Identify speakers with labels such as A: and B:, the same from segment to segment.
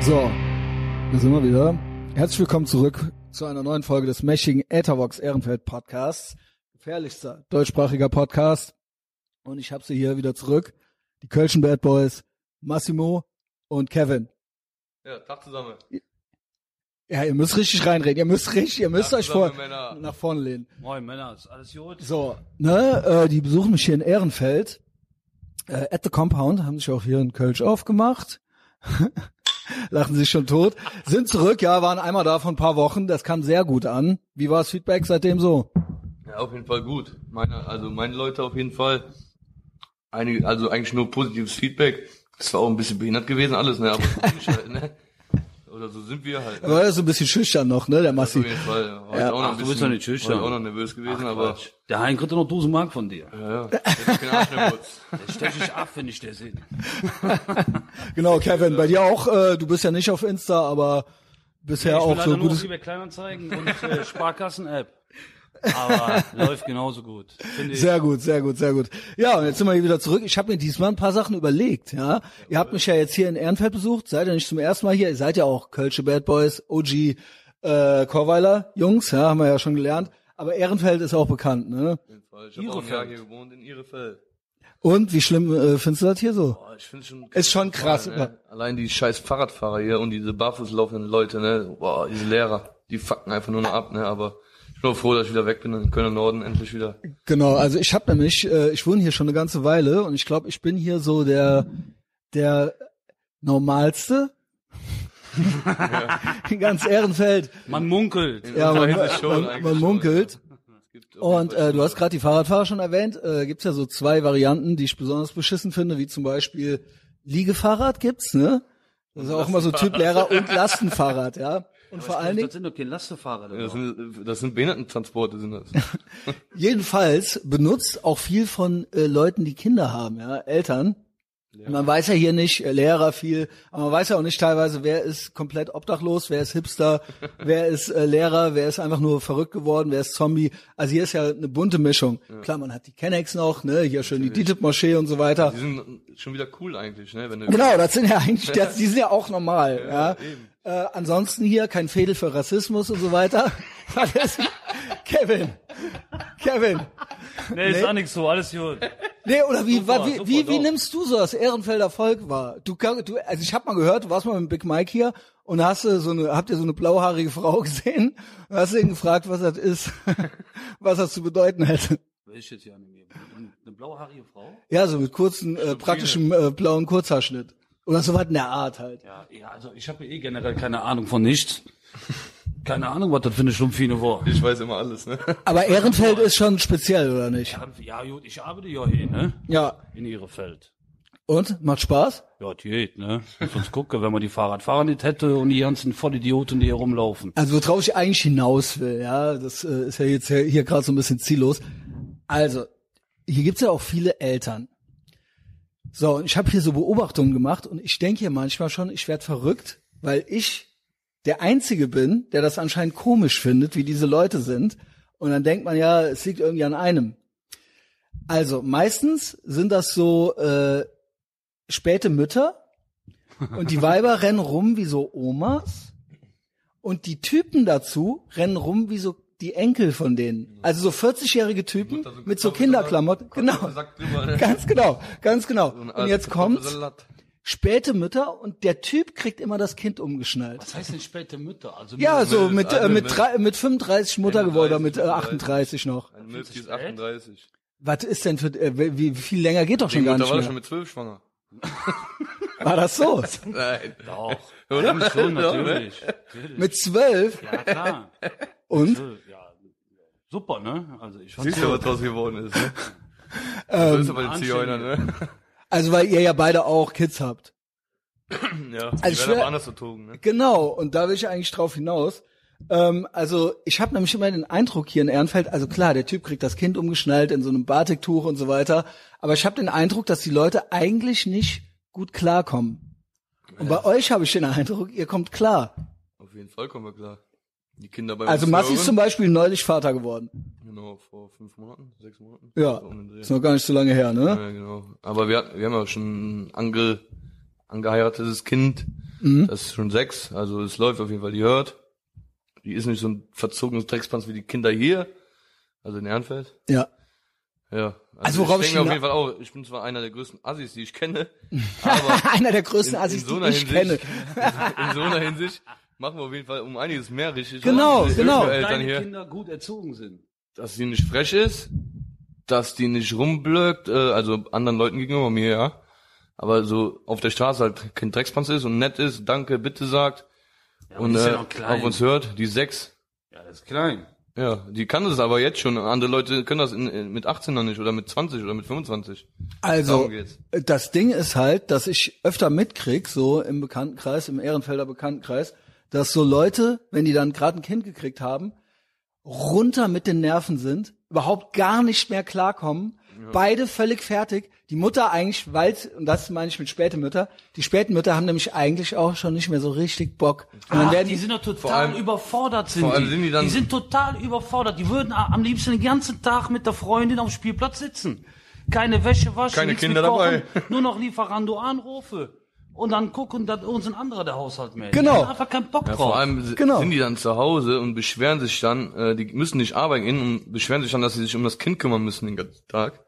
A: So, da sind wir wieder. Herzlich willkommen zurück zu einer neuen Folge des Meshing Etherbox Ehrenfeld Podcasts. Gefährlichster deutschsprachiger Podcast. Und ich habe sie hier wieder zurück. Die Kölschen Bad Boys, Massimo und Kevin.
B: Ja, Tag zusammen.
A: Ja, ihr müsst richtig reinreden. Ihr müsst richtig, ihr müsst
B: Tag
A: euch vor,
B: zusammen, Männer.
A: nach vorne lehnen.
C: Moin Männer, ist alles gut?
A: So, ne, äh, die besuchen mich hier in Ehrenfeld. Äh, at the Compound haben sich auch hier in Kölsch aufgemacht. Lachen sich schon tot. Sind zurück, ja, waren einmal da vor ein paar Wochen. Das kam sehr gut an. Wie war das Feedback seitdem so?
B: Ja, auf jeden Fall gut. Meine, also meine Leute auf jeden Fall. Einige, also eigentlich nur positives Feedback. Es war auch ein bisschen behindert gewesen alles, ne? Aber so bin ich halt, ne? Oder so sind wir halt.
A: Er war ja so ein bisschen schüchtern noch, ne, der
B: Auf
A: Massi.
B: jeden Fall. ja. War
A: Ja,
B: ich auch noch ein
C: ach, du
B: bisschen,
C: bist doch nicht schüchtern.
B: War ich auch noch nervös gewesen, aber.
C: Der Hein kriegt doch noch 1000 Mark von dir.
B: Ja, ja. Ich hab keine Arsch mehr kurz.
C: Der stellt sich ab, wenn ich der sehe.
A: Genau, Kevin, bei dir auch. Äh, du bist ja nicht auf Insta, aber bisher
C: ich bin
A: auch
C: leider
A: so
C: halt nur auf
A: gutes.
C: eBay Kleinanzeigen und äh, Sparkassen-App. Aber läuft genauso gut. Finde ich.
A: Sehr gut, sehr gut, sehr gut. Ja, und jetzt sind wir hier wieder zurück. Ich habe mir diesmal ein paar Sachen überlegt, ja. Ihr habt mich ja jetzt hier in Ehrenfeld besucht, seid ja nicht zum ersten Mal hier, ihr seid ja auch Kölsche Bad Boys, OG äh, Chorweiler Jungs, ja, haben wir ja schon gelernt. Aber Ehrenfeld ist auch bekannt, ne?
B: Auf jeden Fall. Ich hab auch ein Jahr
C: Ihrefeld.
B: hier gewohnt in Ihrefeld.
A: Und wie schlimm äh, findest du das hier so?
B: Boah, ich find's schon
A: Ist schon krass,
B: Ne? Allein die scheiß Fahrradfahrer hier und diese barfuß laufenden Leute, ne? Boah, diese Lehrer, die fucken einfach nur noch ab, ne? Aber ich bin auch froh, dass ich wieder weg bin in Köln im Norden, endlich wieder.
A: Genau, also ich habe nämlich, äh, ich wohne hier schon eine ganze Weile und ich glaube, ich bin hier so der der normalste. Ganz Ehrenfeld.
C: Man munkelt.
A: Ja, man,
B: Weiß ich schon
A: man,
B: eigentlich
A: man
B: schon,
A: munkelt.
B: Es gibt auf jeden
A: Und
B: Fall
A: äh, du
B: schon-
A: hast gerade die Fahrradfahrer schon erwähnt. Äh, gibt's ja so zwei Varianten, die ich besonders beschissen finde, wie zum Beispiel Liegefahrrad gibt's, ne? Das ist auch immer so Typ Lehrer und Lastenfahrrad, ja. Und vor allen Dingen,
C: Das sind doch keine Lastefahrer.
B: Ja, Das
C: Das
B: sind, das sind Behindertentransporte, sind das.
A: jedenfalls benutzt auch viel von äh, Leuten, die Kinder haben, ja, Eltern. Man weiß ja hier nicht, äh, Lehrer viel, aber man weiß ja auch nicht teilweise, wer ist komplett obdachlos, wer ist Hipster, wer ist äh, Lehrer, wer ist einfach nur verrückt geworden, wer ist Zombie. Also hier ist ja eine bunte Mischung. Klar, man hat die Kennex noch, ne, hier schön die DITIB-Moschee und so weiter.
B: Die sind schon wieder cool eigentlich, ne? Wenn du
A: Genau, das sind ja eigentlich, das, die sind ja auch normal. Ja, Äh, ansonsten hier kein Fädel für Rassismus und so weiter. Das ist- Kevin, Kevin.
C: nee, ist auch nichts so, alles gut.
A: Nee, oder wie,
C: Super,
A: wa- wie,
C: super,
A: wie, wie
C: doch.
A: nimmst du so das Ehrenfelder Volk wahr? Du, kann- du, also ich habe mal gehört, du warst mal mit Big Mike hier und hast du so eine, habt ihr so eine blauhaarige Frau gesehen und hast ihn gefragt, was das ist, was das zu bedeuten hätte.
C: Will ich jetzt hier angeben. Eine blauhaarige Frau?
A: Ja, so mit kurzen, äh, praktischem äh, blauen Kurzhaarschnitt. Oder so was in der Art halt.
C: Ja, ja also ich habe eh generell keine Ahnung von nichts. Keine Ahnung, was das für eine Schlumpfine war.
B: Ich weiß immer alles, ne?
A: Aber Ehrenfeld ist schon speziell, oder nicht?
C: Ja, gut, ich arbeite ja hier, ne?
A: Ja.
C: In ihre Feld.
A: Und? Macht Spaß?
C: Ja, das geht, ne? Muss uns gucken, wenn man die Fahrradfahrer nicht hätte und die ganzen Vollidioten, die hier rumlaufen.
A: Also worauf ich eigentlich hinaus will, ja, das äh, ist ja jetzt hier, hier gerade so ein bisschen ziellos. Also, hier gibt's ja auch viele Eltern. So, und ich habe hier so Beobachtungen gemacht und ich denke hier manchmal schon, ich werd verrückt, weil ich der Einzige bin, der das anscheinend komisch findet, wie diese Leute sind. Und dann denkt man ja, es liegt irgendwie an einem. Also, meistens sind das so äh, späte Mütter und die Weiber rennen rum wie so Omas. Und die Typen dazu rennen rum wie so die Enkel von denen. Also so 40-jährige Typen
B: Mutter so
A: mit so
B: geklappert,
A: Kinderklamotten.
B: Kommt
A: Genau.
B: der Sack drüber, ne?
A: Ganz genau, ganz genau.
B: So ein
A: Und
B: alter
A: jetzt kommt's,
B: Kartoffelsalat.
A: späte Mütter und der Typ kriegt immer das Kind umgeschnallt.
C: Was heißt denn späte Mütter? Also
A: Ja,
C: Mütter-
A: so mit, äh,
B: Milf,
A: mit,
B: Milf.
A: drei, mit 35 Mutter geworden, oder mit äh,
B: 35.
A: 38 noch.
B: Ein Milch die ist
C: Findest du spät?
B: 38.
A: Was ist denn für, äh, wie, wie viel länger geht doch schon
B: Da
A: gar nicht
B: war er schon
A: mehr.
B: mit 12 schwanger.
A: War das so?
B: Nein.
C: Doch.
B: Oder?
C: Ja, schon,
B: Ja, ne?
C: natürlich. natürlich.
A: Mit zwölf
C: Ja, klar. Also,
A: und
C: Ja, super, ne? Also ich fand's
B: Siehst du, was draus geworden ist, ne?
A: Ähm,
B: so ist aber den
C: anständig.
B: Zigeuner, ne?
A: also weil ihr ja beide auch Kids habt.
B: Ja,
A: ich
B: also die
A: schwör-
B: werden aber anders erzogen, ne?
A: Genau, und da will ich eigentlich drauf hinaus. Ähm, also ich habe nämlich immer den Eindruck hier in Ehrenfeld, also klar, der Typ kriegt das Kind umgeschnallt in so einem Batiktuch und so weiter, aber ich habe den Eindruck, dass die Leute eigentlich nicht gut klarkommen. Und bei euch habe ich den Eindruck, ihr kommt klar.
B: Auf jeden Fall kommen wir klar. Die Kinder bei
A: Also
B: uns
A: Massi
B: hören.
A: ist zum Beispiel neulich Vater geworden.
B: Genau, vor fünf Monaten, sechs Monaten.
A: Ja,
B: So um den Dreh.
A: ist noch gar nicht so lange her, ne?
B: Ja, genau. Aber wir, hatten- wir haben ja schon ein ange, angeheiratetes Kind.
A: Mhm.
B: Das ist schon sechs. Also es läuft auf jeden Fall, die hört. Die ist nicht so ein verzogenes Dreckspanz wie die Kinder hier. Also in Ehrenfeld.
A: Ja.
B: Ja.
A: Also worauf
B: ich
A: ich
B: denke
A: hina-
B: mir auf jeden Fall auch, ich bin zwar einer der größten Assis, die ich kenne, aber
A: Einer der
B: in,
A: größten
B: in
A: Assis,
B: so
A: die
B: einer
A: ich kenne.
B: Hinsicht, in so einer Hinsicht machen wir auf jeden Fall um einiges mehr richtig.
A: Genau,
B: als diese
A: genau.
B: Öko-Eltern
C: Deine
B: hier.
C: Kinder gut erzogen sind.
B: dass sie nicht frech ist, dass die nicht rumblöckt, äh, also anderen Leuten gegenüber mir, ja. Aber so auf der Straße halt kein Dreckspanz ist und nett ist, danke, bitte sagt
C: Ja, aber
B: und
C: die ist
B: äh,
C: ja noch klein.
B: auf uns hört, die ist sechs.
C: Ja, das ist klein.
B: Ja, die kann das aber jetzt schon. Andere Leute können das in, in, mit 18 noch nicht oder mit 20 oder mit 25.
A: Also,
B: Darum geht's.
A: das Ding ist halt, dass ich öfter mitkrieg, so im Bekanntenkreis, im Ehrenfelder Bekanntenkreis, dass so Leute, wenn die dann gerade ein Kind gekriegt haben, runter mit den Nerven sind, überhaupt gar nicht mehr klarkommen, beide völlig fertig. Die Mutter eigentlich, weil, und das meine ich mit späten Mütter, die späten Mütter haben nämlich eigentlich auch schon nicht mehr so richtig Bock. Und dann
C: Ach,
A: werden
C: die
A: die,
C: sind doch total
B: allem-
C: überfordert. Sind
B: vor allem
C: die.
B: sind die dann-
C: sind total überfordert. Die würden a- am liebsten den ganzen Tag mit der Freundin auf dem Spielplatz sitzen. Keine Wäsche waschen,
B: Keine
C: nichts
B: Kinder
C: mit kochen,
B: dabei.
C: Nur noch Lieferando Anrufe. Und dann gucken, dass uns ein anderer der Haushalt meldet.
A: Genau.
C: Die haben einfach keinen Bock
B: Ja,
C: drauf.
B: vor allem si-
A: Genau.
B: sind die dann zu Hause und beschweren sich dann, äh, die müssen nicht arbeiten gehen und beschweren sich dann, dass sie sich um das Kind kümmern müssen den ganzen Tag.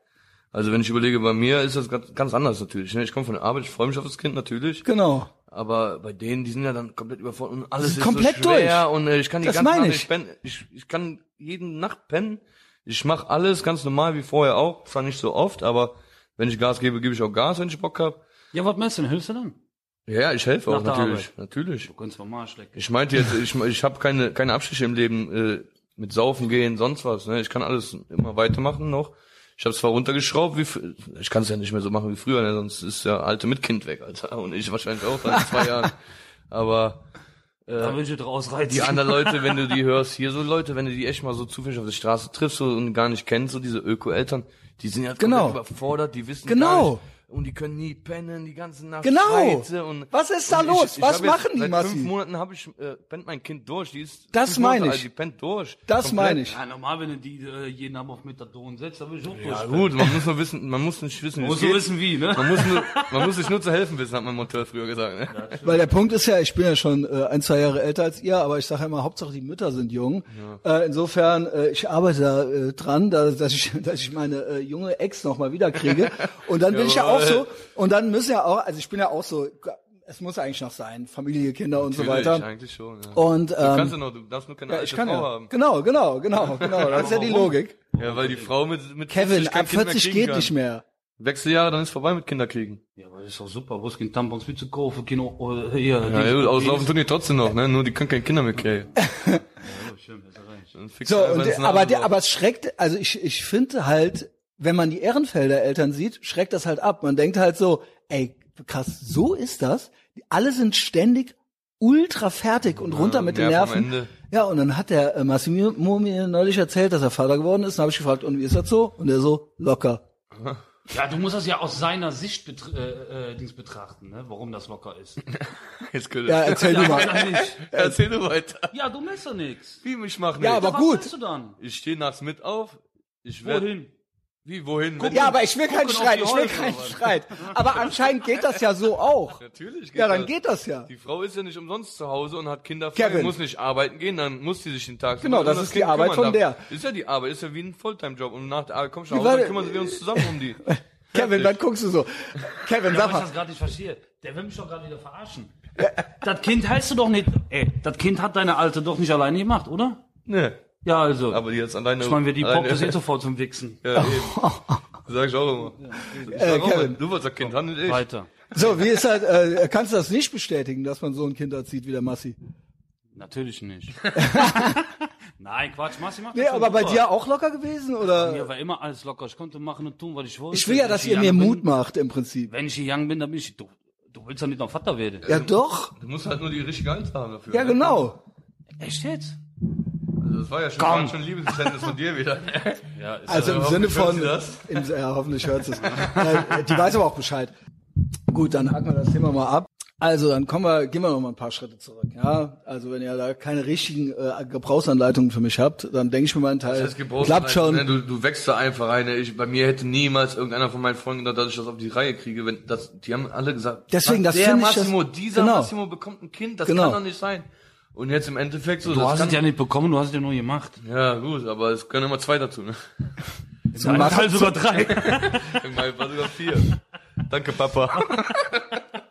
B: Also wenn ich überlege, bei mir ist das ganz, ganz anders natürlich. Ne? Ich komme von der Arbeit, ich freue mich auf das Kind natürlich,
A: genau.
B: aber bei denen, die sind ja dann komplett überfordert und alles
A: sind
B: ist,
A: komplett
B: so schwer und äh, ich kann die
A: Das
B: ganze
A: meine
B: Nacht
A: ich.
B: nicht pennen. Ich, ich kann jeden Nacht pennen. Ich mache alles ganz normal wie vorher auch, zwar nicht so oft, aber wenn ich Gas gebe, gebe ich auch Gas, wenn ich Bock hab.
C: ja, was meinst du denn? Hilfst du dann?
B: Ja, ja, ich helfe
C: Nach
B: auch
C: der
B: natürlich,
C: Arbeit.
B: natürlich.
C: Du kannst vom Arsch lecken.
B: Ich meinte jetzt, ich, ich habe keine, keine Abstriche im Leben äh, mit Saufen gehen, sonst was. Ne? Ich kann alles immer weitermachen noch. Ich habe zwar runtergeschraubt, wie fr- ich kann es ja nicht mehr so machen wie früher, ne? sonst ist der alte mit Kind weg, Alter. Und ich wahrscheinlich auch seit zwei Jahren. Aber
C: Dann würde ich dir rausreißen.
B: die anderen Leute, wenn du die hörst, hier so Leute, wenn du die echt mal so zufällig auf der Straße triffst so, und gar nicht kennst, so diese Öko-Eltern, die sind ja
A: Genau.
B: komplett überfordert, die wissen
A: Genau.
B: gar nicht. Und die können nie pennen, die ganze Nacht.
A: Genau.
B: schreit sie Und,
A: Was ist da
B: und
A: los? Was
B: hab
A: machen die,
B: seit
A: Massi?
B: Fünf Monaten habe ich, äh, pennt mein Kind durch. Die ist
A: Das
B: fünf
A: meine
B: Monate
A: ich.
B: alt, Die pennt durch.
A: Das
B: Komplett.
A: meine ich.
C: Ja, normal, wenn du die äh, jeden Abend auf Methadon setzt, dann würde ich auch
B: Ja,
C: durchpennen.
B: gut, man muss nur wissen, man muss nicht wissen, wie
C: Musst
B: es
C: du
B: geht.
C: wissen wie, ne?
B: Man muss, nur, man muss sich nur zu helfen wissen, hat mein Monteur früher gesagt. Ne?
A: Weil der Punkt ist ja, ich bin ja schon äh, ein, zwei Jahre älter als ihr, aber ich sage ja immer, Hauptsache die Mütter sind jung. Äh, insofern, äh, ich arbeite da äh, dran, da, dass, ich, dass ich meine äh, junge Ex nochmal wiederkriege. Und dann bin ich ja auch so,
B: Jawohl.
A: und dann müssen ja auch, also ich bin ja auch so, es muss ja eigentlich noch sein, Familie, Kinder und
B: Natürlich,
A: so weiter.
B: Eigentlich schon, ja.
A: Und
B: du kannst ja
A: ähm,
B: noch, du darfst nur keine
A: ja,
B: alte
A: ich kann
B: Frau
A: ja.
B: haben.
A: Genau, genau, genau, genau. Das ist ja die
C: warum?
A: Logik.
B: Ja, weil die Frau mit, mit
A: Kevin,
B: 40 kein
A: ab
B: Kind mehr
A: 40
B: kriegen
A: geht
B: kann.
A: nicht mehr.
B: Wechseljahre, dann ist vorbei mit Kinderkriegen.
C: Ja, aber das ist doch super. Wo ist kein Tampons mit zu kaufen? Keine, äh, hier,
B: Ja,
C: dieses-
B: ja, auslaufen tun die trotzdem noch, ne? Nur die können keine Kinder mehr kriegen.
C: Ja, stimmt, hast du recht.
B: Dann fix
A: So,
B: einfach
A: und,
B: ins
A: der- aber, der,
B: Nasenloch.
A: aber es schreckt, also ich, ich finde halt, wenn man die Ehrenfelder Eltern sieht, schreckt das halt ab. Man denkt halt so, ey, krass, so ist das. Alle sind ständig ultra fertig und runter mit den
B: Nerv am
A: Nerven.
B: Ende.
A: Ja, und dann hat der äh, Massimo mir neulich erzählt, dass er Vater geworden ist. Und habe ich gefragt, und wie ist das so? Und er so, locker.
C: Ja, du musst das ja aus seiner Sicht betr- äh, äh, Dings betrachten, ne? warum das locker ist.
B: Jetzt könnte
A: Ja, erzähl du mal.
C: Ja, nicht.
B: Erzähl du weiter.
C: ja du machst doch nichts.
B: Wie mich machen.
A: Ja,
B: Ja,
A: aber-
B: aber
C: was
A: gut.
C: machst du dann?
B: ich stehe nachts mit auf. Ich werde
C: Wohin?
B: wie wohin? Wenn-
A: Ja, aber ich will keinen
C: Gucken auf
A: Streit,
C: die
A: ich will
C: Häuser,
A: keinen
C: Mann.
A: Streit. Aber anscheinend geht das ja so auch.
B: Natürlich.
A: Ja, dann geht das ja.
B: Die Frau ist ja nicht umsonst zu Hause und hat Kinder frei,
A: Kevin.
B: muss nicht arbeiten gehen, dann muss sie sich den Tag
A: Genau,
B: kümmern
A: das
B: und
A: ist die
B: Kind
A: Arbeit
B: kümmern
A: von
B: darf. Ist ja die Arbeit, ist ja wie ein Fulltime-Job. Und nach der Arbeit kommst du nach
A: Wie war
B: Hause, dann
A: der-
B: kümmern wir uns zusammen um die.
A: Kevin, dann guckst du so. Kevin, sag
C: Ja, weil ich
A: mal.
C: das gerade nicht verstehe. Der will mich doch gerade wieder verarschen. Das Kind heißt du doch nicht. Ey, das Kind hat deine Alte doch nicht alleine gemacht, oder?
B: Ne,
C: Ja, also.
B: aber die jetzt alleine...
C: ich meine, wir die
B: alleine-
C: poppt das eh sofort zum Wichsen.
B: Ja, eben. Sag ich auch immer. Ich
A: Oh. Äh,
B: sag auch,
A: Kevin.
B: mal, du wolltest doch Kind haben, nicht ich.
C: Weiter.
A: So, wie ist das? Äh, kannst du das nicht bestätigen, dass man so ein Kind erzieht wie der Massi?
C: Natürlich nicht. Nein, Quatsch, Massi macht
A: Nee,
C: das schon
A: aber bei
C: super.
A: dir auch locker gewesen oder?
C: Mir war immer alles locker. Ich konnte machen und tun, was ich wollte.
A: Ich will ja, dass
C: Wenn
A: ihr
C: ich
A: mir
C: young bin-
A: Mut macht im Prinzip.
C: Wenn ich young bin, dann bin ich. Du, du willst doch nicht noch Vater werden.
A: Ja, doch.
B: Du musst halt nur die richtige Angst haben dafür.
A: Ja,
B: ne?
A: genau.
C: Echt jetzt?
B: Also das war ja schon,
C: Komm.
B: war schon ein Liebesverständnis von dir wieder.
C: Ja, ist
A: Also im
B: hoffentlich
A: Sinne
B: hört
A: von.
B: sie das.
A: Im, ja, hoffentlich hört sie es. Äh, Die weiß aber auch Bescheid. Gut, dann hacken wir das Thema mal ab. Also dann kommen wir, gehen wir noch mal ein paar Schritte zurück. Ja, also wenn ihr da keine richtigen äh, Gebrauchsanleitungen für mich habt, dann denke ich mir mal einen Teil.
B: Das Gebrauch-
A: klappt schon.
B: Ne, du, du wächst da einfach rein. ne. Ich, bei mir hätte niemals irgendeiner von meinen Freunden gedacht, dass ich das auf die Reihe kriege. Wenn das, die haben alle gesagt,
A: Deswegen, das
B: "Was, der
A: finde ich das-
B: Massimo, dieser
A: genau.
B: Massimo bekommt ein Kind, das
A: Genau.
B: kann doch nicht sein. Und jetzt im Endeffekt so,
C: Du
B: das
C: hast
B: kann,
C: es ja nicht bekommen, du hast es ja nur gemacht.
B: ja gut, aber es können immer zwei dazu. Ne?
C: Zum Teil sogar drei.
B: Ich meine, war sogar vier. Danke, Papa.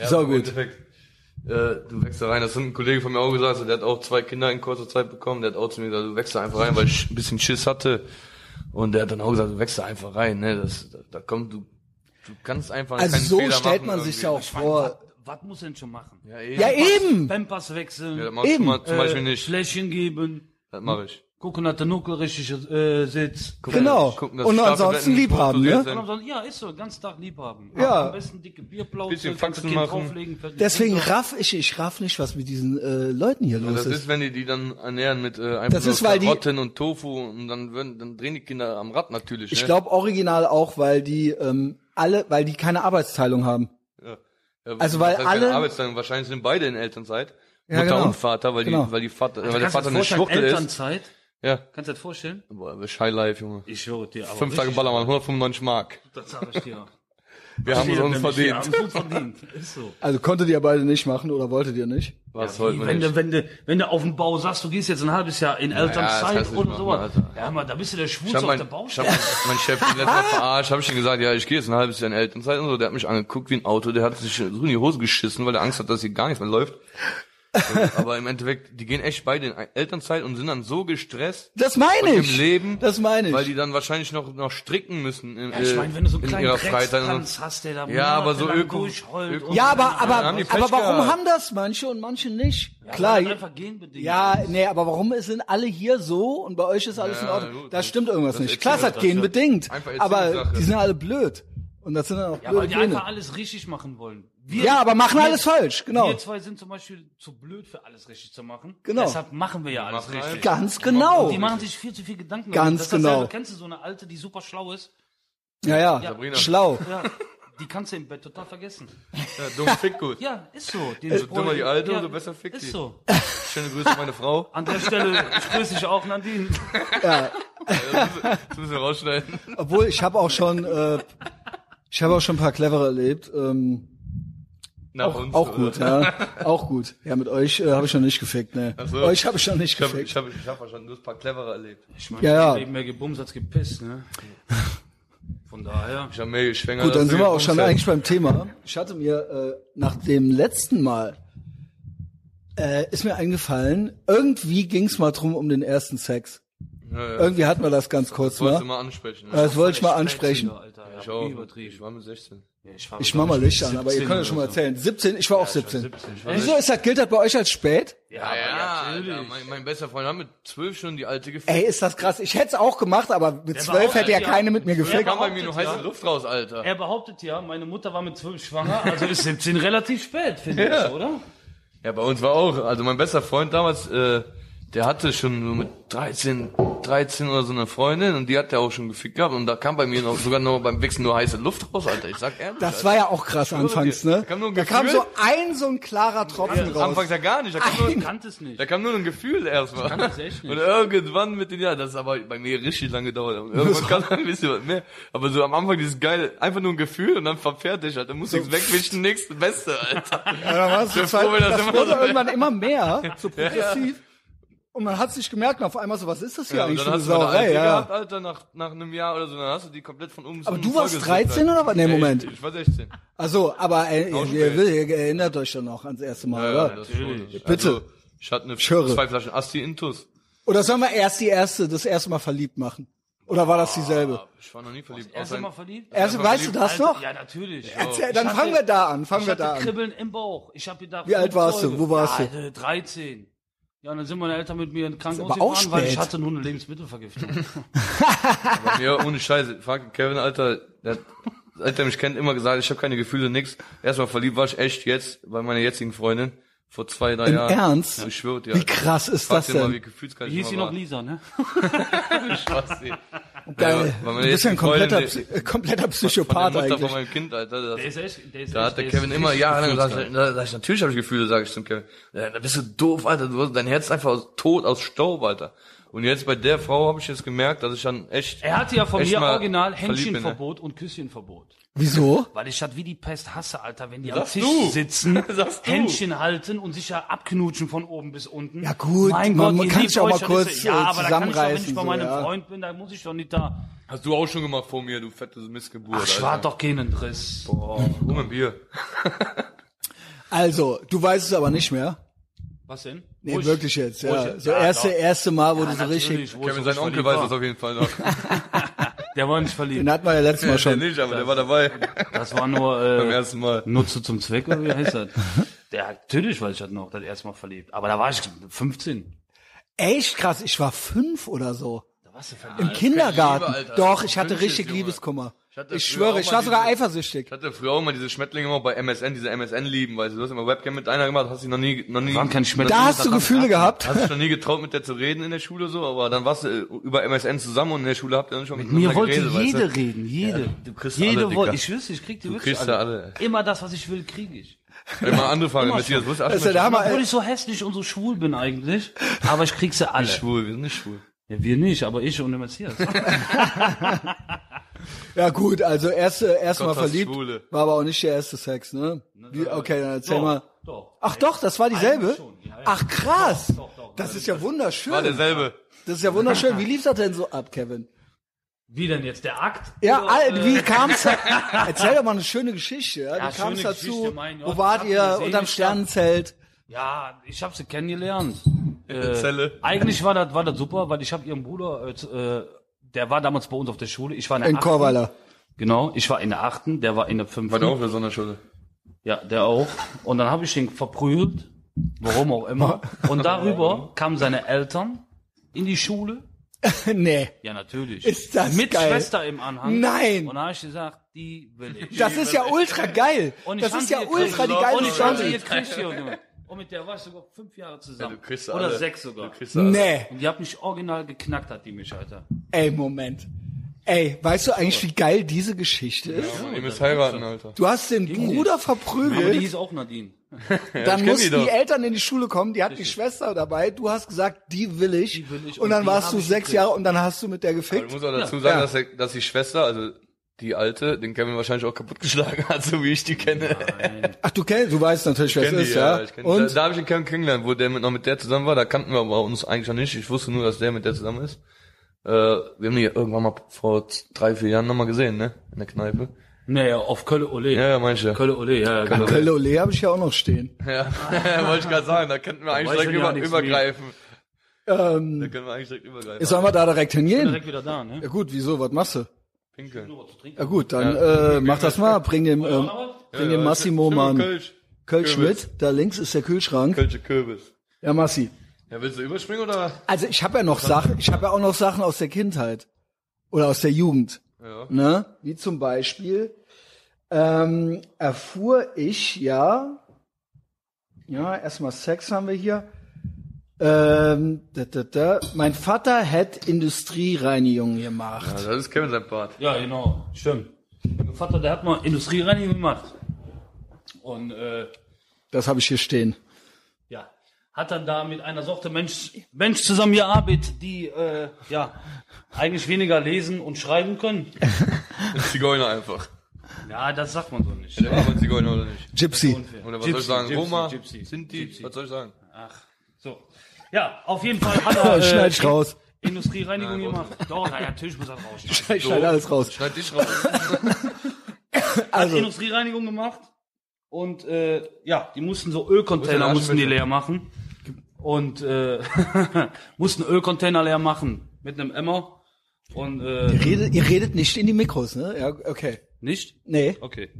B: ja,
A: So
B: im
A: gut.
B: Endeffekt, Äh, du wächst da rein. Das hat ein Kollege von mir auch gesagt, so, der hat auch zwei Kinder in kurzer Zeit bekommen. Der hat auch zu mir gesagt, du wächst da einfach rein, weil ich ein bisschen Schiss hatte. Und der hat dann auch gesagt, du wächst da einfach rein. Ne? Das, da, da kommt, du, du kannst einfach
A: Also
B: keinen
A: so
B: Fehler
A: stellt
B: machen
A: man sich ja
B: irgendwie.
A: auch vor.
C: Was muss denn schon machen? Hm.
B: Ja, eben.
A: Ja eben.
C: Pampers wechseln,
B: Ja, das mach ich
A: eben.
B: schon mal, zum Beispiel
C: äh,
B: nicht.
C: Fläschchen geben,
B: Das mache ich.
C: gucken, dass der Nuckel richtig äh, sitzt.
B: Gucken,
A: Genau.
B: gucken, dass
A: Und
B: die Schlafen
A: ansonsten
B: werden,
A: lieb haben,
B: strukturiert
A: ne?
B: sind.
C: Und dann, ja, ist so, den ganzen Tag lieb haben.
A: Ja.
C: Am besten dicke Bierplauze,
B: Bisschen
C: kannst du
B: Faxen
C: Kind
B: machen.
C: drauflegen, fertig.
A: Deswegen raff ich, ich raff nicht, was mit diesen äh, Leuten hier
B: Und
A: los
B: das
A: ist.
B: ist, wenn die die dann ernähren mit äh, einfach
A: Das
B: nur
A: ist, weil die-
B: Karotten und Tofu und dann, würden, dann drehen die Kinder am Rad natürlich.
A: Ich
B: ne?
A: glaube original auch, weil die ähm, alle, weil die keine Arbeitsteilung haben.
B: Ja,
A: also weil
B: was heißt keine
A: alle-
B: Arbeitsteilung, wahrscheinlich sind beide in Elternzeit.
A: Ja,
B: Mutter
A: genau.
B: und Vater, weil
A: Genau.
B: die, weil die Vater,
C: Alter,
B: weil der
C: kannst du
B: Vater
C: dir
B: eine
C: vorstellen,
B: Schwuchtel ist.
C: Elternzeit?
B: Ja.
C: Kannst du das vorstellen?
B: Boah, Shy Life, Junge.
C: Ich höre dir. Aber
B: Fünf Tage
C: richtig,
B: Ballermann, 195 Mark.
C: Das sag ich dir.
B: Wir haben es uns
C: Wir
B: verdient.
C: haben es uns verdient. Ist so.
A: Also konntet ihr beide nicht machen oder wolltet ihr nicht?
B: Was
C: Wie,
B: soll man
C: wenn, du,
B: nicht?
C: wenn, du, wenn du auf dem Bau sagst, du gehst jetzt ein halbes Jahr in
B: das
C: Elternzeit
B: kannst du nicht
C: oder sowas.
B: machen, Alter.
C: Ja, mal, da bist du der Schwulz
B: Ich hab
C: auf
B: mein,
C: der
B: ich hab
C: Baustelle.
B: mein, mein Chef letztes Mal verarscht, habe ich ihm gesagt, ja, ich gehe jetzt ein halbes Jahr in Elternzeit und so. Der hat mich angeguckt wie ein Auto, der hat sich so in die Hose geschissen, weil er Angst hat, dass hier gar nichts mehr läuft. Aber im Endeffekt, die gehen echt beide in Elternzeit und sind dann so gestresst
A: Das meine
B: im
A: ich.
B: Leben,
A: Das meine ich.
B: weil die dann wahrscheinlich noch noch stricken müssen in,
C: Ja, ich meine, wenn du so einen
B: in
C: kleinen
B: ihrer Freizeit. und
C: Dreckstanz
B: so.
C: hast, der da
B: Ja, aber so
C: monatelang
B: Öko-
C: durchheult
B: Öko-
C: und-
A: ja, aber
B: dann
A: aber
B: haben die Pech
A: aber warum
B: gehabt.
A: haben das manche und manche nicht?
C: Ja,
A: Klar.
C: weil das Einfach genbedingt.
A: Ja, nee, aber warum sind alle hier so und bei euch ist alles
B: Ja,
A: in Ordnung?
B: gut,
A: da
B: das-
A: stimmt irgendwas
B: das
A: nicht. Klar, es hat
B: erzählt
A: gehen
B: das, ja.
A: bedingt.
B: Einfach erzählt die
A: Aber
B: Sache.
A: die sind alle blöd. Und das sind dann auch
C: Ja, weil
A: blöde
C: die
A: Gene.
C: einfach alles richtig machen wollen. Wir-
A: genau. Ja, aber machen
C: wir-
A: alles falsch, genau.
C: Wir zwei sind zum Beispiel zu blöd für alles richtig zu machen.
A: Genau.
C: Deshalb machen wir ja alles
B: machen
C: richtig.
B: alles.
A: Ganz genau.
C: Die machen sich viel zu viel Gedanken.
A: Ganz
C: ist dasselbe.
A: genau.
C: Kennst du so eine alte, die super schlau ist?
A: Ja, ja.
B: Sabrina.
A: Schlau.
C: Ja, die kannst du im Bett total vergessen.
B: Ja, dumm, fick gut.
C: Ja, ist so. Den
B: So dümmer Äh, die Alte, umso besser fickt die.
C: Ist so.
B: Schöne Grüße an meine Frau.
C: An der Stelle ich grüße ich auch Nadine.
B: Das müssen wir rausschneiden.
A: Obwohl, ich habe auch schon, äh, ich habe auch schon ein paar clevere erlebt. Ähm,
B: Nach
A: auch, auch
B: oder?
A: gut, ja. Auch gut. Ja, mit euch äh, habe ich noch nicht gefickt, ne.
B: Ach so.
A: Euch habe ich noch nicht
B: Ich habe
A: gefickt.
B: ich hab, ich hab schon ein paar cleverer erlebt.
C: Ich meine,
A: Ja,
C: ich
A: ja.
C: hab Leben mehr gebumst als gepisst, ne? Von daher.
B: Ich habe mehr geschwängert.
A: Gut, dann
B: als
A: sind wir auch schon
B: gepunkt hätte.
A: eigentlich beim Thema. Ich hatte mir äh, nach dem letzten Mal äh, ist mir eingefallen, irgendwie ging's mal drum um den ersten Sex.
B: Ja, ja.
A: Irgendwie hatten wir das ganz kurz
B: Das wolltest du
A: mal.
B: mal ansprechen. ne?
A: Äh, Das wollte ich mal ansprechen.
C: Alter,
B: ich auch.
C: Übertrieben.
B: Ich war mit 16.
C: Ja, ich war,
A: Ich mach
C: glaub
A: mal
C: mit
A: Licht an, aber ihr
C: 17
A: könnt ja schon mal
C: oder so.
A: erzählen. 17, ich war auch 17.
C: 17. Ich war
A: Wieso ist das, gilt das bei euch als spät?
C: Ja, ja, natürlich.
B: mein, mein bester Freund hat mit 12 schon die alte gefickt.
A: Ey, ist das krass. Ich hätte es auch gemacht, aber mit
C: Der war
A: zwölf
C: auch
A: hätte ja
C: alt, ja.
A: keine mit mir
B: Da
A: gefickt.
B: kam bei mir nur heiße
C: ja.
B: Luft raus, Alter.
C: Er behauptet ja, meine Mutter war mit 12 schwanger, also ist 17 relativ spät, finde
B: Ja.
C: ich, oder?
B: Ja, bei uns war auch, also mein bester Freund damals, äh, der hatte schon so mit 13, 13 oder so eine Freundin und die hat er auch schon gefickt gehabt und da kam bei mir noch sogar noch beim Wichsen nur heiße Luft raus, Alter. Ich sag ehrlich.
A: Das
B: Alter.
A: war ja auch krass anfangs,
B: dir,
A: ne?
B: da kam nur ein
A: Da kam
B: Gefühl.
A: so ein so ein klarer Tropfen raus.
B: Anfangs ja gar nicht. Da kam,
C: Ich
B: nur,
C: kannte es nicht.
B: da kam nur ein Gefühl erstmal.
C: kann das echt nicht.
B: Und irgendwann mit den Jahren, das ist aber bei mir richtig lange gedauert. Und Irgendwann kam dann ein bisschen was mehr. Aber so am Anfang dieses geile, einfach nur ein Gefühl und dann verfährt dich, Alter. Musst nichts wegwischen, nix, Beste, Alter.
A: Ja, dann war's
B: Sehr
A: so zwei-
B: froh, wenn das
A: das
B: immer
A: wurde
B: so-
A: irgendwann immer mehr, so progressiv. Und man hat es nicht gemerkt und auf einmal so, was ist das hier
B: und
A: eigentlich für
B: dann
A: eine
B: hast du mal eine
A: Sauerei?
B: alte
A: Ja.
B: gehabt, Alter, nach, nach einem Jahr oder so, dann hast du die komplett von oben
A: Aber
B: bis
A: du
B: unten
A: warst
B: vollgesippt,
A: 13 oder was? Nee,
B: Ey,
A: Moment.
B: Ich, ich war 16.
A: Also, aber ey,
B: Auch
A: ihr,
B: spät.
A: ihr, ihr erinnert euch dann noch ans erste Mal, oder?
B: das schon.
A: Bitte.
B: Also, ich hatte eine,
A: Ich höre.
B: zwei Flaschen Asti Intus.
A: Oder sollen wir erst die erste, das erste Mal verliebt machen? Oder war das dieselbe?
B: Ich war noch nie verliebt.
C: Erst
B: außer in-
C: einmal verliebt?
A: Erste,
B: einfach
A: weißt du das
C: Alter,
A: noch?
C: Ja, natürlich.
A: Erzähl,
C: Ich
A: dann
C: hatte-
A: fangen wir da an, fangen
C: Ich
A: wir
C: hatte
A: da an.
C: Kribbeln im Bauch. Ich habe gedacht,
A: Wie alt
C: fünf
A: warst du?
C: Zeuge.
A: Wo warst du?
C: ja, äh, 13. Ja, und dann sind meine Eltern mit mir in den Krankenhaus
A: aber auch
C: gefahren, weil ich
A: spät.
C: hatte nur eine Lebensmittelvergiftung.
B: Bei mir, ohne Scheiße. Fuck, Kevin, Alter, der hat, seit er mich kennt, immer gesagt, ich habe keine Gefühle, nix. Erstmal verliebt war ich echt jetzt bei meiner jetzigen Freundin. Vor zwei, drei
A: Im
B: Jahren.
A: Ernst?
B: Ja, Ich schwöre dir.
A: Wie krass ist
B: Frag
A: das
B: dir mal, wie
A: denn?
B: gefühlskalt ich
C: Hieß sie
B: immer
C: noch Lisa, ne?
B: war. Spaß, ey.
A: Geil.
B: weil meine
A: du bist ja ein
B: letzte Freundin,
A: kompletter,
B: die-
A: Psy- äh, kompletter
B: Von
A: Psychopath
B: der Mutter von
A: eigentlich.
B: meinem Kind, Alter. Das,
C: Der ist echt, der ist
B: da
C: echt,
B: hat der
C: ist
B: Kevin immer
C: richtig
B: jahrelang gesagt,
C: gefühlskrank.
B: da, sag ich, natürlich habe ich Gefühle, sage ich zum Kevin. Ja, Da bist du doof, Alter. Du, hast- dein Herz ist einfach aus- tot aus Staub, Alter. Und jetzt bei der Frau habe ich jetzt gemerkt, dass ich dann echt.
C: Er hatte ja von
B: echt
C: mir
B: mal
C: original
B: verliebt bin, ne?
C: Händchenverbot und Küsschenverbot.
A: Wieso?
C: Weil ich das wie die Pest hasse, Alter, wenn die
B: Sagst
C: am Tisch
B: du.
C: sitzen,
B: Sagst du.
C: Händchen halten und sich ja abknutschen von oben bis unten.
A: Ja, gut,
C: mein
A: man-
C: Gott,
A: man
C: ihr
A: kann
C: liebt
A: sich auch
C: euch,
A: mal
C: das
A: kurz,
C: ist,
A: äh,
C: ja, aber da kann ich doch, wenn ich
A: zusammenreißen,
C: bei
A: so,
C: meinem
A: ja.
C: Freund bin, da muss ich doch nicht da.
B: Hast du auch schon gemacht vor mir, du fette Missgeburt.
C: Ach, ich
B: Alter.
C: war doch keinen Riss.
B: Boah, nur mit Bier.
A: Also, du weißt es aber nicht mehr.
C: Was denn?
A: Nee,
C: Wo ich-
A: wirklich jetzt,
C: wo
A: ja.
C: ich-
A: So erste,
C: doch.
A: erste Mal, wo du so
C: Natürlich,
A: richtig,
C: wo ich
B: Kevin,
C: so
B: sein Onkel
C: verliebt
B: weiß
C: war.
B: das auf jeden Fall noch.
C: Der war nicht verliebt.
A: den hatten wir ja letztes Mal
B: Der
A: schon.
B: nicht, aber der war dabei.
C: Das war nur
B: Beim
C: äh,
B: ersten Mal.
C: Nutze zum Zweck oder wie heißt das? Der natürlich weiß ich das noch, das erste Mal verliebt. Aber da war ich 15.
A: Echt krass, ich war fünf oder so.
C: Da warst du
A: Im
C: verliebt.
A: Kindergarten.
B: Liebe, Alter.
A: Doch, ich
B: Fünf
A: hatte
B: ist,
A: richtig
B: Junge.
A: Liebeskummer.
B: Ich hatte
A: Ich
B: früher auch
A: schöre, ich
B: mal
A: war sogar
B: diese-
A: eifersüchtig.
B: Ich hatte früher auch mal diese Schmetterlinge immer bei MSN, diese MSN-Lieben, weißt du, du hast immer Webcam mit einer gemacht, hast dich noch nie, noch nie,
C: Waren keine Schmetterlinge.
A: Da hast du
C: daran
A: Gefühle
C: geachtet.
A: gehabt.
B: hast dich noch nie getraut, mit der zu reden in der Schule so, aber dann warst du äh, über MSN zusammen und in der Schule habt ihr dann schon mit
C: Mir wollte jede reden, jede.
B: du kriegst
C: jede
B: alle,
C: wollte.
B: Dicker.
C: Ich schwör's, dir, ich krieg die
B: Du
C: wirklich
B: kriegst da alle.
C: Immer das, was ich will, krieg ich.
B: Wenn mal andere fragen, Matthias, wo ist
A: Das ist ja der
B: Ahmed?
A: Hammer,
C: Obwohl
A: ey.
C: ich so hässlich und so schwul bin eigentlich, aber ich krieg sie alle.
B: Schwul, wir sind nicht schwul.
C: Ja, wir nicht, aber ich und der Matthias.
A: Ja gut, also erste, erstmal
B: Gott, was
A: verliebt,
B: Schwule.
A: war aber auch nicht der erste Sex, ne? Wie, okay, dann erzähl
C: Doch,
A: mal.
C: doch.
A: Ach doch, das war dieselbe?
C: Eigentlich schon, ja, ja.
A: Ach krass,
C: doch, doch.
A: das ist ja
B: War
A: wunderschön.
B: derselbe.
A: Das ist ja wunderschön. Wie lief das denn so ab, Kevin?
C: Wie denn jetzt, der Akt?
A: Ja,
C: Oder,
A: all,
C: äh,
A: wie kam's? Erzähl doch mal eine schöne Geschichte. Ja,
C: Ja,
A: wie kam's
C: schöne
A: dazu?
C: Geschichte, mein Gott.
A: Wo wart
C: Ich hab
A: ihr
C: gesehen,
A: unterm
C: ich hab-
A: Sternenzelt?
C: Ja, ich habe sie kennengelernt. Äh,
B: der Zelle.
C: Eigentlich war das war das super, weil ich habe ihren Bruder, äh, z- äh, der war damals bei uns auf der Schule. Ich war in der
A: In
C: achten.
A: Korweiler.
C: Genau, ich war in der achten, der war in der
B: War der auch
C: fünften.
B: in der Sonderschule?
C: Ja, der auch. Und dann habe ich ihn verprügelt, warum auch immer. Und darüber kamen seine Eltern in die Schule.
A: nee.
C: Ja, natürlich.
A: Ist das
C: Mit
A: geil.
C: Schwester im Anhang.
A: Nein.
C: Und da habe ich gesagt, die will ich.
A: Das ist ja ultra geil.
C: Und ich
A: Das
C: hab
A: ist
C: sie
A: ja
C: gekriegt.
A: ultra die
B: Und
C: Und
A: geile
C: ich habe sie
A: Story.
B: Leute.
C: jetzt kriegt hier, Junge. Und mit der war ich sogar fünf Jahre zusammen. Oder
B: alle.
C: sechs sogar.
B: Du also kriegst alle.
A: Nee.
C: Und die hat mich original geknackt, hat die mich, Alter.
A: Ey, Moment. Ey, weißt du eigentlich, wie geil diese Geschichte ist?
B: Ja, Mann, Ihr müsst heiraten, Alter.
A: Du hast den Bruder
C: Aber die
A: verprügelt,
C: hieß auch Nadine.
A: dann
B: ich kenn
A: mussten
B: die
A: die,
B: doch.
A: Eltern in die Schule kommen, die hatten die Schwester dabei, du hast gesagt, die will ich,
C: Die will ich
A: und
C: und
A: dann
C: die
A: warst
C: hab
A: du
C: ich
A: sechs
C: gekriegt.
A: Jahre und dann hast du mit der
B: Aber
A: gefickt.
B: du musst auch dazu sagen,
A: Ja.
B: dass, der, dass die Schwester, also die Alte, den Kevin wahrscheinlich auch kaputtgeschlagen hat, so wie ich die kenne.
A: Ach, du kennst, du weißt natürlich, wer es
B: kenn die,
A: ist, ja.
B: Ich kenn die. Da,
A: Und
B: da habe ich den Kevin kennengelernt, wo der mit, noch mit der zusammen war. Da kannten wir aber uns eigentlich noch nicht. Ich wusste nur, dass der mit der zusammen ist. Äh, wir haben die irgendwann mal vor z- drei, vier Jahren nochmal gesehen, ne? In der Kneipe.
C: Naja, auf Kölle Ole.
B: Ja, ja, meinst du.
C: Kölle Ole, ja, ja, genau.
A: Pelle Ole habe ich ja auch noch stehen.
B: Ja, wollte ich gerade sagen. Da könnten wir eigentlich
C: weiß
B: direkt
C: ich ja
B: über,
C: nichts
B: übergreifen. da können wir eigentlich direkt übergreifen.
A: Ähm, Sollen wir da direkt hingehen?
C: Direkt wieder da, ne?
A: Ja gut, wieso, was machst du?
B: Pinkeln.
C: Nur was zu trinken.
A: Ja gut, dann äh, mach das mal, bring dem, ähm, bring dem Massimo mal einen
B: Kölsch.
A: Kölsch
B: Kürbis.
A: mit, da links ist der Kühlschrank.
B: Kölsche Kürbis.
A: Ja, Massi.
B: Ja, willst du überspringen oder?
A: Also ich habe ja noch Sachen, ich habe ja auch noch Sachen aus der Kindheit oder aus der Jugend.
B: Ja.
A: Ne? Wie zum Beispiel ähm, erfuhr ich ja, ja, erstmal Sex haben wir hier. Ähm, da, da, da. Mein Vater hat Industriereinigung gemacht.
B: Ja, das ist Kevin sein Part.
C: Ja, genau, stimmt. Mein Vater, der hat mal Industriereinigung gemacht. Und, äh,
A: Das habe ich hier stehen.
C: ja, hat dann da mit einer Sorte Mensch, Mensch zusammengearbeitet, die, äh, ja, eigentlich weniger lesen und schreiben können.
B: Zigeuner einfach.
C: Ja, das sagt man so nicht.
B: Der war aber Zigeuner oder nicht?
A: Gypsy.
C: Unfair.
B: Oder was
C: Gypsy,
B: soll ich sagen?
C: Gypsy,
B: Roma?
C: Gypsy.
B: Sind die? Was soll ich sagen?
C: Ach, so. Ja, auf jeden Fall hat er äh,
A: Schneid ich raus.
C: Industriereinigung
B: Nein, brauchst
C: gemacht. Doch, na, natürlich muss er raus.
A: Ich schneide alles raus.
B: Schneid dich raus.
A: Also,
C: Industriereinigung gemacht und äh, ja, die mussten so
B: Wo ist
C: Ölcontainer
B: dein
C: mussten die
B: Aschenbecher?
C: leer machen und äh, mussten Ölcontainer leer machen mit einem Emmer und äh,
A: redet, ihr redet nicht in die Mikros, ne? Ja, okay.
C: nicht?
A: Nee.
C: Okay,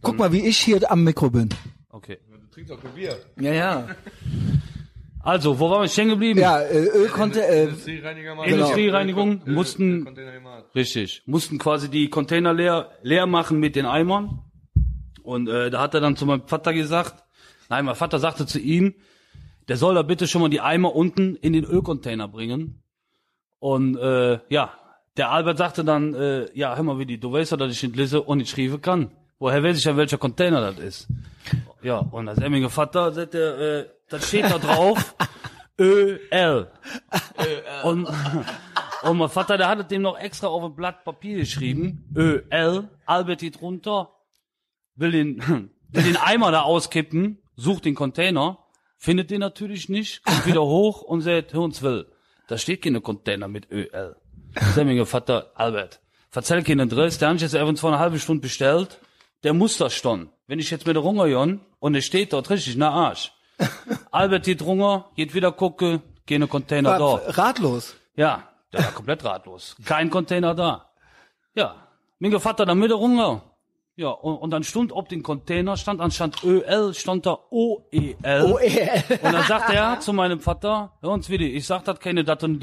A: Guck mal, wie ich hier am Mikro bin.
C: okay.
B: Du trinkst auch kein Bier.
A: Ja, ja.
C: Also, wo waren wir stehen geblieben?
A: Ja, äh, Öl konnte, äh,
B: Industriereiniger mal.
C: Industriereinigung
B: Äh,
C: mussten-
B: Container hier mal.
C: Richtig. Mussten quasi die Container leer, leer machen mit den Eimern. Und äh, da hat er dann zu meinem Vater gesagt, nein, mein Vater sagte zu ihm, der soll da bitte schon mal die Eimer unten in den Ölcontainer bringen. Und äh, ja, Der Albert sagte dann, äh, ja, hör mal, Willi, du weißt ja, dass ich nicht lese und nicht schreiben kann. Woher weiß ich ja, welcher Container das ist? Ja, und als emmige Vater, sagt er, äh, das steht da drauf, ÖL. Und, und mein Vater, der hat es dem noch extra auf ein Blatt Papier geschrieben, ÖL, Albert geht runter, will den, will den Eimer da auskippen, sucht den Container, findet den natürlich nicht, kommt wieder hoch und sagt, hör uns will, da steht keine Container mit ÖL. Semminger Vater, Albert, verzähl keinen Driss, der hat jetzt einfach vor einer halben Stunde bestellt, der muss das schon. Wenn ich jetzt mit der Runger jon und der steht dort richtig, na Arsch. Albert geht Runger, geht wieder gucke, keine Container da.
A: Ratlos.
C: Ja, der war komplett ratlos. Kein Container da. Ja, mein Vater da mit der Runge. Ja, und, und dann stund ob den Container, stand anstatt ÖL, stand da OEL.
A: Oh, eh.
C: Und dann sagt er zu meinem Vater, hör uns Willi, ich sag das keine dat und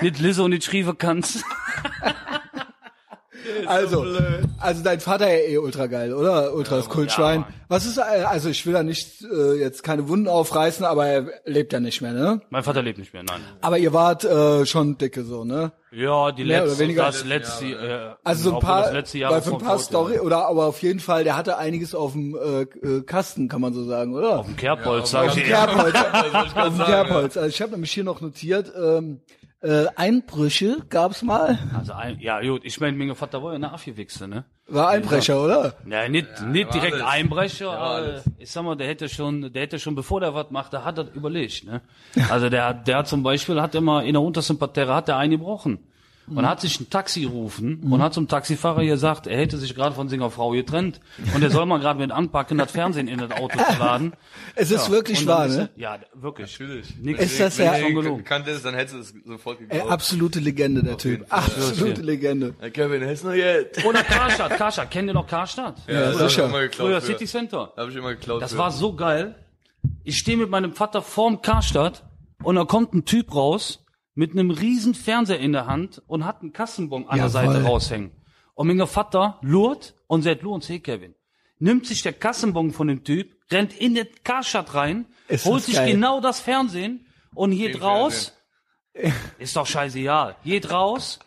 C: nicht lisse und nicht schriebe kannst.
A: Also, also dein Vater ja eh ultra geil, oder? Ultra das Kultschwein.
C: Ähm, Mann.
A: Was ist, äh, also ich will da nicht äh, jetzt keine Wunden aufreißen, aber er lebt ja nicht mehr, ne?
C: Mein Vater lebt nicht mehr, nein.
A: Aber ihr wart äh, schon dicke so, ne?
C: Ja, die
A: Mehr oder
C: letzte,
A: weniger
C: das letzte, äh,
A: Also so ein
C: obwohl
A: paar,
C: das letzte Jahr
A: weil
C: war
A: für ein
C: voll
A: paar
C: tot,
A: Story,
C: ja.
A: oder? Aber auf jeden Fall, der hatte einiges auf dem äh, äh, Kasten, kann man so sagen, oder?
C: Auf dem Kerbholz, sag
B: auf
C: ich
B: dem
C: dir.
A: Kerbholz.
B: wollte ich grad
A: auf dem
B: sagen,
A: Kerbholz. Also ich habe nämlich hier noch notiert, ähm, äh, Einbrüche gab's mal.
C: Also ein, ja, gut, ich mein, mein Vater war ja eine Afgewichse, ne?
A: War Einbrecher, oder?
C: Ja, nicht, nicht
B: war
C: direkt
B: alles.
C: Einbrecher, aber
B: alles.
C: ich sag mal, der hätte schon, der hätte schon, bevor der was macht, der hat das überlegt, ne? Also der, hat- der hat zum Beispiel, hat immer in der untersten Parterre hat der eingebrochen. Und
A: Mhm.
C: hat sich ein Taxi gerufen und hat zum Taxifahrer gesagt, er hätte sich gerade von seiner Frau getrennt und er soll mal gerade mit anpacken, das Fernsehen in das Auto zu laden.
A: Es ist wirklich
C: Und dann
A: wahr,
C: ist
A: ne?
C: er- Ja, wirklich.
B: Natürlich.
C: Nix.
A: Ist das
B: wenn
A: ja-
B: er
C: schon gelogen.
B: bekannt ist, dann hättest du es sofort
A: Ey,
B: geglaubt.
A: absolute Legende, der Typ.
B: jeden Fall.
A: Absolute Legende.
B: Hey, Kevin, hast du noch jetzt?
C: Oder Karstadt, Karstadt, kennt ihr noch Karstadt?
A: Ja,
B: das hab ich
A: sicher.
B: immer geklaut.
C: Früher
B: für.
C: City Center.
B: Hab ich immer geklaut.
C: Das
B: für.
C: war so geil. Ich stehe mit meinem Vater vorm Karstadt und da kommt ein Typ raus mit einem riesen Fernseher in der Hand und hat einen Kassenbon an der
A: Jawohl.
C: Seite raushängen. Und mein Vater lurt und sagt, Lu und hey Kevin. Nimmt sich der Kassenbon von dem Typ, rennt in den Karstadt rein,
A: Ist
C: holt
A: das
C: sich
A: geil.
C: genau das Fernsehen und geht
B: Den
C: raus. Ist doch scheißegal. Geht raus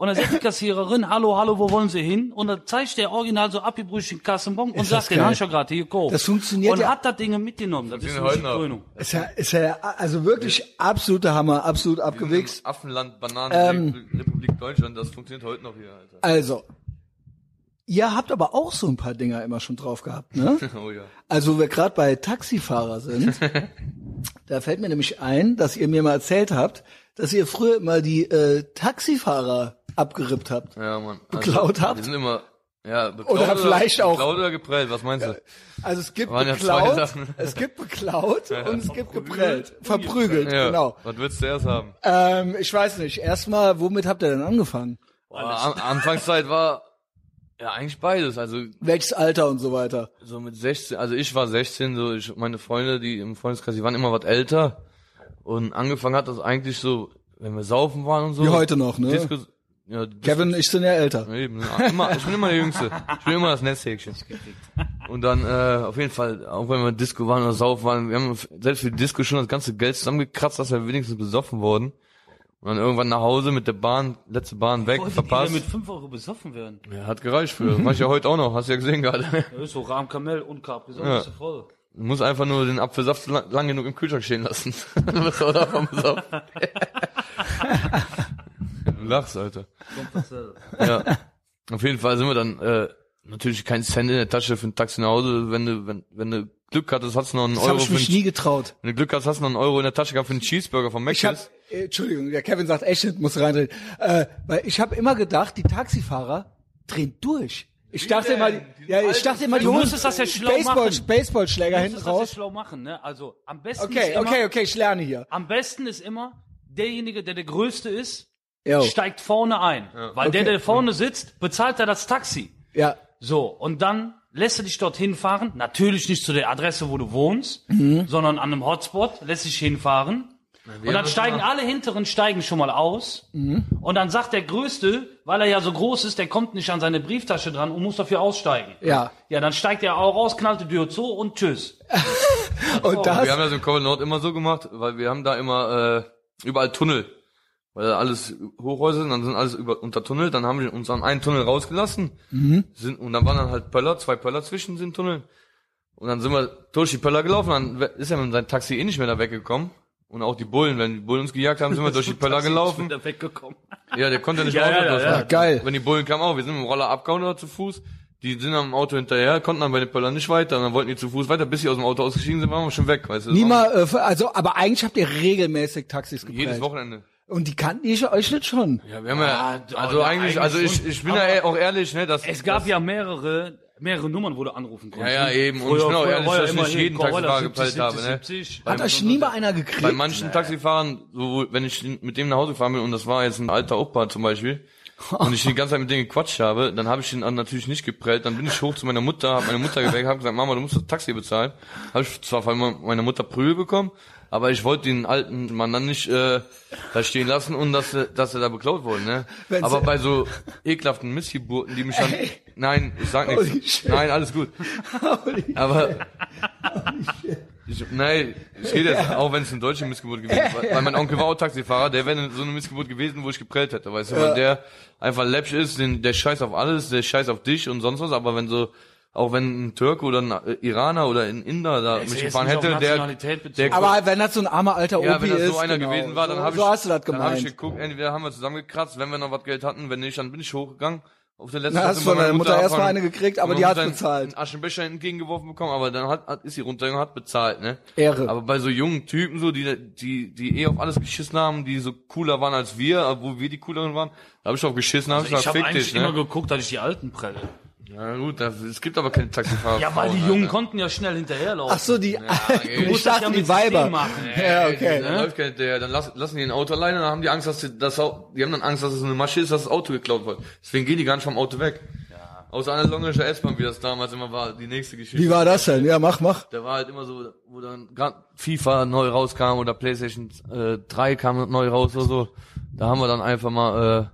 C: und dann sagt die Kassiererin, hallo, hallo, wo wollen Sie hin? Und dann zeigt der Original so abgebrüchten Kassenbon und
A: Ist
C: sagt,
A: das
C: den
A: geil.
C: habe ich ja gerade hier gekauft.
A: Das funktioniert
C: und
A: ja-
C: hat das Ding mitgenommen. Das ist
B: Funktioniert
C: eine
B: heute noch.
C: Krönung.
A: Ist ja, ist ja, also wirklich absoluter Hammer, absolut abgewichst.
B: Affenland, Bananen, Republik Deutschland, das funktioniert heute noch hier, Alter.
A: Also, ihr habt aber auch so ein paar Dinger immer schon drauf gehabt, ne?
B: Oh ja.
A: Also, wo wir gerade bei Taxifahrer sind, da fällt mir nämlich ein, dass ihr mir mal erzählt habt, dass ihr früher immer die äh, Taxifahrer abgerippt habt.
B: Ja, Mann. Also,
A: Beklaut habt?
B: Die sind immer, ja, beklaut
A: Oder vielleicht auch-
B: Beklaut oder geprellt, was meinst du?
A: Also es gibt
B: Waren ja zwei
A: beklaut,
B: Sachen.
A: es gibt beklaut und es gibt geprellt, verprügelt, genau.
B: Was willst du erst haben?
A: Ähm, ich weiß nicht. Erstmal, womit habt ihr denn angefangen?
B: Boah, An Anfangszeit war, ja, eigentlich beides, also,
A: Welches Alter und so weiter?
B: so mit 16, also ich war 16, so ich, meine Freunde, die im Freundeskreis, die waren immer was älter und angefangen hat das eigentlich so, wenn wir saufen waren und so.
A: Wie heute noch, ne?
B: Disco, ja, Disco,
A: Kevin, ich bin ja älter.
B: eben, immer, ich bin immer der Jüngste. Ich bin immer das Nesthäkchen. Und dann äh, auf jeden Fall, auch wenn wir Disco waren oder saufen waren, wir haben selbst für die Disco schon das ganze Geld zusammengekratzt, dass wir wenigstens besoffen wurden. Und dann irgendwann nach Hause mit der Bahn, letzte Bahn weg,
C: Wolltet
B: verpasst.
C: ihr denn mit 5 Euro besoffen werden?
B: Ja, hat gereicht für. Mach ich ja heute auch noch, hast du ja gesehen gerade.
C: Ja, ist so Rahm Kamel und Capri, so
B: Ja.
C: bist du voll.
B: Du musst einfach nur den Apfelsaft lang, lang genug im Kühlschrank stehen lassen. Dann wirst du auch davon besoffen. du lachst, Alter.
C: Kommt das selber.
B: Ja. Auf jeden Fall sind wir dann äh, natürlich kein Cent in der Tasche für ein Taxi nach Hause. Wenn du, wenn, wenn du Glück hattest, hast du noch einen
A: Das
B: Euro
A: habe ich
B: für
A: mich
B: einen,
A: nie getraut.
B: wenn du Glück hast, hast du noch einen Euro in der Tasche gehabt für einen Cheeseburger von
A: Ich hab,
B: Mc's.
A: äh, Entschuldigung, der Kevin sagt, echt, ich muss reinreden. Äh, weil ich habe immer gedacht, die Taxifahrer drehen durch. Ich dachte immer, die, ja, ich dachte immer, die
C: Du
A: holen
C: musstest das ja schlau
A: Baseball,
C: machen.
A: Baseballschläger hinten
C: Das ist
A: raus.
C: schlau machen, ne? Also, am besten ist
A: Okay,
C: immer,
A: okay, okay, ich lerne hier.
C: am besten ist immer, derjenige, der der Größte ist,
A: Jo.
C: steigt vorne ein. Weil
A: Oh.
C: der,
A: Okay.
C: der vorne sitzt, bezahlt er das Taxi.
A: Ja,
C: So, und dann lässt du dich dorthin fahren. Natürlich nicht zu der Adresse, wo du wohnst,
A: Mhm.
C: sondern an einem Hotspot lässt dich hinfahren. Und
B: haben
C: dann
B: das
C: steigen alle hinteren steigen schon mal aus.
A: Mhm.
C: Und dann sagt der Größte, weil er ja so groß ist, der kommt nicht an seine Brieftasche dran und muss dafür aussteigen.
A: Ja.
C: Ja, dann steigt er auch raus, knallt die Tür zu und tschüss.
A: und
B: Wir haben
A: das,
C: Also
B: das im Kobel Nord immer so gemacht, weil wir haben da immer äh, überall Tunnel. weil da alles Hochhäuser sind, dann sind alles über, untertunnelt, dann haben wir uns an einen Tunnel rausgelassen,
C: Mhm.
B: sind, und dann waren dann halt Pöller, zwei Pöller zwischen den Tunneln, und dann sind wir durch die Pöller gelaufen, dann we- ist er mit seinem Taxi eh nicht mehr da weggekommen, und auch die Bullen, wenn die Bullen uns gejagt haben, sind wir durch die Pöller gelaufen,
C: Da weggekommen.
B: ja, der konnte nicht
C: Ja,
B: mehr Auto
C: ja, ja,
B: lassen.
C: ja.
A: Ah, geil.
B: Wenn die Bullen kamen auch, wir sind mit dem Roller abgehauen oder zu Fuß. Die sind am Auto hinterher, konnten dann bei den Pöllern nicht weiter. Und dann wollten die zu Fuß weiter, bis sie aus dem Auto ausgestiegen sind, waren wir schon weg. Weißt du? Das war
A: Niemals, äh, also, aber eigentlich habt ihr regelmäßig Taxis
B: Jedes
A: geprägt.
B: Wochenende.
A: Und die kannten ihr euch nicht schon.
B: Ja, wir haben ja,
C: doch,
B: also
C: ja,
B: eigentlich,
C: eigentlich
B: also ich,
C: schon.
B: ich bin ja auch ehrlich, ne, dass...
C: Es gab
B: dass,
C: ja mehrere, mehrere Nummern, wo du anrufen konntest.
B: Ja, ja,
C: ne?
B: eben. Und ich bin auch ehrlich,
C: war ja
B: dass ich
C: immer
B: nicht
C: hier
B: jeden Tag
C: Corolla
B: Frage
C: 70,
B: gepeilt habe,
C: 70,
B: ne?
A: Hat euch nie mal einer gekriegt?
B: Bei manchen Taxifahrern, so, wenn ich mit dem nach Hause gefahren bin, und das war jetzt ein alter Opa zum Beispiel, und ich die ganze Zeit mit denen gequatscht habe, dann habe ich ihn an- natürlich nicht geprellt. Dann bin ich hoch zu meiner Mutter, habe meine Mutter geweckt, habe gesagt, Mama, du musst das Taxi bezahlen. Habe ich zwar von me- meiner Mutter Prügel bekommen, aber ich wollte den alten Mann dann nicht äh, da stehen lassen und dass, er- dass er da beklaut wurde. Ne?
A: Wenn's-
B: Aber bei so ekelhaften Missgeburten, die mich dann...
A: Ey.
B: Nein, ich sag
A: Holy
B: nichts.
A: shit.
B: Nein, alles gut. Aber ich, nein, ich rede jetzt, auch wenn es eine deutsche Missgeburt gewesen ist, weil weil mein Onkel war auch Taxifahrer, der wäre so eine Missgeburt gewesen, wo ich geprellt hätte, weißt du, weil der einfach läppisch ist, den, der scheißt auf alles, der scheißt auf dich und sonst was, aber wenn so, auch wenn ein Türke oder ein äh, Iraner oder ein Inder da
C: ist
B: mich
C: jetzt
B: gefahren
C: nicht auf
B: hätte, der,
C: Nationalität bezogen.
B: der
A: Aber wenn das so ein armer alter
B: ja,
A: Opi
B: wenn das
A: ist.
B: so einer
A: genau.
B: gewesen war, dann
A: so,
B: habe ich,
A: so hast du das
B: dann hab ich
A: gemeint.
B: geguckt, entweder haben wir zusammengekratzt, wenn wir noch was Geld hatten, wenn nicht, dann bin ich hochgegangen. Auf der letzten
A: Na,
B: Seite
A: hast
B: bei
A: von
B: meiner
A: deiner Mutter erst mal
B: angefangen.
A: eine gekriegt, aber
B: Und
A: die
B: meine
A: hat's
B: Mutter
A: bezahlt.
B: einen Aschenbecher entgegengeworfen bekommen, aber dann hat, hat ist sie runtergegangen, hat bezahlt, ne?
A: Ehre.
B: Aber bei so jungen Typen so, die die die eh auf alles geschissen haben, die so cooler waren als wir, wo wir die cooleren waren, da habe ich drauf geschissen, habe ich
C: Also ich
B: gesagt,
C: habe
B: fick
C: eigentlich
B: dich,
C: immer
B: ne?
C: geguckt, dass ich die Alten prelle.
B: Ja gut, das, es gibt aber keine Taxifahrer.
C: Ja, weil die
B: Frauen,
C: Jungen
B: Oh, Alter.
C: konnten ja schnell hinterherlaufen.
A: Ach so, die,
B: ey.
A: ich dachte, die Weiber. Ja, okay.
B: Dann läuft kein- der, dann lass, lassen die ein Auto alleine, dann haben die Angst, dass die, das, Au- die haben dann Angst, dass es eine Masche ist, dass das Auto geklaut wird. Deswegen gehen die gar nicht vom Auto weg. Ja. Außer an der Longischer S-Bahn, wie das damals immer war, die nächste Geschichte.
A: Wie war das denn? Ja, mach, mach.
B: Da war halt immer so, wo dann grad FIFA neu rauskam oder PlayStation äh, 3 kam neu raus oder so. Da haben wir dann einfach mal äh,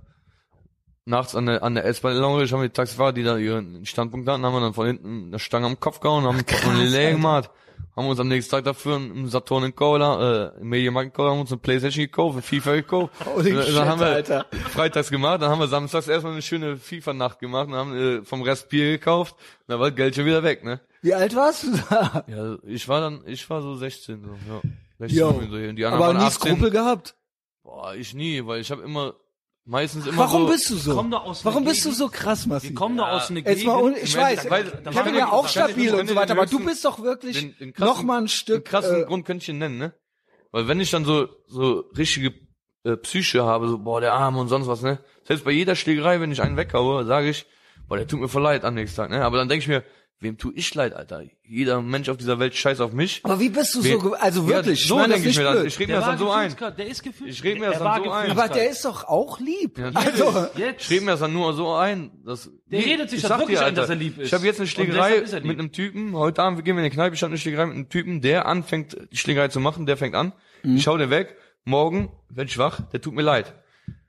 B: nachts an der, an der S-Bahn in Longisch haben wir die Taxifahrer, die da ihren Standpunkt hatten, haben wir dann von hinten eine Stange am Kopf gehauen, haben einen Lillet gemacht. Haben uns am nächsten Tag dafür einen Saturn in Cola, äh, im Mediamarkt in Cola, haben uns eine Playstation gekauft, eine FIFA gekauft.
A: Holy
B: Und dann
A: Oh, shit,
B: haben wir
A: Alter.
B: freitags gemacht, dann haben wir samstags erstmal eine schöne FIFA-Nacht gemacht und haben äh, vom Rest Bier gekauft. Und dann war das Geld schon wieder weg, ne?
A: Wie alt warst du da?
B: Ja, ich war dann, ich war so 16, so, ja. 16
A: Jo.
B: bin so hier. Und Die anderen
A: Aber
B: waren
A: nie
B: 18.
A: Skrupel gehabt.
B: Boah, ich nie, weil ich habe immer, meistens immer
A: Warum
B: so,
A: bist du so?
C: komm doch aus
A: Warum
C: einer
A: bist du so krass,
C: Die
A: Massi?
C: kommen da aus einer Gegend.
A: Jetzt mal un ich
B: Im
A: weiß,
B: Endeffekt-
A: Kevin
B: Da
A: ja
B: waren wir-
A: auch
B: da kann ich-
A: stabil
B: da
A: und
B: kann
A: so
B: ich
A: weiter,
B: den
A: aber du
B: höchsten-
A: bist doch wirklich
B: den, den krassen,
A: noch mal ein
B: den
A: Stück.
B: krassen
A: äh,
B: Grund könnte ich ihn nennen, ne? Weil wenn ich dann so, so richtige äh, Psyche habe, so, boah, der Arme und sonst was, ne? Selbst bei jeder Schlägerei, wenn ich einen weghaue, sage ich, boah, der tut mir voll leid am nächsten Tag, ne? Aber dann denke ich mir, wem tue ich leid, Alter? Jeder Mensch auf dieser Welt scheißt auf mich.
A: aber wie bist du
B: Wen-
A: so, ge- also
B: Ja,
A: wirklich, ich
B: so
A: meine das
B: denke
A: nicht
B: ich mir dann.
A: blöd.
B: Ich rede mir das dann so ein.
C: Der ist gefühlt.
B: Ich rede mir das dann so ein.
A: Aber der ist doch auch lieb.
B: Ja, natürlich.
A: Also,
C: Jetzt.
B: Schrieb mir das dann nur so ein. Dass,
C: Der redet sich
B: ich
C: das
B: sag
C: wirklich
B: dir,
C: ein,
B: Alter,
C: dass er lieb ist.
B: Ich habe jetzt eine
C: Und
B: Schlägerei
C: deshalb ist er lieb.
B: mit einem Typen. Heute Abend gehen wir in die Kneipe, ich habe eine Schlägerei mit einem Typen, der anfängt, die Schlägerei zu machen, der fängt an.
A: Mhm.
B: Ich schau den weg. Morgen, wenn ich wach, der tut mir leid.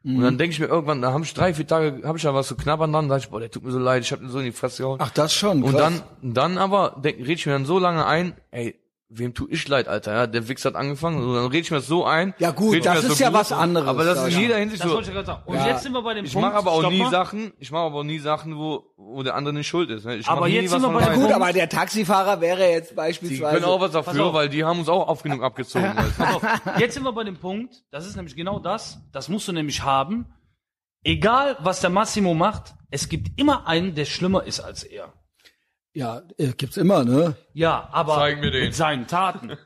A: Mhm.
B: Und dann denke ich mir irgendwann, da habe ich drei, vier Tage, habe ich da was zu knabbern dran, sag ich, boah, der tut mir so leid, ich habe ihn so in die Fresse gehauen.
A: ach, das schon.
B: Und
A: krass.
B: dann, dann aber denk, red ich mir dann so lange ein, ey, wem tu ich leid, Alter, ja, der Wichs hat angefangen, und dann red ich mir das so ein.
A: Ja, gut,
B: red ich mir
A: das ist ja was anderes,
B: Aber das
A: sag
B: ist
A: ich.
B: in jeder Hinsicht
C: Das
B: so.
C: wollte ich gerade sagen. Und
A: Ja.
C: jetzt sind wir bei dem
B: Ich
C: Punkt.
B: mache aber auch
C: stopp
B: nie
C: mal.
B: Sachen, ich mache aber auch nie Sachen, wo, wo der andere nicht schuld ist. Ne? Ich
C: Aber
B: mach nie
C: jetzt
B: was
C: sind wir
B: von
C: bei der
B: beiden.
A: Gut,
C: Warum-
A: aber der Taxifahrer wäre jetzt
B: Die
A: beispielsweise.
B: können auch was dafür,
C: auf.
B: weil die haben uns auch oft genug abgezogen. weißt du.
C: Pass auf, jetzt sind wir bei dem Punkt, das ist nämlich genau das, das musst du nämlich haben. Egal, was der Massimo macht, es gibt immer einen, der schlimmer ist als er.
A: ja, äh, gibt's immer, ne?
C: Ja, aber
B: Zeig mir den.
C: mit seinen Taten.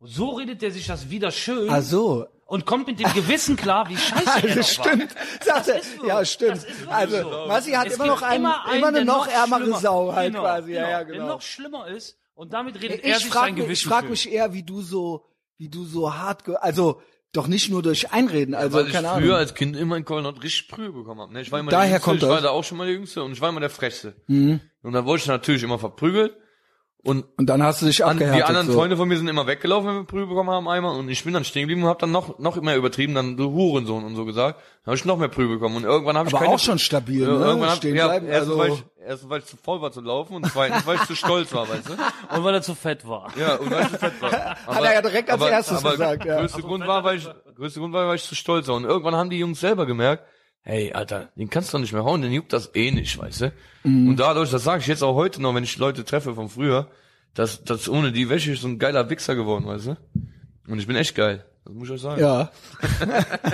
C: So redet er sich das wieder schön
A: Ach so.
C: und kommt mit dem Gewissen klar, wie scheiße er
A: Also
C: doch
A: stimmt. Sagt er.
C: ist so.
A: Ja, stimmt.
C: Das ist wirklich
A: Also,
C: so.
A: Massi
C: war.
A: hat
C: Es
A: immer
C: gibt
A: noch einen, immer, eine
C: der
A: noch ärmere
C: schlimmer-
A: Sau halt
C: genau,
A: quasi. ja, ja,
C: Der
A: genau.
C: noch schlimmer ist und damit redet er
A: Ich
C: sich
A: frage
C: sein
A: mich,
C: Gewissen
A: ich frag
C: schön.
A: mich eher, wie du so, wie du so hart, ge also doch nicht nur durch Einreden, also
B: Weil ich
A: keine
B: früher
A: Ahnung.
B: als Kind immer in Köln richtig Prügel bekommen habe. Ne? Ich war immer
A: Daher
B: der Jüngste,
A: kommt
B: ich war
A: das.
C: Mhm.
B: da auch schon mal der Jüngste und ich war immer der Frechste. Und dann wurde ich natürlich immer verprügelt. Und
A: Und dann hast du dich
B: an,
A: abgehärtet.
B: die anderen
A: so.
B: Freunde von mir sind immer weggelaufen, wenn wir Prügel bekommen haben einmal. Und ich bin dann stehen geblieben und habe dann noch, noch immer übertrieben, dann du Hurensohn und so gesagt. Dann habe ich noch mehr Prügel bekommen. Und irgendwann habe ich
A: Aber
B: keine...
A: auch schon stabil,
B: Ja,
A: ne?
B: irgendwann hab,
A: Stehen
B: ja,
A: bleiben,
B: erstens,
A: also-
B: weil ich, erstens, weil ich zu faul war zu laufen und zweitens, weil ich zu stolz war, weißt du?
C: Und weil er zu fett war.
B: Ja, und weil ich zu fett war. Aber,
A: er ja direkt als erstes
B: aber
A: gesagt, ja.
C: Also,
B: Größter Grund war, weil ich, größter Grund war, weil ich zu stolz war. Und irgendwann haben die Jungs selber gemerkt, hey, Alter, den kannst du doch nicht mehr hauen, den juckt das eh nicht, weißt du? Und dadurch, das sage ich jetzt auch heute noch, wenn ich Leute treffe von früher, dass, dass ohne die Wäsche ich so ein geiler Wichser geworden, weißt du? Und ich bin echt geil. Das muss ich euch sagen.
A: Ja,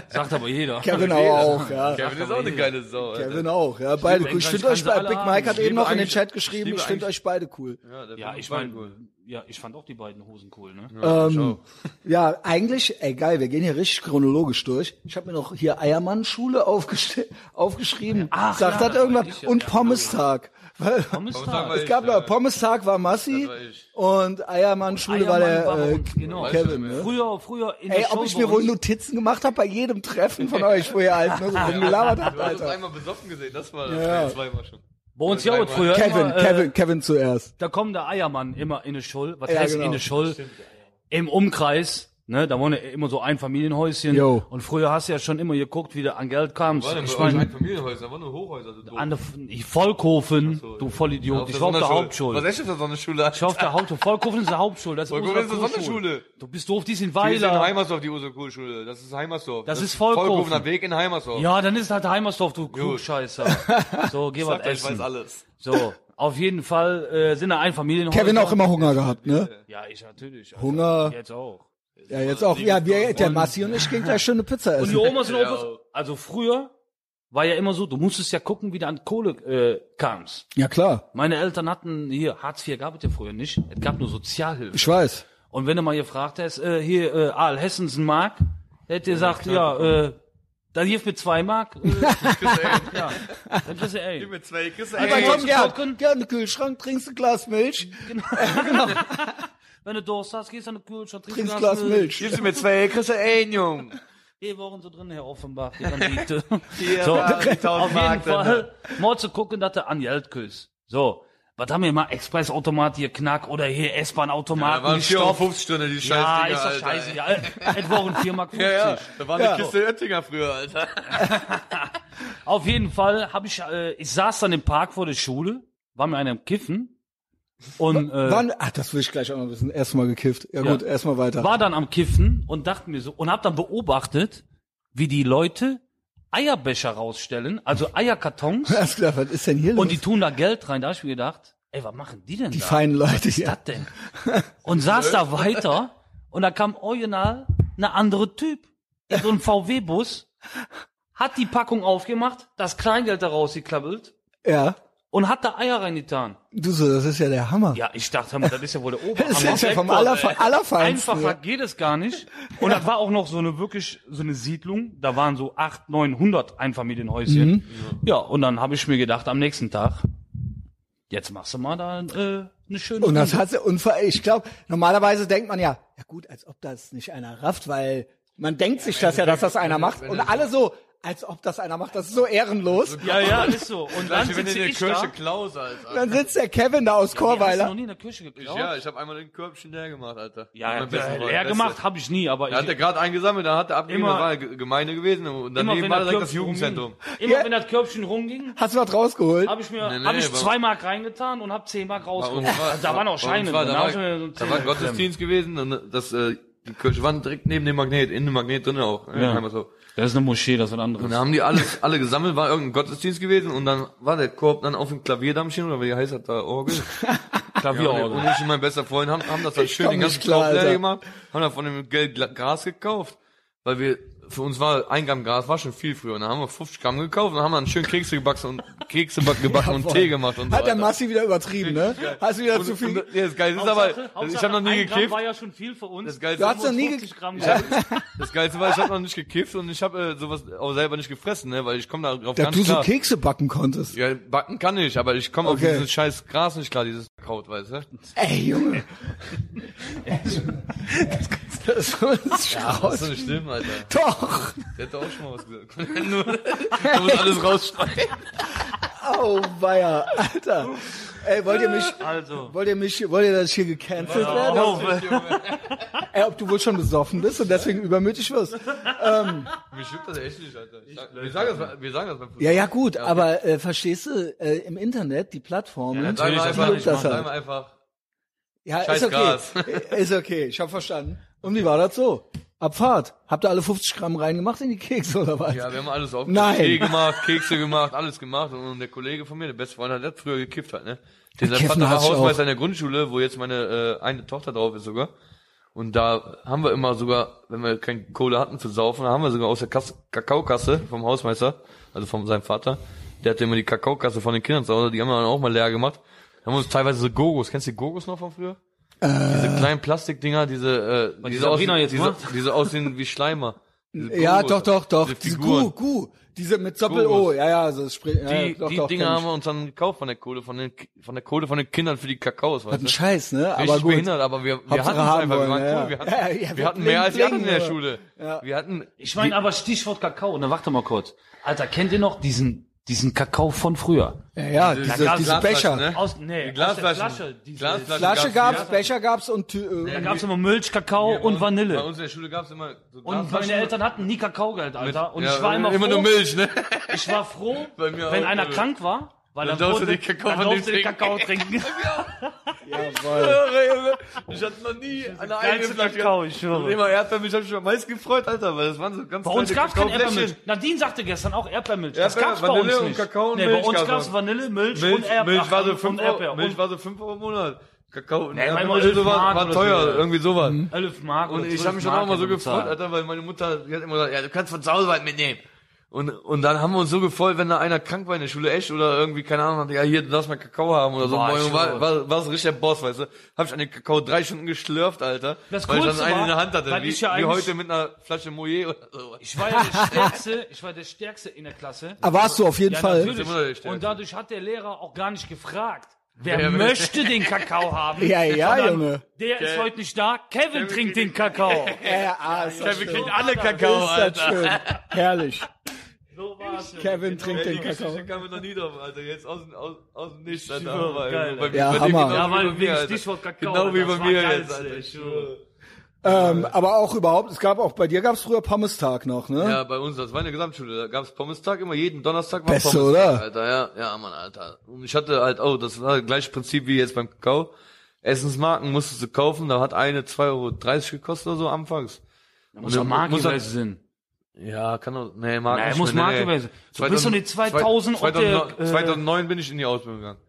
C: Sagt aber jeder.
A: Kevin auch, ja.
B: Kevin ist auch eine geile Sau, Alter.
A: Kevin auch, ja. Beide
C: Ich
A: cool. Ich
C: denke,
A: finde euch
C: ich kann sie
A: beide,
C: alle
A: Big
C: haben.
A: Mike hat
B: Ich
A: eben noch in
B: liebe
A: den Chat
B: eigentlich- ich
A: geschrieben,
B: liebe
A: ich finde
B: eigentlich-
A: euch beide cool.
B: Ja, der
C: Ja,
B: findet
C: ich
B: beide
C: meine, ja, ich fand auch die beiden Hosen cool, ne?
B: Ja, ich auch.
A: Ja, eigentlich, ey geil, wir gehen hier richtig chronologisch durch. Ich habe mir noch hier Eiermann-Schule aufgeste- aufgeschrieben.
C: Ach,
A: Sagt
C: ja,
A: das
C: das
A: irgendwann.
C: war ich ja.
A: Und
C: Ja,
A: Pommes-Tag. Weil-
C: Pommes
B: Aber sag mal,
C: Tag.
A: Es gab
B: ja.
A: ja, Pommes-Tag war Massi
B: Das war ich.
A: und Eiermann-Schule war
C: Eiermann
A: der
C: war bei
A: äh,
C: uns, genau.
A: Kevin. Ne?
C: Früher, früher in
A: Ey,
C: der Show
A: ob ich
C: bei
A: mir wohl
C: uns-
A: Notizen gemacht habe bei jedem Treffen von euch, wo ihr halt nur so rumgelabert habt,
B: Du hast uns
A: Alter.
B: einmal besoffen gesehen, das war
A: Ja.
B: das zweimal schon.
C: bei uns ja auch
B: Dreimal.
C: früher
A: Kevin,
C: immer, äh,
A: Kevin, Kevin zuerst.
C: da kommt der Eiermann immer in eine Schule, was
A: Ja,
C: heißt
A: genau.
C: in eine Schule? Im Umkreis, ne, da waren ja immer so Einfamilienhäuschen.
A: Jo.
C: Und früher hast du ja schon immer geguckt, wie du an Geld kamst.
B: Warte,
C: Ich
B: ich meine,
C: meine,
B: ein Familienhäuser, war nur Hochhäuser. So doof.
C: an der ich- Volkhofen,
B: ja.
C: du Vollidiot,
B: Auf
C: ich war auf der
B: Sonderschule.
C: Hauptschule.
B: Was ist denn für so eine Schule?
C: Ich war auf der Hauptschule. Volkhofen ist eine Hauptschule, das ist
B: Volkhofen
C: unsere
B: ist eine
C: Vorschule.
B: Sonderschule.
C: Du bist doof, die sind
B: Die ist in
C: Weiler.
B: Heimersdorf, die Ursel-Kohl-Schule. Das ist Heimersdorf.
C: Das ist Volkhofen.
B: am Weg in Heimersdorf.
C: Ja, dann ist halt Heimersdorf, du Klugscheißer. So, geh was
B: Sagt, ich weiß
C: essen.
B: alles.
C: So, auf jeden Fall äh, sind da Einfamilienhäuser.
A: Kevin auch immer Hunger gehabt, ne?
C: Ja, ich natürlich. Alter.
A: Hunger.
C: Jetzt auch.
A: Ja, jetzt auch. Ja, wir, der Massi und ich gingen gleich schöne Pizza
C: Und die
A: essen.
C: Omas und
B: Ja.
C: Opas, also früher war ja immer so, du musstest ja gucken, wie du an Kohle äh, kamst.
A: Ja, klar.
C: Meine Eltern hatten hier, Hartz IV gab es ja früher nicht, es gab nur Sozialhilfe.
A: Ich weiß.
C: Und wenn du mal gefragt hast, äh, hier, äh, Aal Hessens Mark, der hätte gesagt, ja, äh, dann hilft mir zwei Mark. Äh, ja, dann kriegst du ey.
B: Mit zwei Kissen.
A: Einfach
C: Ey,
A: komm,
C: gucken.
A: Gerd, Gerd, in den Kühlschrank, trinkst ein Glas Milch,
C: Wenn du Durst hast, gehst du an den Kühlschrank,
A: trinkst ein Glas Milch.
B: Gibst du mir zwei Kissen ein, Jung?
C: Vier Wochen so drin, Herr Offenbach, die Rendite.
B: Hier,
C: so,
B: da, die 1000
C: auf jeden
B: Mark äh, drin.
C: Fall, mal zu gucken, dass du an Geld küsst. So, was haben wir mal? Expressautomat hier knack oder hier
B: Da
C: S-Bahn-Automaten
B: waren
C: gestopft.
B: 54 Stunden, die scheiß Dinger,
C: Ja, Ah, ist doch
B: Alter,
C: scheiße.
B: ey.
C: Ja, et Wochen 4 Mark 50.
B: Ja, ja, da war eine
A: Ja.
B: Kiste Oettinger früher, Alter.
C: Auf jeden Fall habe ich, äh, ich saß dann im Park vor der Schule, war mir einer im Kiffen und äh,
A: Wann, ach, das will ich gleich auch noch wissen. Erstmal gekifft. Ja,
C: Ja.
A: gut, erstmal weiter.
C: war dann am Kiffen und dachte mir so und habe dann beobachtet, wie die Leute Eierbecher rausstellen, also Eierkartons.
A: Hast du gedacht, was ist denn hier los?
C: Und die tun da Geld rein. Da habe ich mir gedacht, ey, was machen die denn
A: Die
C: da?
A: feinen Leute
C: Was
A: hier.
C: ist das denn? Und saß da weiter und da kam original eine andere Typ in so einem VW-Bus, hat die Packung aufgemacht, das Kleingeld da rausgeklappelt
A: Ja.
C: und hat da Eier reingetan.
A: Du so, das ist ja der Hammer.
C: Ja, ich dachte, hör mal, das ist ja wohl der
A: Das
C: Oberhammer.
A: ist ja vom
C: Sektor,
A: aller,
C: ey.
A: Allerfeinsten.
C: Einfacher geht es gar nicht. Und das war auch noch so eine wirklich, so eine Siedlung. Da waren so acht, 900 Einfamilienhäuschen.
A: Mhm.
C: Ja, und dann habe ich mir gedacht, am nächsten Tag, jetzt machst du mal da äh, eine schöne
A: Und das
C: Runde.
A: hat sie, und vor- ich glaube, normalerweise denkt man ja, ja gut, als ob das nicht einer rafft, weil man denkt sich das ja, dass das einer macht. Und alle so, als ob das einer macht, das ist so ehrenlos.
C: Ja, ja, ist so. Und dann
B: Gleich wie wenn du
C: sitze
B: in der
C: ich da.
B: Kirche Klaus, Alter.
A: Dann sitzt der Kevin da aus
C: Nee, hast du noch
A: Chorweiler.
C: nie in der Kirche geklaut?
B: Ja, ich habe einmal den Körbchen leer gemacht, Alter.
C: ja,
B: Mein bester
C: ja
B: Freund,
C: leer
B: beste.
C: gemacht habe ich nie, aber
B: Da hat er
C: ich,
B: gerade eingesammelt, da hat er abgegeben,
C: Immer-
B: da war eine G- Gemeinde gewesen und
C: immer,
B: daneben
C: wenn
B: war
C: das
B: direkt das
C: Körbchen
B: Jugendzentrum.
C: rumging, immer wenn das Körbchen rumging,
A: Hast du was rausgeholt?
C: habe ich mir
B: Nee, nee,
C: hab ich
B: aber-
C: zwei Mark reingetan und habe zehn Mark
B: Bei uns
C: rausgeholt.
B: war-
C: Da waren auch
B: bei uns
C: Scheine.
B: War, da
C: drin, da
B: war,
C: hab ich mir so einen
B: da war ein
C: Zehner geklemmt.
B: Gottesdienst gewesen und das, äh, die Kirche war direkt neben dem Magnet, in dem Magnet drin auch. Ja. Einmal so.
C: Das ist eine Moschee, das ist ein anderes.
B: Und da haben die alles, alle gesammelt, war irgendein Gottesdienst gewesen und dann war der Korb dann auf dem Klavierdammchen oder wie heißt das da, Orgel?
C: Klavierorgel.
B: Und ich und mein bester Freund haben, haben das dann schön
A: komm
B: den ganzen
A: nicht klar,
B: Korb leer
A: Alter.
B: gemacht, haben dann von dem Geld Gla- Gras gekauft. Weil wir, für uns war ein Gramm Gras war schon viel früher. Und dann haben wir 50 Gramm gekauft und haben dann schön Kekse gebacken und Kekse back- gebacken und Tee gemacht und so.
A: Hat der
B: Alter.
A: Massi wieder übertrieben, ne? Hast du wieder zu
B: und,
A: viel.
B: Und, nee, das Geilste ist aber,
C: Hauptsache-
B: ich
C: Hauptsache,
B: habe noch nie
C: ein Gramm
B: gekifft.
C: war ja schon viel für uns.
B: Das Geilste,
A: Du hast noch nie
C: 50
A: ge-
C: Gramm.
B: Ich hab, das Geilste war, ich habe noch nicht gekifft und ich habe äh, sowas auch selber nicht gefressen, ne, weil ich komme darauf
A: Dass
B: ganz
A: du so
B: klar.
A: Kekse backen konntest.
B: ja, backen kann ich, aber ich komme
A: Okay.
B: auf dieses scheiß Gras nicht klar, dieses Kraut, weißt du?
A: Ey, Junge. das ist das
B: Das ist
A: raus.
B: nicht schlimm, Alter.
A: also Doch.
B: Der hätte auch schon mal was gesagt. Nur, du musst alles rausschneiden.
A: Au, weia, Oh, Alter. Ey, wollt ihr mich,
C: Also.
A: wollt ihr mich, wollt ihr, dass ich hier gecancelt werde? Ey, ob du wohl schon besoffen bist und deswegen übermütig wirst?
B: Mich juckt das echt nicht, Alter. Ich sag- Wir sagen das, wir sagen das beim Fußball.
A: Ja, ja, gut, aber äh, verstehst du, äh, im Internet, die
C: Ja,
A: Plattformen,
C: natürlich,
B: Sagen wir
C: das
B: einfach,
C: mach ich,
A: das
B: sagen
A: halt.
B: wir einfach.
A: ja,
B: Scheiß
A: ist okay,
B: Gras.
A: ist okay, ich hab verstanden. Und wie war das so? Abfahrt, habt ihr alle 50 Gramm reingemacht in die Kekse oder was?
B: Ja, wir haben alles auf
A: Nein.
B: Tee gemacht, Kekse gemacht, alles gemacht. Und der Kollege von mir, der beste Freund, hat das früher gekifft hat, ne? Der sein
A: Kiffen
B: Vater war
A: hasse ich
B: Hausmeister
A: auch.
B: in der Grundschule, wo jetzt meine äh, eine Tochter drauf ist sogar. Und da haben wir immer sogar, wenn wir keine Kohle hatten zu saufen, haben wir sogar aus der Kasse, Kakaokasse vom Hausmeister, also von seinem Vater, der hatte immer die Kakaokasse von den Kindern zu Hause, die haben wir dann auch mal leer gemacht. Da haben wir uns teilweise so Gogos, kennst du die Gogos noch von früher?
A: Äh.
B: Diese kleinen Plastikdinger, diese, äh, diese,
C: Sabrina
B: aussehen-
C: jetzt
B: diese,
C: macht?
B: diese aussehen wie Schleimer. Diese
A: Ja, doch,
B: Gogos,
A: doch, doch.
B: diese
A: Diese
B: Figuren.
A: Kuh, Kuh. Diese mit Doppel O.
B: Gurus.
A: Ja, ja, also es springt. Ja,
B: Die,
A: doch,
B: die
A: doch,
B: Dinger
A: kenn ich.
B: haben wir uns dann gekauft von der Kohle, von, den, von der Kohle von den Kindern für die Kakaos,
A: Hat
B: weißt
A: einen
B: du?
A: Scheiß, ne?
B: Richtig
A: Aber gut.
B: behindert, aber wir, wir
A: Hauptsache
B: hatten
A: haben
B: es einfach, wir
A: wollen,
B: waren
A: ja,
B: cool, wir
A: ja.
B: hatten,
A: Ja, ja,
B: wir
A: wir
B: hatten mehr als die
A: bling,
B: anderen in der
A: bling,
B: Schule.
A: ja.
B: Wir hatten,
C: Ich meine aber Stichwort Kakao, ne, warte mal kurz. Alter, kennt ihr noch diesen, diesen Kakao von früher?
A: Ja, ja, diese,
C: Glas-
A: diese Becher.
B: Glasflaschen, ne?
C: Aus, nee,
B: Glasflaschen.
C: aus der Flasche. Diese,
B: Glasflaschen.
A: Flasche
B: Gab's-
A: gab's,
B: ja.
A: Becher gab's und Tü
C: Da
A: äh,
C: gab es immer Milch, Kakao
B: bei
C: Oh, und
B: uns- Bei
C: Vanille.
B: uns in der Schule gab's immer so
C: Und meine
B: Glasflaschen
C: Eltern hatten nie Kakaogeld,
B: mit-
C: Alter. Und
B: ja,
C: ich war immer,
B: Immer
C: froh,
B: nur Milch, ne?
C: ich war froh,
B: Bei mir
C: wenn
B: auch,
C: einer
B: Alter.
C: krank war, weil
B: Dann
C: dann,
B: durfte
C: wurde,
B: die Kakao
C: dann
B: von
C: durfte
B: dem
C: den Kakao trinken.
A: Jawohl.
B: Ich hatte noch nie eine
C: Geilste Kakao, ich
B: Und
C: schwöre.
B: immer Erdbeermilch hab ich mich am meisten gefreut, Alter, weil das waren so ganz
C: Bei uns
B: kleine
C: gab's keine
B: Kakaofläschchen.
C: Erdbeermilch. Nadine sagte gestern auch Erdbeermilch. das
B: Erdbeer,
C: gab's bei
B: Vanille
C: uns
B: und
C: nicht.
B: Kakao und
C: nee,
B: Milch
C: bei uns
B: gab's
C: gab's
B: auch.
C: Vanille, Milch, und
B: Milch,
C: Erdbeer.
B: Milch war so
C: und
B: 5
C: Erdbeer.
B: Euro,
C: Und
B: Milch war so 5 Euro im Monat. Kakao und
C: Nee, war immer
B: Erdbeermilch so
C: 11
B: war,
C: Mark
B: war
C: oder
B: teuer,
C: so, ja.
B: irgendwie sowas.
C: 11 Mark.
B: Mhm. Und
C: oder
B: ich
C: 12
B: habe mich schon
C: Mark
B: auch mal so
C: hätte bezahlt.
B: gefreut, Alter, weil meine Mutter die hat immer gesagt, ja, du kannst von zu Hause was mitnehmen. Und, und dann haben wir uns so gefreut, wenn da einer krank war in der Schule, echt, oder irgendwie, keine Ahnung, hat, ja, hier, du darfst mal Kakao haben oder so.
C: Boah,
B: Moin,
C: ich
B: war,
C: schwöre.
B: war, war so richtig der Boss, weißt du. Hab ich an den Kakao drei Stunden geschlürft, Alter.
C: Das
B: weil ich dann
C: Coolste
B: einen
C: war,
B: in der Hand hatte,
C: weil
B: wie,
C: ich ja
B: wie
C: eigentlich-
B: heute mit einer Flasche Moje oder so.
C: Ich war ja der Stärkste, ich war der Stärkste in der Klasse.
A: Aber Ah, warst du auf jeden
C: Ja,
A: Fall.
B: Sind wir der
C: natürlich.
B: Stärkste.
C: Und dadurch hat der Lehrer auch gar nicht gefragt, wer
B: Wer will-
C: möchte den Kakao haben.
A: Ja, ja,
C: Sondern
A: Junge.
C: Der ist heute nicht da. Kevin trinkt den Kakao.
A: Ja, ah, ist das
B: wir
A: schön.
B: kriegen
A: Ist
B: alle Kakao,
A: das
B: Alter.
A: schön. Herrlich.
C: So war's. Junge.
A: Kevin trinkt
B: Ey,
A: den
B: die
A: Kakao.
B: Geschichte kam mir noch nie drauf, Alter. Jetzt aus, dem- aus, aus dem Nichts, Alter.
C: schwöre,
B: Aber,
C: geil,
B: ey, bei mir-
A: Ja,
B: bei dir
A: Hammer.
B: genauso
C: Ja,
B: wie
C: weil
B: bei mir,
C: wegen
B: Alter.
C: Stichwort Kakao,
B: Genau wie
C: Alter,
B: bei
C: das
B: mir
C: war
B: jetzt,
C: geil,
B: Alter.
C: ey,
B: Ich schwöre.
A: Ähm, aber auch überhaupt, es gab auch, bei dir gab's früher Pommes-Tag noch, ne?
B: Ja, bei uns, das war in der Gesamtschule. Da gab's Pommes-Tag immer, jeden Donnerstag war
A: Beste,
B: Pommes-Tag,
A: oder?
B: Alter, ja, ja, Mann, Alter. Und ich hatte halt, oh, das war das gleiche Prinzip wie jetzt beim Kakao. Essensmarken musstest du kaufen, da hat eine 2,30 Euro gekostet oder so anfangs.
C: Da muss ja Mark
B: muss er-
C: gewesen sein.
B: Ja, kann auch, nee, Mark
C: Nein,
B: nicht
C: muss
B: mehr,
C: Mark
B: nee.
C: gewesen sein. Du bist doch nicht 2000 und der,
B: 2009,
C: äh,
B: 2009 bin ich in die Ausbildung gegangen.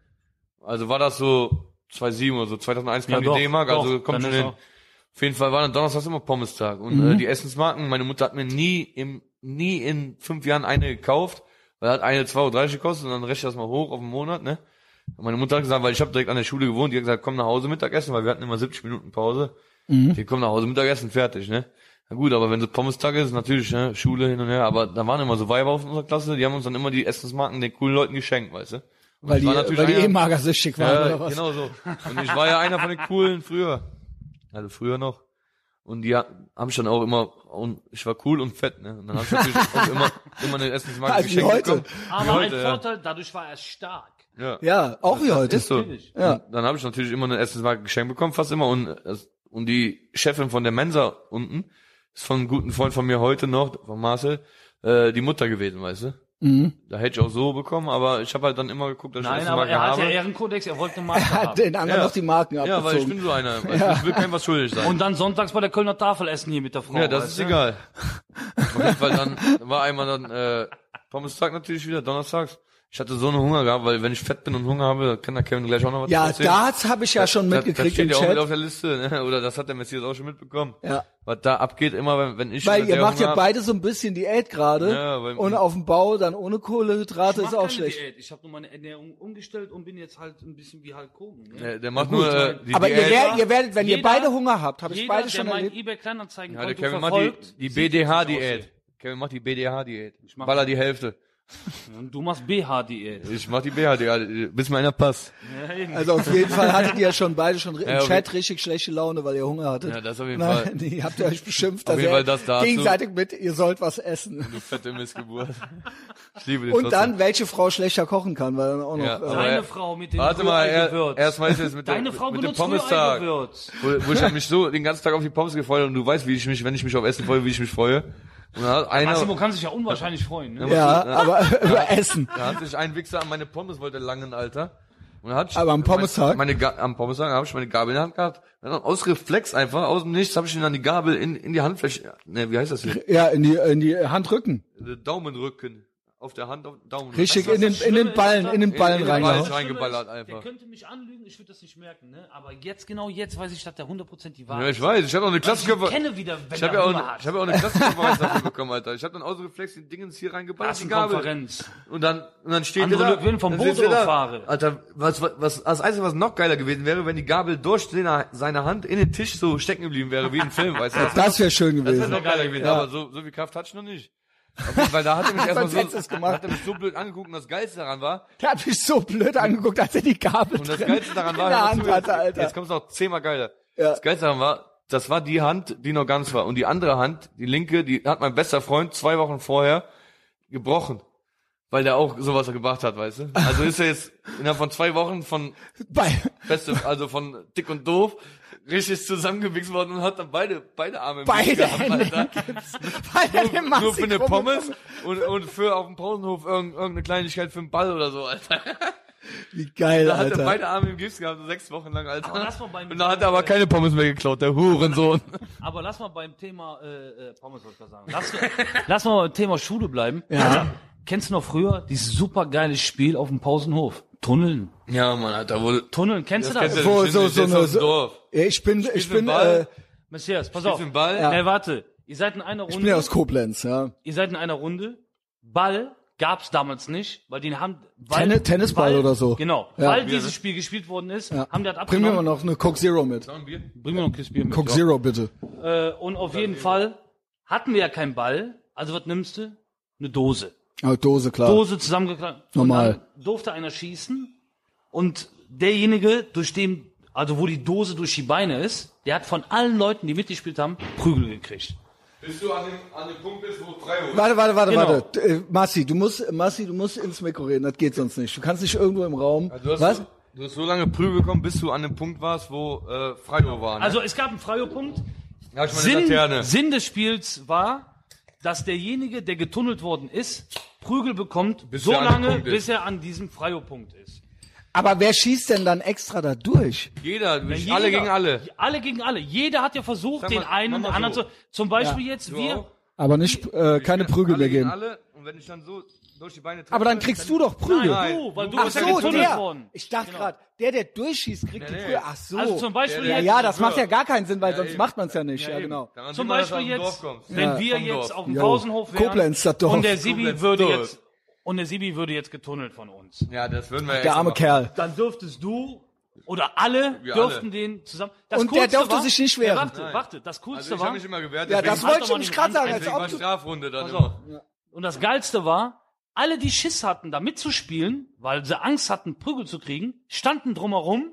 B: Also war das so 2007 oder so, 2001 kam die D-Mark, also kommt schon hin. Auf jeden Fall war dann Donnerstags immer Pommes-Tag. Und
A: Mhm.
B: äh, die Essensmarken, meine Mutter hat mir nie im, nie in fünf Jahren eine gekauft, weil hat eine 2,30 Euro gekostet und dann rechne ich das mal hoch auf den Monat, ne? Und meine Mutter hat gesagt, weil ich habe direkt an der Schule gewohnt, die hat gesagt, komm nach Hause Mittagessen, weil wir hatten immer 70 Minuten Pause.
A: Mhm.
B: Wir kommen nach Hause Mittagessen, fertig, ne? Na gut, aber wenn so Pommes-Tag ist, natürlich, ne? Schule hin und her, aber da waren immer so Weiber aus unserer Klasse, die haben uns dann immer die Essensmarken den coolen Leuten geschenkt, weißt du? Und
A: weil
B: ich
A: die,
B: war natürlich
A: weil die
B: einer-
A: eh magersüchtig waren,
B: ja,
A: oder was?
B: genau so. Und ich war ja einer von den coolen früher. Also früher noch. Und die ha- haben schon auch immer, und ich war cool und fett, ne? Und dann hab ich natürlich auch immer, immer eine Essensmarke
A: Also wie
B: geschenkt
A: heute.
B: bekommen. Wie
C: Aber halt
B: heute,
C: ein
B: ja.
C: Vorteil, dadurch war er stark.
B: Ja.
A: Ja, auch wie heute.
B: Ist so.
C: Natürlich.
A: Ja.
B: Und Dann habe ich natürlich immer eine Essensmarke geschenkt bekommen, fast immer. Und, äh, das- und die Chefin von der Mensa unten ist von einem guten Freund von mir heute noch, von Marcel, äh, die Mutter gewesen, weißt du?
A: Mhm.
B: Da hätte ich auch so bekommen, aber ich habe halt dann immer geguckt, dass ich
C: Nein, aber
B: Essensmarke
C: er hat
B: habe.
C: ja Ehrenkodex, er wollte Mark
A: Hat
C: haben.
A: den anderen
B: Ja.
A: noch die Marken
B: ja, weil ich
A: abgezogen.
B: bin so einer. weißt du, Ich will keinem was schuldig sein.
C: Und dann sonntags bei der Kölner Tafel essen hier mit der Frau.
B: Ja, das
C: weißt
B: ist
C: du?
B: egal. Auf jeden Fall dann war einmal dann äh, Pommes-Tag natürlich wieder, Donnerstags. Ich hatte so einen Hunger gehabt, weil wenn ich fett bin und Hunger habe, kann der Kevin gleich auch noch was
A: ja,
B: erzählen.
A: das habe ich ja schon
B: das, das
A: mitgekriegt
B: steht
A: im
B: ja auch mit auf
A: Chat.
B: der Liste, ne? oder das hat der Messias auch schon mitbekommen.
A: Ja.
B: Was da abgeht immer, wenn, wenn ich
A: Weil
B: oder
A: ihr
B: der
A: macht
B: Hunger
A: ja
B: hab.
A: beide so ein bisschen Diät gerade
B: Ja, weil-
A: und auf dem Bau dann ohne Kohlehydrate
C: Ich
A: ist
C: mach
A: auch
C: keine
A: schlecht.
C: Diät. Ich habe nur meine Ernährung umgestellt und bin jetzt halt ein bisschen wie Hulk Hogan. Ne?
B: Ja, der macht nur äh, die
A: Aber ihr,
B: Diät.
A: wer, ihr werdet, wenn ihr
C: Jeder-
A: beide Hunger habt, habe ich
C: Jeder,
A: beide
C: der
A: schon
C: mein
A: erlebt.
C: eBay Kleinanzeigen
B: ja, der
C: Konto
B: Kevin macht
C: verfolgt,
B: die, die
C: sieht, wie ich
B: BDH-Diät.
C: aussehe.
B: Kevin macht die BDH-Diät.
C: mach-
B: Baller die Hälfte.
C: Und du machst BH Diät.
B: Ich mach die BH-Diät, bis mir einer passt.
A: Also auf jeden Fall hattet ihr schon beide schon
B: Ja,
A: im
B: okay.
A: Chat richtig schlechte Laune, weil ihr Hunger hattet.
B: Ja, das auf jeden
A: Nein,
B: Fall.
A: die habt ihr euch beschimpft,
B: Auf
A: dass
B: jeden
A: ihr
B: Fall das dazu.
A: gegenseitig mit, ihr sollt was essen.
B: Du fette Missgeburt. Ich liebe den
A: Und
B: trotzdem.
A: dann, welche Frau schlechter kochen kann, weil dann auch noch.
B: Ja,
A: äh,
B: aber
C: Deine
B: er-
C: Frau mit dem
B: Warte mal, er,
C: Rührei-Gewürz.
B: erstmal ist jetzt mit
C: Deine
B: dem,
C: Frau
B: mit dem
C: benutzt
B: Pommes-Tag.
C: Rührei-Gewürz.
B: Wo, wo ich hab mich so den ganzen Tag auf die Pommes gefreut und du weißt, wie ich mich, wenn ich mich auf Essen freue, wie ich mich freue. Und dann hat einer,
C: Massimo kann sich ja unwahrscheinlich freuen. Ne?
A: ja, aber über Essen.
B: da hat sich ein Wichser an meine Pommes wollte langen, Alter. Und dann hat
A: Aber am Pommes-Tag?
B: Meine, meine, Ga- am Pommes-Tag habe ich meine Gabel in der Hand gehabt. Und dann aus Reflex einfach, aus dem Nichts, habe ich ihm dann die Gabel in, in die Handfläche, ne, wie heißt das hier?
A: Ja, in die, in die Handrücken.
B: Daumenrücken. Auf der Hand, auf den Daumen.
A: Richtig
B: Weißt
A: in
B: du,
A: den,
C: das
A: in den
C: Schlimme
A: Ballen,
C: ist,
A: in den
B: in-
A: Ballen
B: in den
A: reingehauen.
B: Ballen. reingeballert einfach.
C: Der könnte mich anlügen, ich würde das nicht merken, ne? Aber jetzt genau jetzt weiß ich, dass der 100%
B: was- Ja,
C: die Wahrheit ist. Also
B: ich weiß, ich habe auch eine
C: ich
B: Klassenköpfe.
C: kenne wieder, wenn
B: Ich habe
C: der
B: ja, auch
C: Hunger
B: ne-
C: hat.
B: ich hab ja auch eine Klassenverweis dafür bekommen, Alter. Ich habe dann aus Reflex die Dingens hier reingeballert, die Gabel.
C: Klassenkonferenz.
B: Und dann, und dann steht
C: Andere
B: der da.
C: Leute würden vom
B: dann
C: Boot
B: sitzt der da.
C: überfahren.
B: Alter, was, was, was, das Einzige, was noch geiler gewesen wäre, wenn die Gabel durch seine- seine Hand in den Tisch so stecken geblieben wäre, wie im Film, weißt du. Das
A: Das wäre schön
B: das wäre
A: gewesen.
B: noch geiler gewesen, aber so, so viel Kraft hatte ich noch nicht. Auf jeden Fall, da hat er mich
A: Sonst
B: erstmal
A: hättest
B: so,
A: du's gemacht.
B: hat er mich so blöd angeguckt und das Geilste daran war,
A: Der hat mich so blöd angeguckt, als er die Gabel
B: Und das
A: drin
B: Geilste daran
A: in
B: war,
A: der
B: hör mal
A: Hand
B: zu,
A: hatte, Alter.
B: jetzt kommt's noch zehnmal geiler.
A: Ja.
B: Das Geilste daran war, das war die Hand, die noch ganz war. Und die andere Hand, die linke, die hat mein bester Freund zwei Wochen vorher gebrochen. Weil der auch sowas gebracht hat, weißt du? Also ist er jetzt innerhalb von zwei Wochen von
A: Bei,
B: beste, also von dick und doof, richtig zusammengewichst worden und hat dann beide, beide Arme im
A: Beide
B: Mund
A: Hände
B: Alter.
A: bei der
B: Nur, nur für eine Pommes und, und für auf dem Pausenhof irgend- irgendeine Kleinigkeit für einen Ball oder so, Alter.
A: Wie geil,
B: Da hat er
A: Alter.
B: beide Arme im Gips gehabt, sechs Wochen lang, Alter.
C: Aber lass mal beim-
B: und da hat er aber keine Pommes mehr geklaut, der Hurensohn.
C: Aber lass mal beim Thema äh, äh, Pommes wollte ich gerade sagen. Lass, lass mal beim Thema Schule bleiben.
A: Ja.
C: Kennst du noch früher dieses supergeile Spiel auf dem Pausenhof? Tunneln.
B: ja, Mann, Alter, wo...
C: Tunneln, kennst du das?
B: kennst du.
A: Wo,
B: Stimmt,
A: so,
B: ist
A: so,
B: jetzt
A: eine-
B: aus dem
A: so,
B: Dorf.
A: ja, ich bin,
B: Spielst
A: ich
B: du den
A: bin,
B: Ball?
A: äh,
C: Messias, pass auf.
B: den Ball?
C: Nee, warte. Ihr seid in einer
A: ich
C: Runde.
A: bin ja aus Koblenz, ja.
C: ihr seid in einer Runde. Ball gab's damals nicht, weil den haben Ball,
A: Tenni- Tennisball
C: Ball,
A: oder so.
C: Genau.
A: Ja.
C: weil dieses Spiel gespielt worden ist,
A: ja.
C: haben die das
A: Bring mir mal
C: abgenommen.
A: noch eine Coke Zero mit.
C: Bring mir noch ein Kiss Bier mit.
A: Coke Zero, bitte.
C: Äh, und auf jeden Fall hatten wir ja keinen Ball. Also was nimmst du? Eine Dose.
A: Ah, Dose, klar.
C: Dose zusammengeklappt.
A: Normal.
C: Und dann durfte einer schießen und derjenige, durch den, also wo die Dose durch die Beine ist, der hat von allen Leuten, die mitgespielt haben, Prügel gekriegt.
B: Bist du an dem, an dem Punkt bist, wo frei wurde?
A: Warte, warte, warte,
C: Genau.
A: warte. Äh, Massi, du musst, Massi, du musst ins Mikro reden, das geht sonst nicht. Du kannst nicht irgendwo im Raum.
B: Du hast,
A: Was?
B: So, du hast so lange Prügel bekommen, bis du an dem Punkt warst, wo äh, Freiburg war. Ne?
C: Also es gab einen Freiopunkt.
B: ja, ich meine
C: Sinn,
B: Laterne.
C: Sinn des Spiels war, dass derjenige, der getunnelt worden ist, Prügel bekommt,
B: Bis
C: so
B: er an dem
C: lange,
B: Punkt ist.
C: bis er an diesem Freiopunkt ist.
A: Aber wer schießt denn dann extra da durch?
B: Jeder,
C: Wenn
B: ich,
C: jeder-
B: alle gegen alle.
C: Alle gegen alle. Jeder hat ja versucht,
B: Sag mal,
C: den einen
B: mach mal
C: oder anderen
B: so.
C: zu. Zum Beispiel jetzt
B: Du
C: wir.
B: auch?
A: Aber nicht, äh, keine Prügel
B: alle
A: mehr geben.
B: gegen alle und wenn ich dann so durch die Beine treffe,
A: Aber dann kriegst du doch Prügel.
C: Nein, du, weil du
A: Ach
C: bist ja
A: so,
C: getunnelt
A: der.
C: worden.
A: Ich dachte
C: Genau.
A: gerade, der, der durchschießt, kriegt die
B: nee.
A: Prügel. Ach so.
C: Also zum Beispiel
B: Ja,
A: ja,
C: jetzt.
A: ja, das macht ja
B: Ja,
A: gar keinen Sinn, weil sonst
B: eben.
A: macht man es ja nicht. Ja,
B: eben.
A: genau.
B: Daran
C: Zum
B: sieht man, dass du
C: Beispiel
B: aus dem
C: jetzt,
B: Dorf kommst.
C: wenn
A: Ja,
C: wir
B: vom
C: jetzt
B: Dorf.
C: auf dem
A: Jo.
C: Pausenhof wären
A: Koblenz, das Dorf.
C: und der Sibi
B: Koblenz,
C: würde
B: Dorf.
C: jetzt und der Sibi würde jetzt getunnelt von uns,
B: Ja, das würden wir
A: Der
B: extra
A: arme
B: machen.
A: Kerl.
C: dann dürftest du oder alle
B: Wir
C: dürften
B: alle.
C: den zusammen. Das
A: Und der
C: Coolste
A: durfte
C: war-
A: sich nicht
C: Ja,
A: wehren.
C: Warte,
B: Nein.
C: warte, das coolste
B: Also ich
C: war
B: habe mich immer gewehrt.
A: Ja,
B: deswegen-
A: das wollte ich
C: doch mal
A: nämlich
C: den
A: gerade sagen,
C: Rand-
A: als
B: Deswegen war
A: ob du,
B: Strafrunde dann
C: Pass
B: immer.
C: auf. Und das Geilste war, alle, die Schiss hatten, da mitzuspielen, weil sie Angst hatten, Prügel zu kriegen, standen drumherum.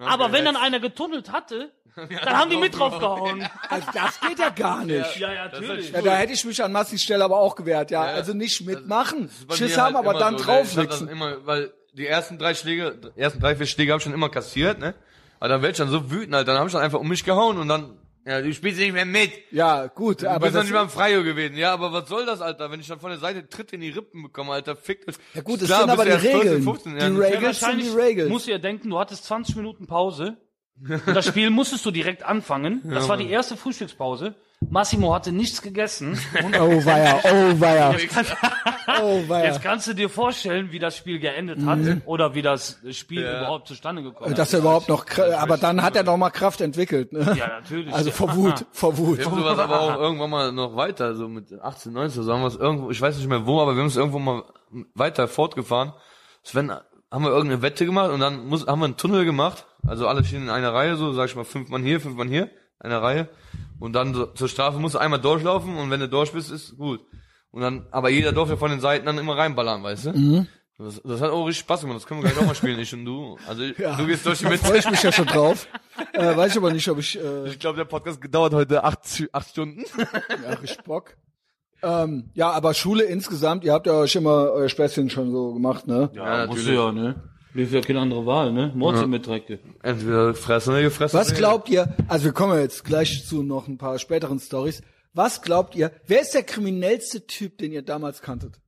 C: aber wenn dann
B: jetzt.
C: einer getunnelt hatte, dann haben die mit draufgehauen.
A: also das geht ja gar nicht.
C: Ja, ja,
B: Das ist
C: natürlich.
A: Ja, da hätte ich mich an Massis Stelle aber auch gewehrt, ja. Also nicht mitmachen,
B: Das ist bei
A: Schiss
B: mir
A: haben,
B: halt
A: aber
B: immer
A: dann
B: so, ne? Ich hab das
A: draufwichsen.
B: immer, weil die ersten drei Schläge, die ersten drei, vier Schläge habe ich schon immer kassiert, ne? Aber dann werd ich dann so wütend, halt. Dann habe ich dann einfach um mich gehauen und dann, ja, du spielst nicht mehr mit.
A: Ja, gut,
B: Du
A: aber
B: bist doch
A: das,
B: nicht mal im Freio gewesen. Ja, aber was soll das, Alter? Wenn ich dann von der Seite Tritt in die Rippen bekomme, Alter, fickt euch.
A: Ja, gut, das
B: Klar,
A: sind
B: bist
A: aber
B: du
A: die
B: erst 14,
A: Regeln.
B: 15,
A: Die
B: ja,
A: Regeln.
B: natürlich.
A: Regeln sind die Regeln.
C: musst du ja denken, du hattest 20 Minuten Pause. Und das Spiel musstest du direkt anfangen. Das war die erste Frühstückspause. Massimo hatte nichts gegessen. Und
A: oh weia, oh weia. Oh weia.
C: jetzt kannst du dir vorstellen, wie das Spiel geendet hat
A: Mhm.
C: oder wie das Spiel
B: Ja.
C: überhaupt zustande gekommen ist.
A: Dass er überhaupt noch, Kr- aber dann hat er noch mal Kraft entwickelt, ne?
C: Ja, natürlich.
A: Also vor Wut, vor Wut.
B: Wir haben sowas aber auch irgendwann mal noch weiter, so mit 18, 19, so haben wir es irgendwo, ich weiß nicht mehr wo, aber wir haben es irgendwo mal weiter fortgefahren. Sven, haben wir irgendeine Wette gemacht und dann muss, haben wir einen Tunnel gemacht. Also alle stehen in einer Reihe, so sag ich mal, fünf Mann hier, fünf Mann hier, eine Reihe. Und dann so, zur Strafe musst du einmal durchlaufen und wenn du durch bist, ist gut. Und dann, aber jeder durfte von den Seiten dann immer reinballern, weißt du? Das, das hat auch richtig Spaß gemacht, das können wir gleich nochmal spielen, ich und du. Also du gehst durch die
A: Freue
B: Mitte.
A: ich mich ja schon drauf. Äh, weiß ich aber nicht, ob ich, äh,
B: Ich glaube, der Podcast gedauert heute acht, acht Stunden.
A: ja, richtig Bock. Ähm, ja, aber Schule insgesamt, ihr habt ja euch immer euer Späßchen schon so gemacht, ne?
C: Ja,
B: Ja,
C: musst du
B: natürlich.
C: ja, ne? Lief ja keine andere Wahl, ne? Mord ja. mit Drecke.
B: Entweder fressen oder gefressen.
A: Was
B: werden.
A: glaubt ihr, also wir kommen ja jetzt gleich zu noch ein paar späteren Stories. Was glaubt ihr, wer ist der kriminellste Typ, den ihr damals kanntet?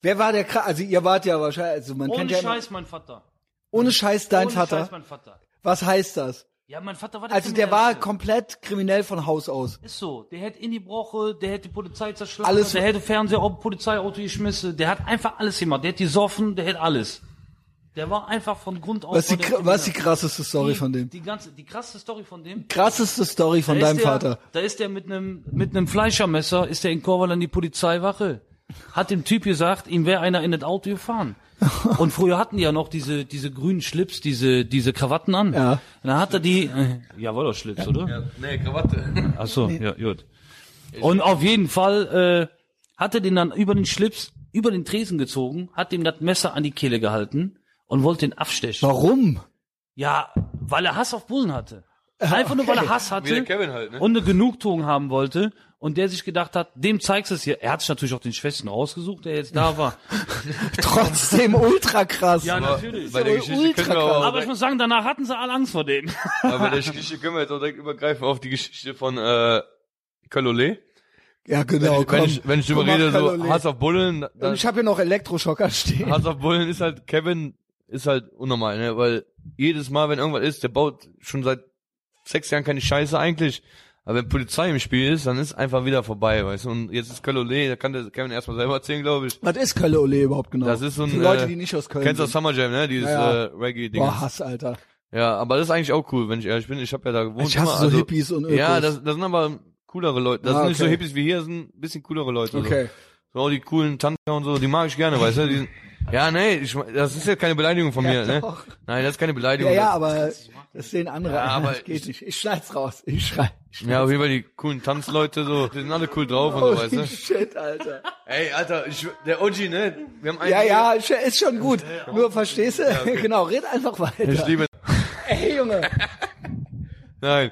A: Wer war der, Kra- also ihr wart ja wahrscheinlich, also man
C: Ohne
A: kennt ja immer-
C: Scheiß, mein Vater.
A: ohne Scheiß dein
C: Ohne
A: Vater.
C: Scheiß, mein Vater.
A: Was heißt das?
C: Ja, mein Vater war der
A: Also der war
C: Kriminellste.
A: komplett kriminell von Haus aus.
C: Ist so. Der hätte in die Broche, der hätte die Polizei zerschlagen,
A: Alles-
C: der hätte Fernseher auf Polizeiauto geschmissen, der hat einfach alles gemacht. Der hat die Soffen, der hätte alles. Der war einfach von Grund auf.
A: Was
C: war
A: die,
C: der
A: kr- was die
C: Kriminelle.
A: krasseste Story
C: Die-
A: von dem?
C: Die ganze, die krasseste Story von dem.
A: Krasseste Story von
C: Da ist
A: deinem
C: der,
A: Vater.
C: Da ist der mit einem, mit einem Fleischermesser, ist der in Korwall an die Polizeiwache. Hat dem Typ gesagt, ihm wäre einer in das Auto gefahren. Und früher hatten die ja noch diese, diese grünen Schlips, diese, diese Krawatten an.
A: Ja.
C: Und dann hat er die, äh, ja, war doch Schlips, oder?
B: Ja, nee, Krawatte.
C: Ach so, ja, gut. Und auf jeden Fall äh, hat er den dann über den Schlips, über den Tresen gezogen, hat ihm das Messer an die Kehle gehalten und wollte ihn abstechen.
A: Warum?
C: Ja, weil er Hass auf Bullen hatte. Einfach nur, weil er Hass
B: Wie der
C: hatte
B: Kevin halt, ne?
C: und eine Genugtuung haben wollte und der sich gedacht hat, dem zeigst du es hier. Er hat sich natürlich auch den Schwächsten ausgesucht, der jetzt da war.
A: Trotzdem ultra krass.
C: Ja,
B: Aber
C: natürlich.
B: Bei der
A: aber
B: Geschichte können wir
A: ultra
B: auch
C: Aber ich muss sagen, danach hatten sie alle Angst vor dem.
B: Aber bei der Geschichte können wir jetzt auch direkt übergreifen auf die Geschichte von äh, Kalolé.
A: Ja,
B: Wenn,
A: genau,
B: ich-
A: komm.
B: wenn ich, wenn ich drüber
A: Komm, mach
B: rede, so
A: Kalorien.
B: Hass auf Bullen,
A: Und
B: dann,
A: ich habe hier noch Elektroschocker stehen.
B: Hass auf Bullen ist halt, Kevin ist halt unnormal, ne? Weil jedes Mal, wenn irgendwas ist, der baut schon seit sechs Jahren keine Scheiße eigentlich. Aber wenn Polizei im Spiel ist, dann ist einfach wieder vorbei, weißt du. Und jetzt ist Kalolé, da kann der Kevin erstmal selber erzählen, glaube ich.
A: Was ist Kölle Ole überhaupt genau?
B: Das ist so ein,
A: Für Leute,
B: äh,
A: die nicht aus Köln
B: Kennst du das
A: sind.
B: Summer Jam, ne? Dieses
A: Ja, ja.
B: äh, Reggae-Ding.
A: Boah, Hass, Alter.
B: Ja, aber das ist eigentlich auch cool, wenn ich ehrlich bin. Ich habe ja da gewohnt.
A: Ich hasse
B: immer, also
A: so Hippies und Ökos.
B: Ja, das, das sind aber coolere Leute. Das
A: Ah,
B: sind nicht so
A: okay.
B: Hippies wie hier, das sind ein bisschen coolere Leute.
A: Okay.
B: So. so auch die coolen Tanzer und so, die mag ich gerne, weißt du? Die, sind- ja, nee, ich, das ist ja keine Beleidigung von mir,
A: Ja,
B: ne?
A: doch.
B: Nein, das ist keine
A: Ja,
B: Beleidigung.
A: ja, aber das sehen andere.
B: Ja, aber
A: ich, geht nicht. ich schneid's raus. Ich schrei.
B: Ja, auf jeden Fall die coolen Tanzleute, so, die sind alle cool drauf und so, weißt
A: Holy
B: du?
A: shit, Alter.
B: Ey, Alter, ich, der OG, ne? Wir haben einen.
A: Ja, ja, sch- ist schon gut. Nur verstehst du? genau, red einfach
B: Ich
A: weiter.
B: liebe
A: Ey, Junge.
B: Nein.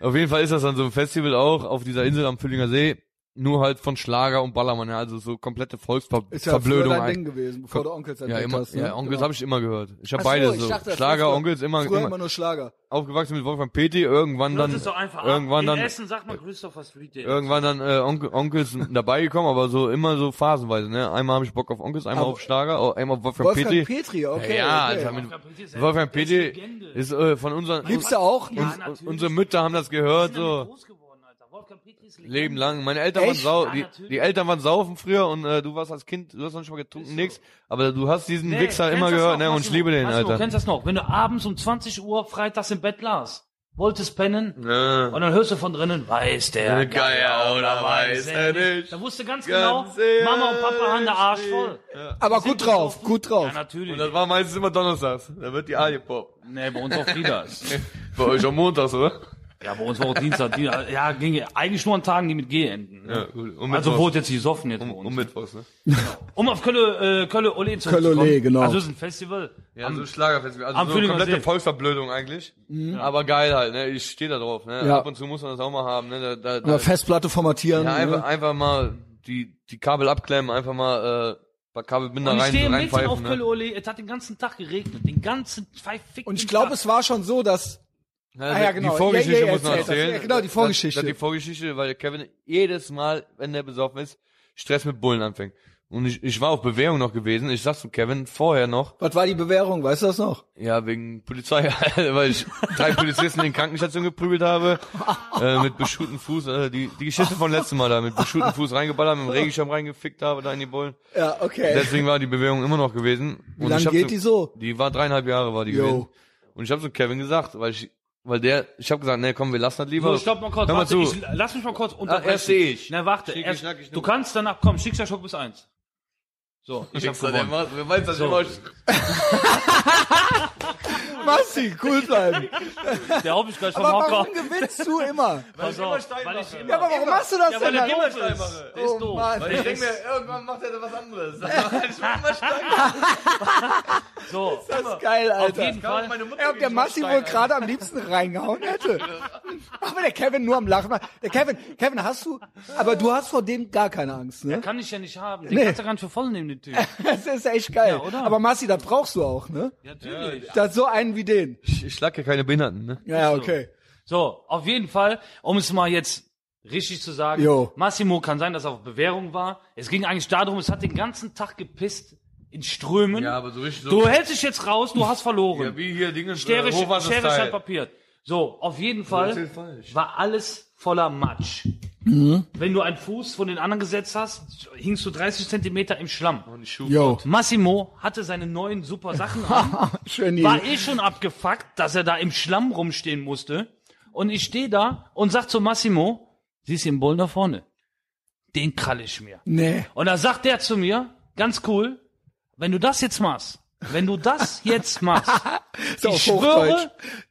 B: Auf jeden Fall ist das dann so ein Festival auch auf dieser Insel am Füllinger See, nur halt von Schlager und Ballermann, ja, also so komplette
A: Ist ja früher
B: Volksverblödung.
A: dein
B: ein-
A: Ding gewesen, bevor du Onkels
B: ja,
A: entdeckt
B: immer,
A: hast. Ne?
B: ja, Onkels
A: Genau.
B: habe ich immer gehört. Ich habe
A: Ach so,
B: beides
A: ich
B: so.
A: dachte, das
B: Schlager,
A: war früher-
B: Onkels immer,
A: Früher
B: immer,
A: immer nur Schlager.
B: aufgewachsen mit Wolfgang Peti, irgendwann dann
C: das ist doch einfach
B: irgendwann
C: ab.
B: dann
C: In Essen sagt man Christopher Street Day.
B: irgendwann dann äh, Onkel, Onkels dabei gekommen, aber so immer so phasenweise, ne? Einmal habe ich Bock auf Onkels, einmal
A: Aber-
B: auf Schlager, oh, einmal auf Wolfgang,
A: Wolfgang
B: Peti.
A: Petri, okay.
B: ja,
A: okay.
B: Alter, mit
C: Wolfgang Petri ist-
B: Wolfgang
C: der ist
B: Peti
C: Legende.
B: ist äh, von unseren
A: Liebst du auch?
C: Ja,
A: Und-
C: natürlich.
B: unsere Mütter haben das gehört
C: sind damit
B: so.
C: groß geworden, Alter. Wolfgang Petri ist Legende.
B: Leben lang. Meine Eltern
A: Echt?
B: waren sau,
C: Ja,
B: die,
C: natürlich.
B: die Eltern waren saufen früher und äh, du warst als Kind, du hast noch nicht mal getrunken, nix. Aber du hast diesen
C: Nee,
B: Wichser
C: kennst
B: immer
C: das
B: gehört,
C: noch,
B: ne? Und ich
C: Massimo,
B: liebe den,
C: Massimo,
B: Alter.
C: kennst das noch? Wenn du abends um 20 Uhr freitags im Bett lagst, wolltest pennen
B: Ja.
C: und dann hörst du von drinnen, weiß der
B: Der Geier oder Äh, genau, weiß er nicht.
C: Da wusste ganz genau,
B: Ganz
C: Mama und Papa haben den Arsch
B: ehrlich.
C: voll.
A: Aber
C: Sind
A: gut
C: die
A: drauf,
C: so-
A: gut drauf.
C: Ja, natürlich.
B: Und das war meistens immer donnerstags. Da wird die A gepoppt.
C: nee, bei uns auch Friedas.
B: Bei euch am montags, oder?
C: ja, bei uns war auch Dienstag. Dienstag. Ja, ging eigentlich nur an Tagen, die mit G enden. ne?
B: Ja, gut. Und
C: also
B: mittwochs.
C: wurde jetzt gesoffen jetzt bei
B: um,
C: uns.
B: um mittwochs, ne?
C: Um auf Kölle, äh, Kölle Ole
A: Kölle-Ole, genau.
C: Also es ist ein Festival.
B: Ja,
C: Am-
B: so Schlagerfest. Also
C: am
B: so eine
C: Füllinger
B: komplette
C: See.
B: Volksverblödung eigentlich. Aber geil halt, ne? Ich stehe da drauf, ne?
A: Ja.
B: Ab und zu muss man das auch mal haben, ne? Da, da,
A: Oder
B: da,
A: Festplatte formatieren.
B: Ja,
A: ne?
B: einfach, einfach mal die, die Kabel abklemmen, einfach mal äh, paar Kabelbinder
C: Und ich
B: rein,
C: stehe mitten auf
B: reinpfeifen.
C: Kölle
B: Ne?
C: Ole. Es hat den ganzen Tag geregnet. Den ganzen verfickten
A: Und ich glaube,
C: Tag.
A: es war schon so, dass
B: Ja,
A: Ah, ja, genau.
B: Die Vorgeschichte
A: Ja, ja,
B: muss man
A: erzähl das.
B: erzählen.
A: Ja, genau, die Vorgeschichte.
B: Das, das die Vorgeschichte, weil der Kevin jedes Mal, wenn der besoffen ist, Stress mit Bullen anfängt. Und ich, ich war auf Bewährung noch gewesen. Ich sag's zu Kevin vorher noch,
A: Was war die Bewährung? Weißt du das noch?
B: ja, wegen Polizei, weil ich drei Polizisten in Krankenstation geprügelt habe, äh, mit beschuhtem Fuß, äh, die, die Geschichte von letztem Mal da, mit beschuhtem Fuß reingeballert, mit dem Regenschirm reingefickt habe, da in die Bullen.
A: Ja, okay.
B: Deswegen war die Bewährung immer noch gewesen.
A: Wie
B: Und
A: lange
B: ich hab
A: geht die so?
B: Die war dreieinhalb Jahre war die
A: Jo.
B: gewesen. Und ich habe so Kevin gesagt, weil ich, weil der, ich habe gesagt, nee, komm, wir lassen das lieber.
C: So, stopp mal kurz.
B: Hör mal
C: warte,
B: zu. Ah,
C: Ich, lass mich mal kurz unterbrechen.
B: erst seh ich.
C: Na, warte.
B: Schicki,
C: erst,
B: schnacki, schnucki.
C: du kannst danach, komm, Schicksalschock bis eins. So, ich hab gewonnen.
B: Wer weiß das
C: So.
B: immer?
A: Massi, cool bleiben.
C: Der hoffe ich gleich vom
A: Aber
C: Hocker.
A: warum gewinnst du immer?
C: Pass
B: immer
C: auf,
B: Stein
C: weil ich
B: mache.
C: immer...
A: Ja, aber warum machst du das
C: Ja, weil
A: denn?
C: der
A: dann?
C: doof ist.
B: Stein
C: Der
B: mache.
C: ist
A: Oh,
C: doof.
A: Mann.
B: Weil ich denke mir, irgendwann macht er was anderes.
C: So,
A: Das ist geil,
C: auf
A: Alter.
C: jeden Fall.
A: Ja, ob der Massi wohl gerade am liebsten reingehauen hätte. Aber der Kevin nur am Lachen. war. Der Kevin, Kevin, hast du, aber du hast vor dem gar keine Angst, ne?
C: Kann ich ja nicht haben. Den
A: Nee.
C: kannst du gar nicht für voll nehmen, den Typ.
A: Das ist echt geil.
C: Ja, oder?
A: Aber Massi, das brauchst du auch, ne?
C: Ja, natürlich.
A: Das so einen wie den.
B: Ich, ich schlag ja keine Behinderten, ne?
A: Ja, ja, okay.
C: So, auf jeden Fall, um es mal jetzt richtig zu sagen,
A: Jo.
C: Massimo kann sein, dass er auf Bewährung war. Es ging eigentlich darum, es hat den ganzen Tag gepisst in Strömen.
B: Ja, aber so richtig so-
C: Du hältst dich jetzt raus, du hast verloren.
B: Ja, wie Äh, hier Dinge
C: Schere, Schere Stein, Papier. So, auf jeden Fall
B: erzählst falsch.
C: war alles voller Matsch. Wenn du einen Fuß von den anderen gesetzt hast, hingst du 30 Zentimeter im Schlamm.
B: Und die Schuhe.
A: Yo.
C: Massimo hatte seine neuen super Sachen an.
A: Schön die.
C: war eh schon abgefuckt, dass er da im Schlamm rumstehen musste. Und ich stehe da und sag zu Massimo, siehst du den Bullen da vorne? Den kralle ich mir.
A: Nee.
C: Und da sagt der zu mir, ganz cool, wenn du das jetzt machst, wenn du das jetzt machst,
A: Ist auch
C: ich
A: Hochdeutsch. Äh,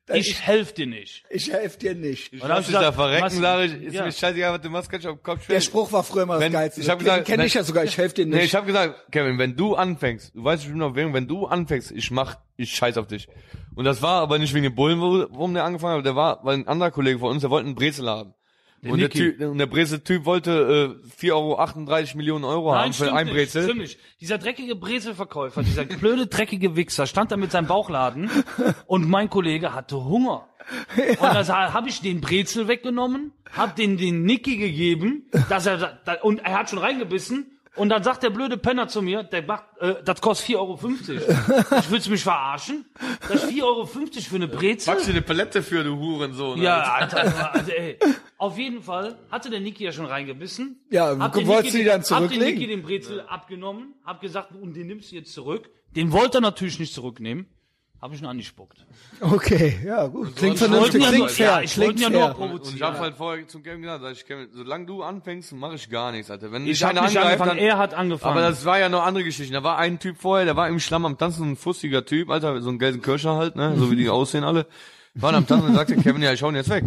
C: schwöre, ich helfe dir nicht.
A: Ich helfe dir nicht.
B: Und dann
C: hab
B: ich da
C: Massi-
B: verrecken, sage ich, ist
C: ja.
B: mir scheißegal, was du machst, kann ich auf den Kopf
A: Der
B: schweren.
A: Spruch war früher immer das
B: Wenn-
A: Geilste.
B: ich hab
A: Den
B: gesagt,
A: kenn
B: nein.
A: ich ja sogar, ich helfe dir
B: Nee,
A: nicht.
B: ich habe gesagt, Kevin, wenn du anfängst, du weißt, ich bin noch Währung, wenn du anfängst, ich mach, ich scheiß auf dich. Und das war aber nicht wegen den Bullen, wo- warum der angefangen hat, der war, weil ein anderer Kollege von uns, der wollte einen Brezel haben. und, der
C: Niki.
B: typ, und der Brezel-Typ wollte äh, 4,38 Euro Millionen Euro haben für
C: stimmt
B: einen
C: nicht,
B: Brezel.
C: Stimmt nicht. Dieser dreckige Brezelverkäufer, dieser blöde, dreckige Wichser, stand da mit seinem Bauchladen und mein Kollege hatte Hunger. Und da sa- hab ich den Brezel weggenommen, hab den den Nicky gegeben, dass er da, da, und er hat schon reingebissen. Und dann sagt der blöde Penner zu mir, der macht, äh, das kostet 4,50 Euro. Ich willst du mich verarschen? Das ist 4,50 Euro für eine Brezel?
B: Packst du eine Palette für, du ne? Hurensohn.
C: Ja,
B: Alter.
C: Alter, also, ey. Auf jeden Fall hatte der Niki ja schon reingebissen.
A: Ja,
C: Hab den
A: wolltest
C: Niki-
A: du die dann
C: Hab den
A: zurücklegen?
C: Niki den Brezel abgenommen, hab gesagt, und den nimmst du jetzt zurück. Den wollte er natürlich nicht zurücknehmen. Hab ich ihn angespuckt.
A: Okay, ja, gut. Klingt
B: Ich wollte
A: vernünftig.
B: ihn ja
A: Klingt
B: nur-
A: fair.
C: ja, ich wollte
A: klingt
C: ihn ja nur
A: fair.
C: provo-
B: Und, und ich hab halt vorher zum Kevin gesagt, sag ich, Kevin, solange du anfängst, mache ich gar nichts, Alter. Wenn
C: Ich
B: dich
C: hab
B: einer
C: nicht
B: angreift,
C: angefangen,
B: dann,
C: er hat angefangen.
B: Aber das war ja noch andere Geschichten. Da war ein Typ vorher, der war im Schlamm am Tanzen, so ein fussiger Typ, Alter, so ein Gelsenkircher halt, ne, so wie die aussehen alle. Waren am Tanzen und sagte Kevin, ja, ich hau ihn jetzt weg.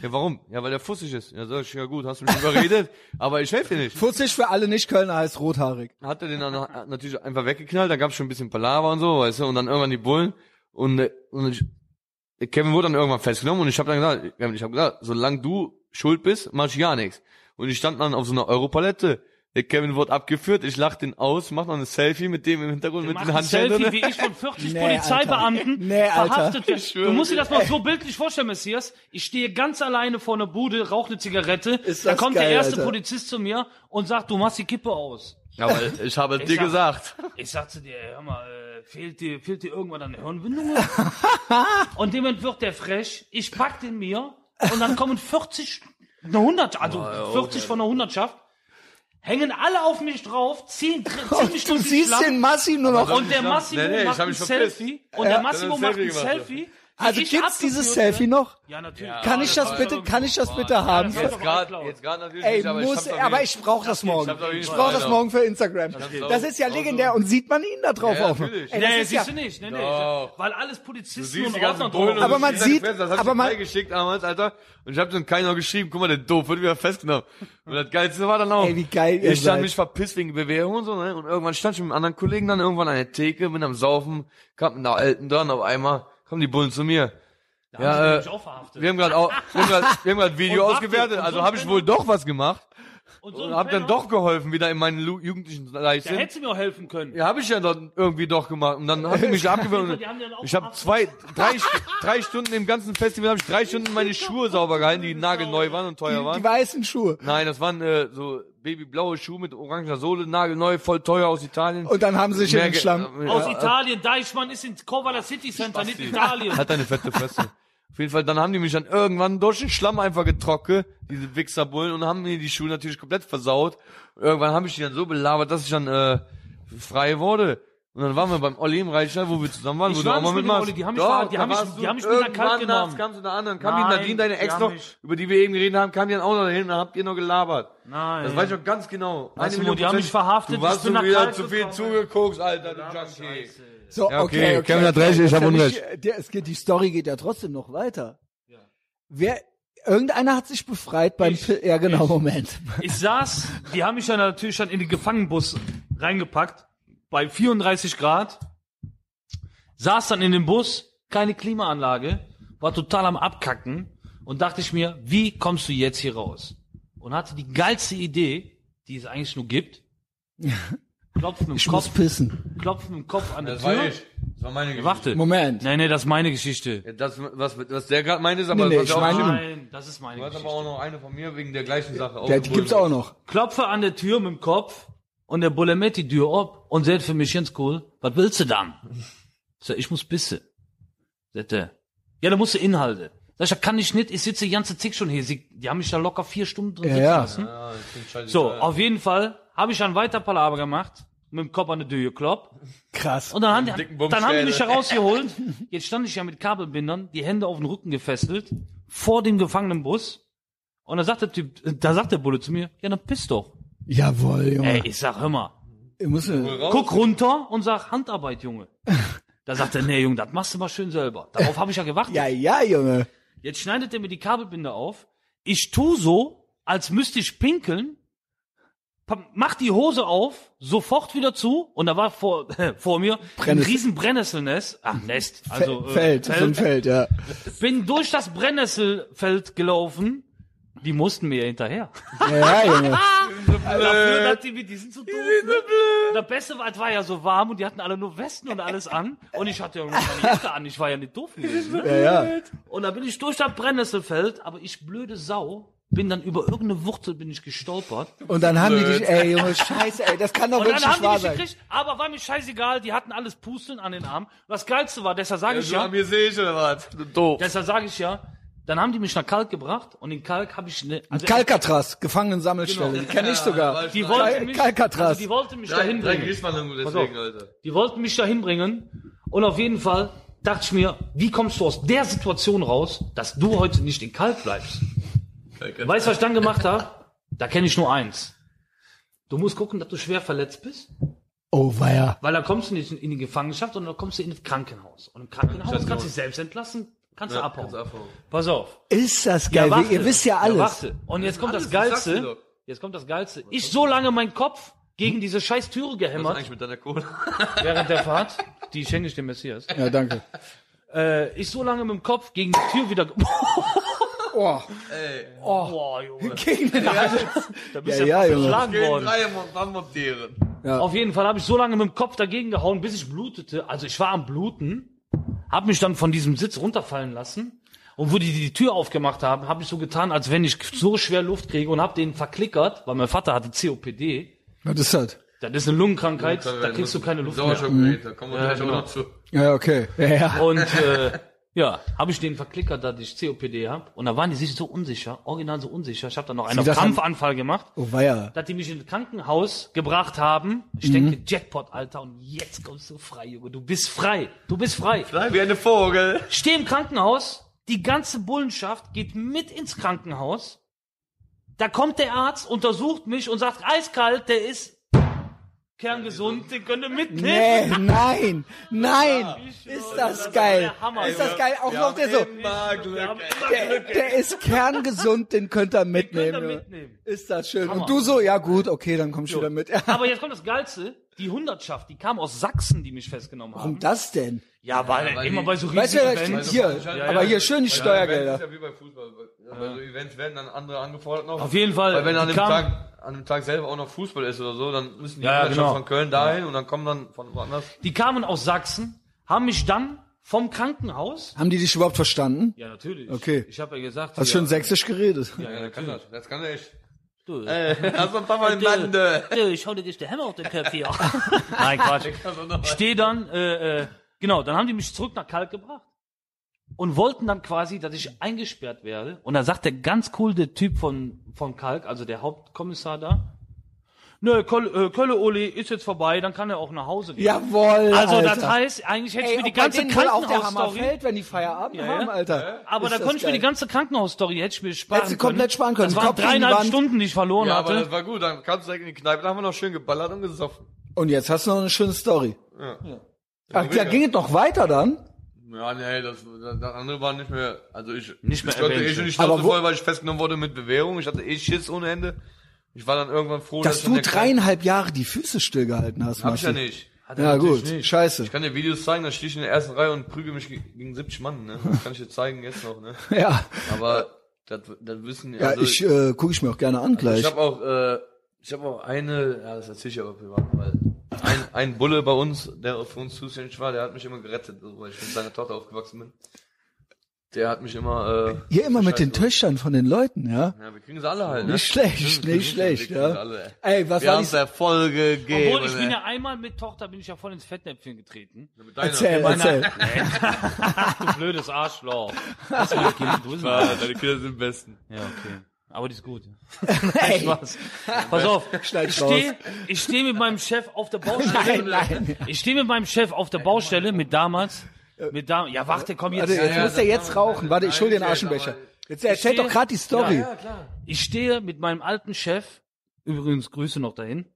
B: Ja, warum? Ja, weil der fussig ist. Ja, sag ich, ja gut, hast du mich überredet, aber ich helfe dir nicht.
A: Futzig für alle Nicht-Kölner heißt rothaarig.
B: Hat er den dann na- natürlich einfach weggeknallt, da gab's schon ein bisschen Palaver und so, weißt du, und dann irgendwann die Bullen und, äh, und ich, der Kevin wurde dann irgendwann festgenommen und ich habe dann gesagt, Kevin, ich habe gesagt, solange du schuld bist, mach ich gar nichts. Und ich stand dann auf so einer Europalette. Der Kevin wurde abgeführt, ich lach den aus, mach noch ein Selfie mit dem im Hintergrund mit
C: Mach
B: den
C: ein
B: Handschellen.
C: Selfie
B: drin.
C: wie ich von 40
A: Nee,
C: Polizeibeamten
A: Alter. Nee, Alter.
C: verhaftet
A: Ich
C: wird.
B: schwöre
C: Du musst dir das mal so bildlich vorstellen, Messias. Ich stehe ganz alleine vor einer Bude, rauche eine Zigarette.
A: Ist
C: Da
A: das
C: kommt der
A: geil,
C: erste
A: Alter.
C: Polizist zu mir und sagt, du machst die Kippe aus.
B: Aber ich habe es dir
C: sag-
B: gesagt.
C: Ich sagte dir, ey, hör mal, äh, fehlt dir, fehlt dir irgendwann eine Hirnwindung? und dem wird der frech. Ich pack den mir und dann kommen 40, eine 100, also 40 von der Hundertschaft, hängen alle auf mich drauf, ziehen, dr- ziehen mich
A: Und du
C: durch den
A: siehst
C: Schlamm.
A: den Massi nur noch.
C: Und der Massimo
B: Nee, nee, ich
C: macht
B: hab
C: ein
B: mich verpisst.
C: Selfie. Und der
A: Ja,
C: Massimo
B: dann
C: macht
B: hat er
C: ein
B: ein Selfie
C: Selfie.
A: Also
C: Ich
A: gibt's dieses
C: abgeführt
A: Selfie
C: werde.
A: noch?
C: Ja, natürlich.
A: Kann ich das bitte, kann ich das bitte haben?
C: das ist doch
B: Gerade,
C: geklaut.
B: jetzt gerade natürlich
A: Ey,
B: nicht, aber
A: muss,
B: ich hab's auf
A: aber
B: jeden-
A: ich brauche das morgen.
B: hab's auf jeden
A: Ich
B: Fall,
A: brauche das
B: Alter.
A: morgen für Instagram.
B: jeden
A: Das
B: Fall.
A: ist ja legendär und sieht man ihn da drauf
B: Ja,
A: auch noch?
B: natürlich.
A: Ey, das
C: Nee,
A: ist
C: siehst
A: ja,
C: du nicht. Nee, nee.
B: Doch.
C: Weil alles Polizisten
B: siehst
C: und
B: die ganzen
C: Ordner
B: Bullen
C: drauf
B: und
A: Aber man
B: siehst deine
A: sieht-
B: Fresse, das hab
A: aber
B: ich
A: man-
B: geschickt damals, Alter. Und ich habe dann keiner geschrieben, guck mal, der doof wird wieder festgenommen. Und das Geilste war dann auch.
A: Ey, wie geil ihr
B: Ich stand
A: seid.
B: mich verpisst wegen Bewährung und so, ne? Und irgendwann stand ich mit einem anderen Kollegen dann irgendwann an der Theke, bin am Saufen, kam mit einer Alten dran, auf einmal kommen die Bullen zu mir.
C: haben sie
B: ja, äh,
C: nämlich auch verhaftet.
B: wir haben gerade auch, wir haben grad, wir haben grad Video
C: Und warte,
B: ausgewertet,
C: und
B: also
C: so
B: habe ich
C: ein
B: wohl doch was gemacht
C: Und so
B: und
C: ein
B: habe dann
C: Penner-
B: doch geholfen wieder in meinen lu- jugendlichen
C: Da
B: Leichtsinn.
C: hättest du mir auch helfen können.
B: Ja, habe ich ja dann irgendwie doch gemacht. Und dann habe ich mich abgewöhnt. und
C: Die haben dann auch
B: Ich habe
C: verhaftet.
B: zwei, drei, St- drei Stunden im ganzen Festival habe ich drei Stunden meine Schuhe sauber gehalten, die nagelneu waren und teuer
A: die, die
B: waren.
A: weißen Schuhe.
B: Nein, das waren äh, so babyblaue Schuhe mit oranger Sohle, nagelneu, voll teuer aus Italien.
A: Und dann haben sie sich in den
B: Merke-
A: Schlamm.
B: äh,
C: Aus Italien, Deichmann ist in Kovala City Center, nicht in Italien.
B: Hat eine Halt fette Fresse. Auf jeden Fall, dann haben die mich dann irgendwann durch den Schlamm einfach getrocke, diese Wichserbullen, und haben mir die Schuhe natürlich komplett versaut. Und irgendwann habe ich die dann so belabert, dass ich dann äh, frei wurde. Und dann waren wir beim Olli im Reichstag, wo wir zusammen waren,
C: Ich
B: wo
C: war
B: du auch
C: nicht
B: mal mitmachst.
C: mit dem Olli, die haben mich
B: Doch,
C: ver- die
B: da
C: haben mich-
B: warst du.
C: die haben mich mit einer Kalt
B: Irgendwann
C: genommen.
B: nachts kamst du unter anderen, kam die
C: Nein,
B: Nadine, deine
C: die
B: Ex
C: haben
B: noch,
C: mich-
B: über die wir eben geredet haben, kam die dann auch noch dahin, und dann habt ihr noch gelabert.
C: Nein.
B: Das weiß ich noch ganz genau. Eine
C: Massimo,
B: Million
C: die haben mich
B: Prozent.
C: verhaftet,
B: Du
C: ich
B: warst
C: bin
B: so
C: nach
B: wieder
C: Kalk
B: zu viel
C: gekommen.
B: zugeguckt, Alter, du Junkie.
A: So,
B: Ja, okay,
A: okay, okay.
B: Kevin hat recht, ich
A: Ist
B: hab
A: ja nicht-
B: Unrecht.
A: Der, es geht, die Story geht ja trotzdem noch weiter. Wer, irgendeiner hat sich befreit beim,
C: Ich.
A: Pi- ja genau, Moment.
C: Ich saß, die haben mich dann natürlich dann in den Gefangenenbus reingepackt, bei 34 Grad, saß dann in dem Bus, keine Klimaanlage, war total am Abkacken Und dachte ich mir, wie kommst du jetzt hier raus? Und hatte die geilste Idee, die es eigentlich nur gibt. Klopfen im
A: Ich muss
C: Kopf,
A: pissen.
C: klopfen im Kopf an der
B: Das
C: Tür.
B: war ich. Das war meine Geschichte.
C: Warte.
A: Moment.
C: Nee, nee, das ist meine Geschichte.
B: Ja, Das, was, was der gerade meint, ist aber,
A: Nee, nee,
B: was
A: ich
B: auch,
A: meine-
C: Nein, das ist meine
B: du hast
C: Geschichte.
B: aber auch noch eine von mir wegen der gleichen Sache.
A: Der, die gibt's auch noch.
C: klopfe an der Tür mit dem Kopf und der Bulle macht die Tür ab und sagt für mich ganz cool, was willst du dann? Ich sag, ich muss bisse. Sagt er, ja, da musst du Inhalte. Sag ich, das kann ich nicht, ich sitze die ganze Zeit schon hier. Sie, die haben mich da locker vier Stunden drin
A: Ja,
C: sitzen
A: ja.
C: lassen.
B: Ja, ich bin scheißegal.
C: ne? So, auf jeden Fall habe ich dann weiter Palaver gemacht, mit dem Kopf an der Tür gekloppt
A: Krass.
C: und dann haben,
B: dicken
C: die, dann
B: Bumsschädel.
C: haben die mich herausgeholt. Jetzt stand ich ja mit Kabelbindern, die Hände auf den Rücken gefesselt, vor dem gefangenen Bus. Und da sagt der Typ, da sagt der Bulle zu mir, ja, dann piss doch.
A: Jawohl, Junge.
C: Ey, ich sag, hör mal,
A: Ich muss,
B: Hol raus.
C: guck runter und sag Handarbeit, Junge. Da sagt er, nee, Junge, das machst du mal schön selber. Darauf habe ich ja gewartet.
A: ja, ja, Junge.
C: Jetzt schneidet er mir die Kabelbinder auf. Ich tu so, als müsste ich pinkeln. Pa- Mach die Hose auf, sofort wieder zu. Und da war vor, vor mir ein
A: Brennnessel.
C: riesen Brennnesselnest. Ach, Nest. Also, äh,
A: Feld, so ein Feld, ja.
C: Bin durch das Brennnesselfeld gelaufen. Die mussten mir ja hinterher.
A: Ja, ja, Junge. Äh.
C: Dafür, dass die, mit- die sind so doof. ne? Das Beste war, es war ja so warm und die hatten alle nur Westen und alles an. Und ich hatte ja nur meine Jacke an. Ich war ja nicht doof gewesen. Ne?
A: Ja, ja.
C: Und da bin ich durch das Brennnesselfeld, aber ich blöde Sau, bin dann über irgendeine Wurzel bin ich gestolpert.
A: Und dann haben die
B: Blöd.
A: dich, ey, Junge, scheiße, ey, das kann doch
C: Und dann
A: wirklich nicht
C: haben die
A: wahr
C: mich
A: sein.
C: gekriegt, aber war mir scheißegal, die hatten alles Pusteln an den Armen. Was Geilste war, deshalb sage
B: Ja,
C: ich
B: so
C: ja,
B: an mir sehe ich oder was? Du doof.
C: deshalb sage ich ja, dann haben die mich nach Kalk gebracht und in Kalk habe ich ne, also
A: Kalkatras, Gefangenensammelstelle,
C: Genau.
A: die kenne ich sogar.
C: die
A: Kal-
C: wollten mich,
A: Kalkatras.
C: also die wollten mich
B: Drei,
C: dahin
B: drei
C: bringen.
B: Gerichtsverhandlungen
C: Pass
B: deswegen,
C: auf.
B: Alter.
C: Die wollten mich dahin bringen. Und auf jeden Fall dachte ich mir, wie kommst du aus der Situation raus, dass du heute nicht in Kalk bleibst?
B: Kalk-
C: Weißt du, was ich dann gemacht habe? Da kenne ich nur eins. Du musst gucken, dass du schwer verletzt bist,
A: Oh, weia.
C: weil da kommst du nicht in die Gefangenschaft, sondern da kommst du in das Krankenhaus. Und im Krankenhaus kannst du dich selbst entlassen, kannst du
B: Ja,
C: abhauen.
B: kannst abhauen.
C: Pass auf.
A: Ist das geil,
C: Ja, warte.
A: ihr wisst ja alles.
C: warte. Und jetzt kommt
B: alles,
C: das
B: ich sag's dir
C: Geilste.
B: doch.
C: Jetzt kommt das Geilste. Ich so lange meinen Kopf gegen diese scheiß Türe
B: Was ist
C: gehämmert
B: eigentlich mit deiner Kohle?
C: während der Fahrt. Die schenke ich dem Messias.
A: Ja, danke.
C: äh, ich so lange mit dem Kopf gegen die Tür wieder.
A: Oh,
B: Ey,
C: Boah, Junge.
A: gegen den
C: Da bist
A: Ja, Oh. ja,
C: du ja, fast
A: Junge.
C: geschlagen
B: gegen
C: worden.
B: drei Mammutieren.
C: Auf jeden Fall habe ich so lange mit dem Kopf dagegen gehauen, bis ich blutete. Also ich war am Bluten, habe mich dann von diesem Sitz runterfallen lassen. Und wo die die Tür aufgemacht haben, habe ich so getan, als wenn ich so schwer Luft kriege und habe den verklickert, weil mein Vater hatte COPD.
A: Was ist das?
C: Das ist eine Lungenkrankheit, da kriegst du keine Luft mehr.
B: Sauerstoffgerät, da kommen wir
C: Ja,
B: gleich auch
C: genau.
B: noch zu.
A: Ja, okay. Ja, ja.
C: Und äh, ja, habe ich den verklickert, dass ich COPD habe. Und da waren die sich so unsicher, original so unsicher. Ich habe dann noch einen auf
A: dachten-
C: Krampfanfall gemacht,
A: Oh, weia.
C: dass die mich ins Krankenhaus gebracht haben. Ich
A: Mhm.
C: denke, Jackpot, Alter, und jetzt kommst du frei, Junge. Du bist frei. Du bist frei.
B: Nein, wie eine Vogel.
C: Steh im Krankenhaus, die ganze Bullenschaft geht mit ins Krankenhaus. Da kommt der Arzt, untersucht mich und sagt, eiskalt, der ist kerngesund, den könnt ihr mitnehmen.
A: Nee, nein, nein.
C: Ja.
A: Ist
C: Das
A: das
C: war
A: geil.
C: der Hammer,
A: Ist das
C: Junge.
A: geil. Auch noch der so.
B: Immer
C: Wir haben
B: Glück, ey.
C: immer
A: Der,
C: Glück, ey.
A: der ist kerngesund, den könnt ihr
C: Könnt
A: mitnehmen.
C: ihr
A: Junge.
C: mitnehmen.
A: Ist das schön.
C: Hammer.
A: Und du so, ja gut, okay, dann kommst du
C: Jo.
A: wieder mit. Ja.
C: Aber jetzt kommt das Geilste. Die Hundertschaft, die kam aus Sachsen, die mich festgenommen haben.
A: Warum das denn?
C: Ja, weil,
B: weil
C: immer
B: die-
C: bei so
A: Weißt du,
C: riesigen
A: wer da steht?
C: Events.
A: Hier,
B: Ja, halt ja.
A: aber hier schön die
B: Ja,
A: Steuergelder.
B: Events ist ja wie bei Fußball. Ja. Bei so Events werden dann andere angefordert noch.
C: Auf jeden Fall.
B: Weil wenn an
C: Die
B: dem,
C: kamen-
B: Tag, an dem Tag selber auch noch Fußball ist oder so, dann müssen die
C: Ja,
B: Mannschaft
C: genau.
B: von Köln dahin und dann kommen dann von woanders.
C: Die kamen aus Sachsen, haben mich dann vom Krankenhaus.
A: Haben die dich überhaupt verstanden?
C: Ja, natürlich.
A: Okay.
C: Ich habe ja gesagt.
A: Hast
C: ja,
A: schön sächsisch geredet.
B: Ja, der kann das. Das kann er echt.
C: Du,
B: Lass ein paar Mal im Lande.
C: Äh, du, ich hau dir gleich den Hammer auf den Köpf hier. Nein, Quatsch. Ich Steh dann, äh, äh, genau, dann haben die mich zurück nach Kalk gebracht. Und wollten dann quasi, dass ich eingesperrt werde. Und dann sagt der ganz cool, der Typ von, von Kalk, also der Hauptkommissar da, Nö, Kölle, äh, Kölle Oli ist jetzt vorbei, dann kann er auch nach Hause gehen.
A: Jawohl.
C: Also
A: Alter.
C: das heißt, eigentlich hätte ich mir
A: Ey,
C: die
A: ob man
C: ganze
A: den Ball auf der Hammer
C: Krankenhausstory,
A: fällt, wenn die Feierabend
C: Ja, ja.
A: haben, Alter.
C: aber
A: Ist
C: da
A: das
C: konnte ich mir
A: geil.
C: die ganze Krankenhausstory hätte ich mir sparen
A: Hättest du
C: können.
A: komplett sparen können.
C: Das waren
A: Kopf gegen die
C: dreieinhalb
A: Wand.
C: Stunden, die ich verloren
B: Ja, aber
C: hatte.
B: das war gut. Dann kannst du direkt in die Kneipe. Da haben wir noch schön geballert und gesoffen.
A: Und jetzt hast du noch eine schöne Story. Ach, da
B: Ja.
A: ging es noch weiter dann.
B: Ja, nee, das, das, das andere war nicht mehr. Also ich,
C: Nicht mehr
B: ich hatte
C: erwähnt,
B: eh schon die
A: ja.
B: Schnauze
A: Aber wo-
B: voll, weil ich festgenommen wurde mit Bewährung. Ich hatte eh Schiss ohne Ende. Ich war dann irgendwann froh,
A: Dass
B: ich in
A: du
B: der Kneipe-
A: dreieinhalb Jahre die Füße stillgehalten hast,
B: Hab ich ja
A: Marcel.
B: nicht.
C: Hat er
A: Ja,
C: natürlich
A: gut.
C: nicht.
A: Scheiße.
B: Ich kann dir Videos zeigen, da stehe ich in der ersten Reihe und prüge mich ge- gegen 70 Mann, ne? Das kann ich dir zeigen jetzt noch, ne?
A: Ja,
B: Aber das, das wissen
A: ja
B: also,
A: ich äh, gucke ich mir auch gerne an gleich.
B: Ich habe auch, äh, ich habe auch eine, ja, das erzähle ich aber privat, weil ein, ein Bulle bei uns, der für uns zuständig war, der hat mich immer gerettet, also, weil ich mit seiner Tochter aufgewachsen bin. Der hat mich immer. Äh,
A: Hier immer mit den
B: Bescheid
A: Töchtern von den Leuten, ja?
B: Ja, wir kriegen sie alle halt, ne?
A: Nicht schlecht,
B: Wir
A: nicht
B: kriegen sie
A: schlecht,
B: alle,
A: ja.
B: wir kriegen sie alle,
A: Ey, was
B: Wir
A: war
B: haben
A: die?
B: Erfolge gegeben.
C: Obwohl, ich bin
B: ey.
C: ja einmal mit Tochter, bin ich ja voll ins Fettnäpfchen getreten.
B: Mit deiner-
A: Erzähl,
C: Meiner-
A: erzähl.
C: Du blödes Arschloch. Das ist mein Kind, du bist ein
B: Ah,
C: Arsch.
B: Deine Kinder sind am besten.
C: Ja, okay. Aber die ist gut.
A: Hey.
C: Spaß. Pass auf, ich
A: Schneid's
C: stehe ich steh mit meinem Chef auf der Baustelle.
A: Nein, nein.
C: Ich stehe mit meinem Chef auf der Baustelle mit damals. Mit dam ja, warte, komm jetzt.
A: Warte, jetzt
B: ja,
A: muss der
B: das
A: jetzt
B: war-
A: rauchen. Warte, ich hol dir einen
B: Nein, jetzt,
A: Aschenbecher.
B: aber-
A: Jetzt erzähl
C: stehe-
A: doch gerade die Story.
C: Ja, Ich stehe mit meinem alten Chef, übrigens Grüße noch dahin.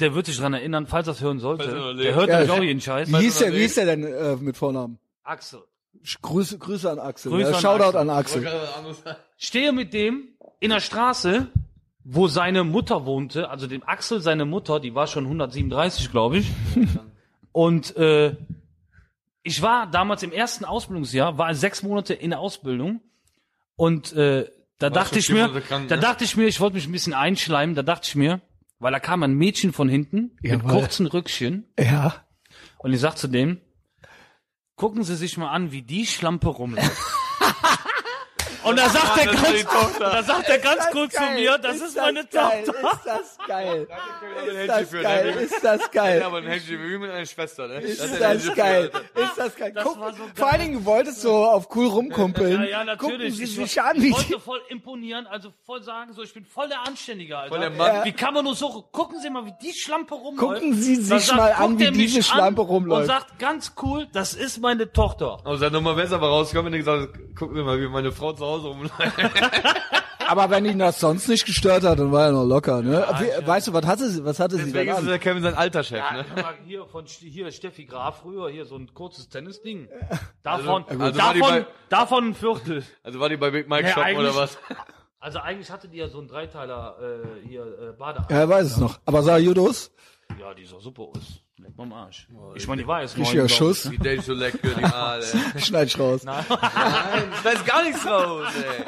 C: Der wird sich dran erinnern, falls er es hören sollte.
B: Falls er noch lebt.
C: Der hört
A: Ja.
C: nämlich auch jeden Scheiß.
A: Wie hieß der, wie
B: nicht.
A: hieß der denn äh, mit Vornamen?
C: Axel.
A: Sch- Grüße, Grüße an Axel.
C: Grüße
A: ja,
C: an
A: Shoutout
C: Axel.
A: an Axel.
C: stehe mit dem in der Straße, wo seine Mutter wohnte, also dem Axel, seine Mutter, die war schon 137, glaube ich. Und äh, ich war damals im ersten Ausbildungsjahr, war sechs Monate in der Ausbildung und äh, da dachte
B: schon
C: ich
B: vier
C: mir,
B: Monate krank,
C: da
B: ne?
C: dachte ich mir, ich wollte mich ein bisschen einschleimen, da dachte ich mir, weil da kam ein Mädchen von hinten mit
A: Jawohl.
C: kurzen Rückchen
A: Ja.
C: und ich sag zu dem, gucken Sie sich mal an, wie die Schlampe rumläuft. Und da sagt er ganz, da sagt er ganz kurz zu mir, das ist, meine
A: geil?
C: Tochter.
A: Ist das geil? Ist das
B: Händchen für,
A: geil?
B: ne?
A: Ist das geil?
B: Aber ein Händchen wie mit einer Schwester, ne?
A: Ist
B: ein
A: das
B: Händchen für,
A: geil?
B: Alter.
A: Ist das geil? Guck,
C: war so geil.
A: vor allen Dingen, du wolltest so auf cool rumkumpeln.
C: Ja, ja,
A: Gucken
C: natürlich.
A: Sie
C: Ich
A: sich an, wie die,
C: wollte voll imponieren, also voll sagen, so, ich bin voll der Anständige, Alter.
B: Voll der Mann.
C: Wie kann man nur so, gucken Sie mal, wie die Schlampe rumläuft.
A: gucken Sie
C: Dann
A: sich
C: sagt,
A: mal
C: guckt
A: an, wie
C: er mich
A: diese Schlampe
C: an Und
A: rumläuft.
C: sagt ganz cool, das ist meine Tochter.
B: Aber seid nochmal besser aber rausgekommen, wenn ihr gesagt habt, gucken wir mal, wie meine Frau zu Hause rumläuft.
A: Aber wenn ihn das sonst nicht gestört hat, dann war er noch locker, ne? Wie- Weißt du, was hatte sie, was hatte sie denn
B: Deswegen ist
A: an?
B: der Kevin sein alter Chef,
C: Ja,
B: ne?
C: guck mal, hier von St- hier Steffi Graf früher hier so ein kurzes Tennisding. Davon
B: Also- also war die
C: davon
B: bei-
C: davon ein Viertel.
B: Also war die bei Big Mike
C: Ja,
B: Shop
C: eigentlich-
B: oder was?
C: Also eigentlich hatte die ja so einen Dreiteiler äh, hier äh, Badeanzug.
A: Ja, er weiß es noch. Aber sah Judos,
C: Ja. die ist auch super aus. Leck mal am Arsch. ich meine, die war jetzt
A: richtiger
C: glaub ich.
A: Schuss,
B: Wie Dave so lecker, die Aale.
A: schneid ich raus.
B: Nein, da ist gar nichts raus, ey.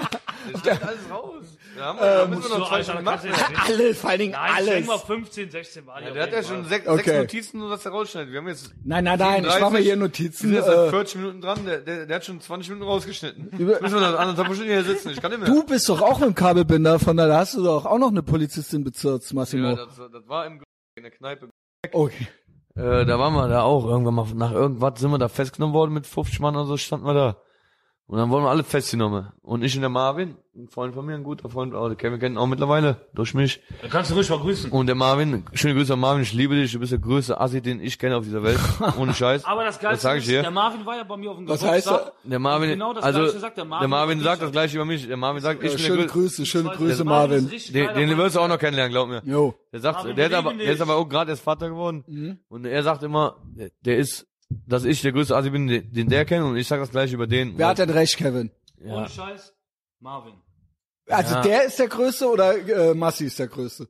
B: Da schmeckt alles raus. Da, haben wir, da
A: Ähm,
B: müssen wir
C: So,
B: noch zwei
C: Alter,
B: Stunden
C: kannst du
B: machen.
C: jetzt nicht-
A: Alle, vor allen Dingen
C: Nein, ich denk mal
A: alles.
C: 15, 16 Mal.
B: Der hat ja schon sechs,
A: Okay.
B: sechs Notizen, nur dass er rausschneidet. Wir haben jetzt
A: Nein, nein, nein, ich mache mir hier
B: 37. Wir
A: Notizen.
B: sind jetzt seit
A: Äh,
B: 40 Minuten dran, der, der, der hat schon 20 Minuten rausgeschnitten. Jetzt
A: Über-
B: müssen wir noch anderthalb Stunden hier sitzen, ich kann nicht mehr.
A: du bist doch auch mit dem Kabelbinder, von da hast du doch auch noch eine Polizistin bezirks,
B: ja,
A: Massimo.
B: das, das war im, in der Kneipe.
A: Okay.
B: Äh, da waren wir da auch irgendwann mal, nach irgendwas sind wir da festgenommen worden mit 50 Mann oder so, standen wir da. Und dann wurden wir alle festgenommen. Und ich und der Marvin, ein Freund von mir, ein guter Freund, oh, aber der Kevin kennt ihn auch mittlerweile, durch mich.
C: Dann kannst du ruhig mal grüßen.
B: Und der Marvin, schöne Grüße an Marvin, ich liebe dich, du bist der größte Assi, den ich kenne auf dieser Welt. Ohne Scheiß.
C: Aber das Geilste
B: das sag ich
C: ist,
B: dir.
C: der Marvin war ja bei mir auf dem
A: Was
C: Geburtstag.
A: heißt
B: Der Marvin,
C: genau das
B: also,
C: Gleiche sagt der Marvin.
B: der Marvin sagt das gleiche über mich. Der Marvin sagt, ich
A: Äh,
B: bin der
A: schöne
B: größte.
A: Grüße, schöne
C: Weißt du,
A: Grüße,
C: der ist
A: Marvin.
C: richtig
B: Den,
C: geiler
B: den
C: Mann.
B: wirst du auch noch kennenlernen, glaub mir.
A: Jo.
B: Der sagt,
C: Marvin,
B: der,
C: wir
B: ist aber,
C: lieben
B: der ist
C: dich.
B: aber auch gerade erst Vater geworden.
A: Mhm.
B: Und er sagt immer, der- der ist, dass ich der größte Asi bin, den den der kennt. Und ich sag das gleiche über den.
A: Wer hat denn recht, Kevin?
B: ja.
C: Ohne Scheiß, Marvin.
A: Also
B: Ja.
A: der ist der Größte oder äh, Massi ist der Größte?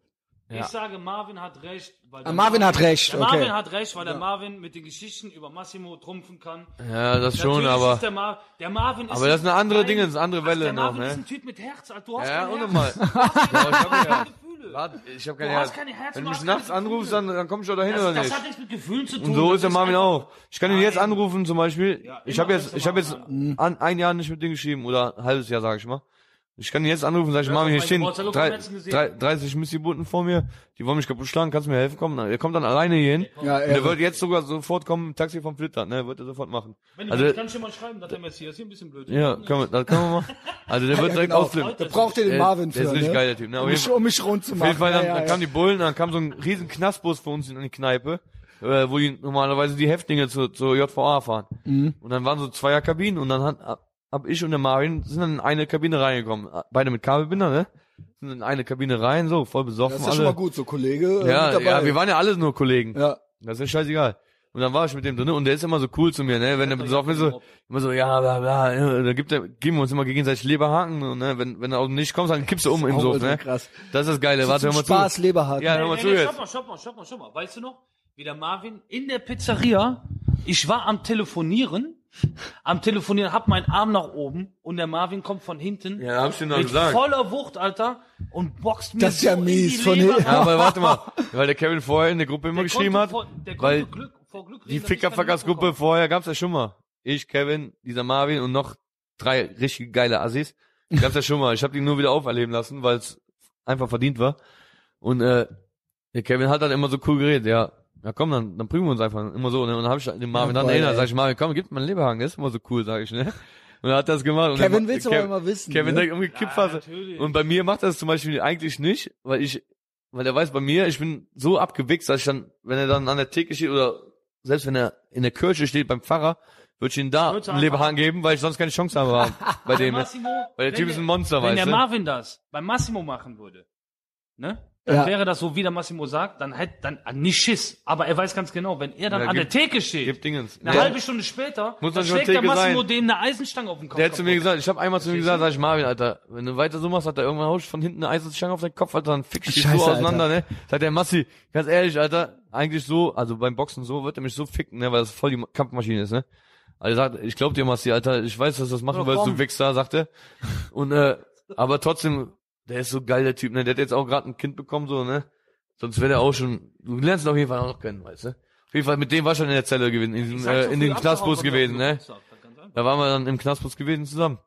B: Ja.
C: Ich sage, Marvin hat recht. Weil
A: Ah,
C: der
A: Marvin hat recht,
C: Der
A: okay.
C: Marvin hat recht, weil der Marvin mit den Geschichten über Massimo trumpfen kann.
B: ja, das schon,
C: Natürlich
B: aber.
C: Ist der, Mar der Marvin ist
B: Aber das ist eine andere
C: Nein.
B: Dinge, das ist eine andere
C: Ach,
B: Welle
C: der
B: noch,
C: Marvin ist
B: ne?
C: ein Typ mit Herz, Alter. Du hast
B: Ja,
C: kein
B: ohne
C: Herz.
B: mal.
C: Du hast
B: Boah, ich hab
C: keine
B: ja-
C: Gefühle.
B: Warte, ich hab kein
C: Du
B: Herz.
C: hast keine Herz,
B: Wenn
C: du
B: du mich
C: hast
B: nachts
C: keine Gefühle.
B: anrufst, dann, dann komm ich doch dahin,
C: Das,
B: oder
C: das
B: nicht?
C: hat nichts mit Gefühlen zu tun.
B: Und so
C: das
B: ist der Marvin
C: einfach-
B: auch. Ich kann ihn jetzt
C: Nein.
B: anrufen zum Beispiel.
C: Ja,
B: ich
C: immer
B: habe jetzt,
C: kannst du
B: ich habe jetzt
C: Marvin
B: an, ein Jahr nicht mit dem geschrieben oder ein halbes Jahr, sage ich mal. Ich kann ihn jetzt anrufen, sag ich,
C: hast
B: Marvin,
C: auch
B: hier
C: meinen
B: stehen
C: Geburtstag auf dem
B: drei,
C: letzten gesehen.
B: drei, 30 Missgebuten vor mir, die wollen mich kaputt schlagen, kannst du mir helfen? Komm, er kommt dann alleine hier hin.
A: Ja,
B: Und er
A: er,
B: wird jetzt sogar sofort kommen, Taxi vom Flitter, ne, wird er sofort machen.
C: Wenn du
B: Also,
C: willst, kannst du mal schreiben, dass der Messias hier ein bisschen blöd ist.
B: ja, können wir, das können wir machen. Also, der wird direkt
A: genau.
B: ausflippen. Äh,
A: da braucht ihr den
B: Der-
A: Marvin für,
B: der ist richtig
A: ne?
B: geil, der Typ, ne? Auf
A: Um
B: jeden
A: mich,
B: Fall.
A: um mich rund zu
B: Auf
A: machen.
B: jeden Fall, dann,
A: ja, ja,
B: dann kamen die Bullen, dann kam so ein riesen Knastbus für uns in die Kneipe, äh, wo die normalerweise die Häftlinge zur, zur JVA fahren.
A: Mhm.
B: Und dann waren so zweier Kabinen und dann hat, ab- hab ich und der Marvin sind dann in eine Kabine reingekommen. Äh, Beide mit Kabelbinder, ne? Sind in eine Kabine rein, so, voll besoffen
A: Das ist ja
B: alle.
A: schon mal gut, so Kollege äh,
B: Ja,
A: mit dabei.
B: ja, wir waren ja alles nur Kollegen.
A: ja.
B: Das ist ja scheißegal. Und dann war ich mit dem drinne und der ist immer so cool zu mir, ne? Wenn der besoffen ist, so, immer so, ja, bla, bla, ja, da gibt er, geben wir uns immer gegenseitig Leberhaken, und, ne? Wenn, wenn er auf nicht kommst, dann kippst du um im
A: auch
B: Sof,
A: ultra
B: ne?
A: krass.
B: Das ist das Geile, warte,
A: Zum
B: hör mal zu.
A: Spaß, Leberhaken.
B: Ja,
C: Ey,
B: hör mal
C: ey,
B: zu
C: ey,
B: jetzt.
C: Stopp mal, stopp mal, stopp mal, stopp mal. Weißt du noch? wie der Marvin in der Pizzeria. Ich war am Telefonieren, am Telefonieren, hab meinen Arm nach oben und der Marvin kommt von hinten
B: Ja, hab ich dir noch
C: mit
B: gesagt.
C: voller Wucht, Alter, und boxt mir
A: Das ist ja
C: so
A: mies
C: in die
A: von
C: Leber.
A: hinten.
B: Ja, aber warte mal, weil der Kevin vorher in der Gruppe immer
C: Der
B: geschrieben
C: konnte
B: hat,
C: vor- der konnte
B: weil
C: Glück, vor Glück
B: die
C: reden, dass ich keine
B: Fickerfuckers-Gruppe
C: mitbekommen
B: vorher gab's ja schon mal. Ich, Kevin, dieser Marvin und noch drei richtig geile Assis. Gab's ja schon mal. Ich habe die nur wieder auferleben lassen, weil es einfach verdient war. Und äh, der Kevin hat dann immer so cool geredet, ja. Ja komm, dann, dann prüfen wir uns einfach. Immer so, ne? Und dann habe ich den Marvin
A: Ja,
B: dann
A: voll,
B: erinnert,
A: ey.
B: sag ich, Marvin, komm, gib mir einen Leberhang, der ist immer so cool, sag ich, ne? Und er hat das gemacht. Und
A: Kevin
B: der-
A: will's
B: Kev-
A: aber immer wissen.
B: Kevin
A: ne?
B: denkt umgekippt also
C: Ja,
B: ja,
C: natürlich.
B: Und bei mir macht er das zum Beispiel eigentlich nicht, weil ich, weil er weiß, bei mir, ich bin so abgewichst, dass ich dann, wenn er dann an der Theke steht oder selbst wenn er in der Kirche steht beim Pfarrer, würde ich ihm da
C: Würdest du
B: einen
C: einfach-
B: Leberhahn geben, weil ich sonst keine Chance habe hab bei dem.
C: Massimo,
B: Weil der
C: wenn
B: Typ ist ein Monster,
C: Wenn
B: weißt
C: der
B: du?
C: Marvin das bei Massimo machen würde, ne? Dann
A: Ja.
C: wäre das so, wie der Massimo sagt, dann hätte dann ah, nicht Schiss. Aber er weiß ganz genau, wenn er dann
B: Ja,
C: an
B: gib-
C: der Theke steht,
B: Gib Dingens.
C: eine
B: der,
C: halbe Stunde später,
B: Muss
C: dann
B: doch schon
C: schlägt der
B: Theke
C: Massimo
B: sein.
C: dem eine Eisenstange auf den Kopf.
B: der hat zu mir
C: kaputt.
B: gesagt, ich habe einmal zu mir
C: Verstehst
B: gesagt, sag ich, Marvin, Alter, wenn du weiter so machst, hat er irgendwann haust von hinten eine Eisenstange auf deinen Kopf, Alter, dann fick ich dich so
A: Scheiße,
B: auseinander, ne? Sagt der Massi, ganz ehrlich, Alter, eigentlich so, also beim Boxen so, wird er mich so ficken, ne, weil das voll die Ma- Kampfmaschine ist, ne? Also sagt, ich glaub dir, Massi, Alter, ich weiß, dass du das machen
C: Ja,
B: willst,
C: komm.
B: du Wichser, sagt er. Und, äh, aber trotzdem, der ist so geil, der Typ, ne? Der hat jetzt auch gerade ein Kind bekommen, so, ne? Sonst wäre der auch schon, du lernst ihn auf jeden Fall auch noch kennen, weißt du? Auf jeden Fall, mit dem war schon in der Zelle gewesen, in,
C: Ich
B: diesem,
C: sag halt so
B: äh,
C: früh
B: in dem
C: abgehauen
B: Knastbus
C: von der
B: gewesen, ne?
C: Geburtstag, das kann sein.
B: Da waren wir dann im Knastbus gewesen zusammen.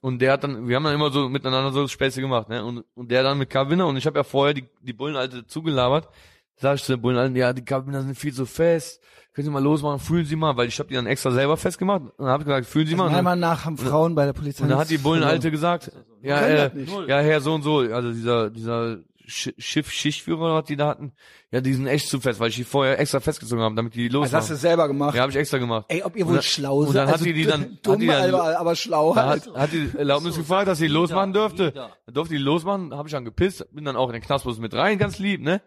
B: Und der hat dann, wir haben dann immer so miteinander so Späße gemacht, ne? Und, und der dann mit Karabiner und ich habe ja vorher die, die Bullenalte zugelabert. Sag ich zu der Bullenalten, ja, die Karabiner sind viel zu fest. Können Sie mal losmachen, fühlen Sie mal, weil ich habe die dann extra selber festgemacht und dann habe gesagt, fühlen Sie mal.
A: Also
B: Und dann-
A: einmal nach haben Frauen bei der Polizei.
B: und dann hat die Bullenalte gesagt, ja,
A: Können
B: äh,
A: das nicht.
B: ja, Herr so und so, also dieser, dieser Sch- Schiff, Schichtführer, was die da haten, ja, die sind echt zu fest, weil ich die vorher extra festgezogen habe, damit die
A: Also hast du
B: losmachen.
A: es selber gemacht.
B: Ja, habe ich extra gemacht.
A: Ey, ob ihr
B: Und
A: wohl
B: dann-
A: schlau
B: und
A: seid.
B: dann hat
A: also
B: die die dann-
A: dumm,
B: hat die dann-
A: aber, aber schlau
B: Da
A: halt.
B: hat, hat die Erlaubnis
C: So,
B: gefragt, dass sie
C: wieder,
B: losmachen dürfte.
C: wieder.
B: Da durfte die losmachen, habe ich dann gepisst, bin dann auch in den Knastbus mit rein, ganz lieb, ne?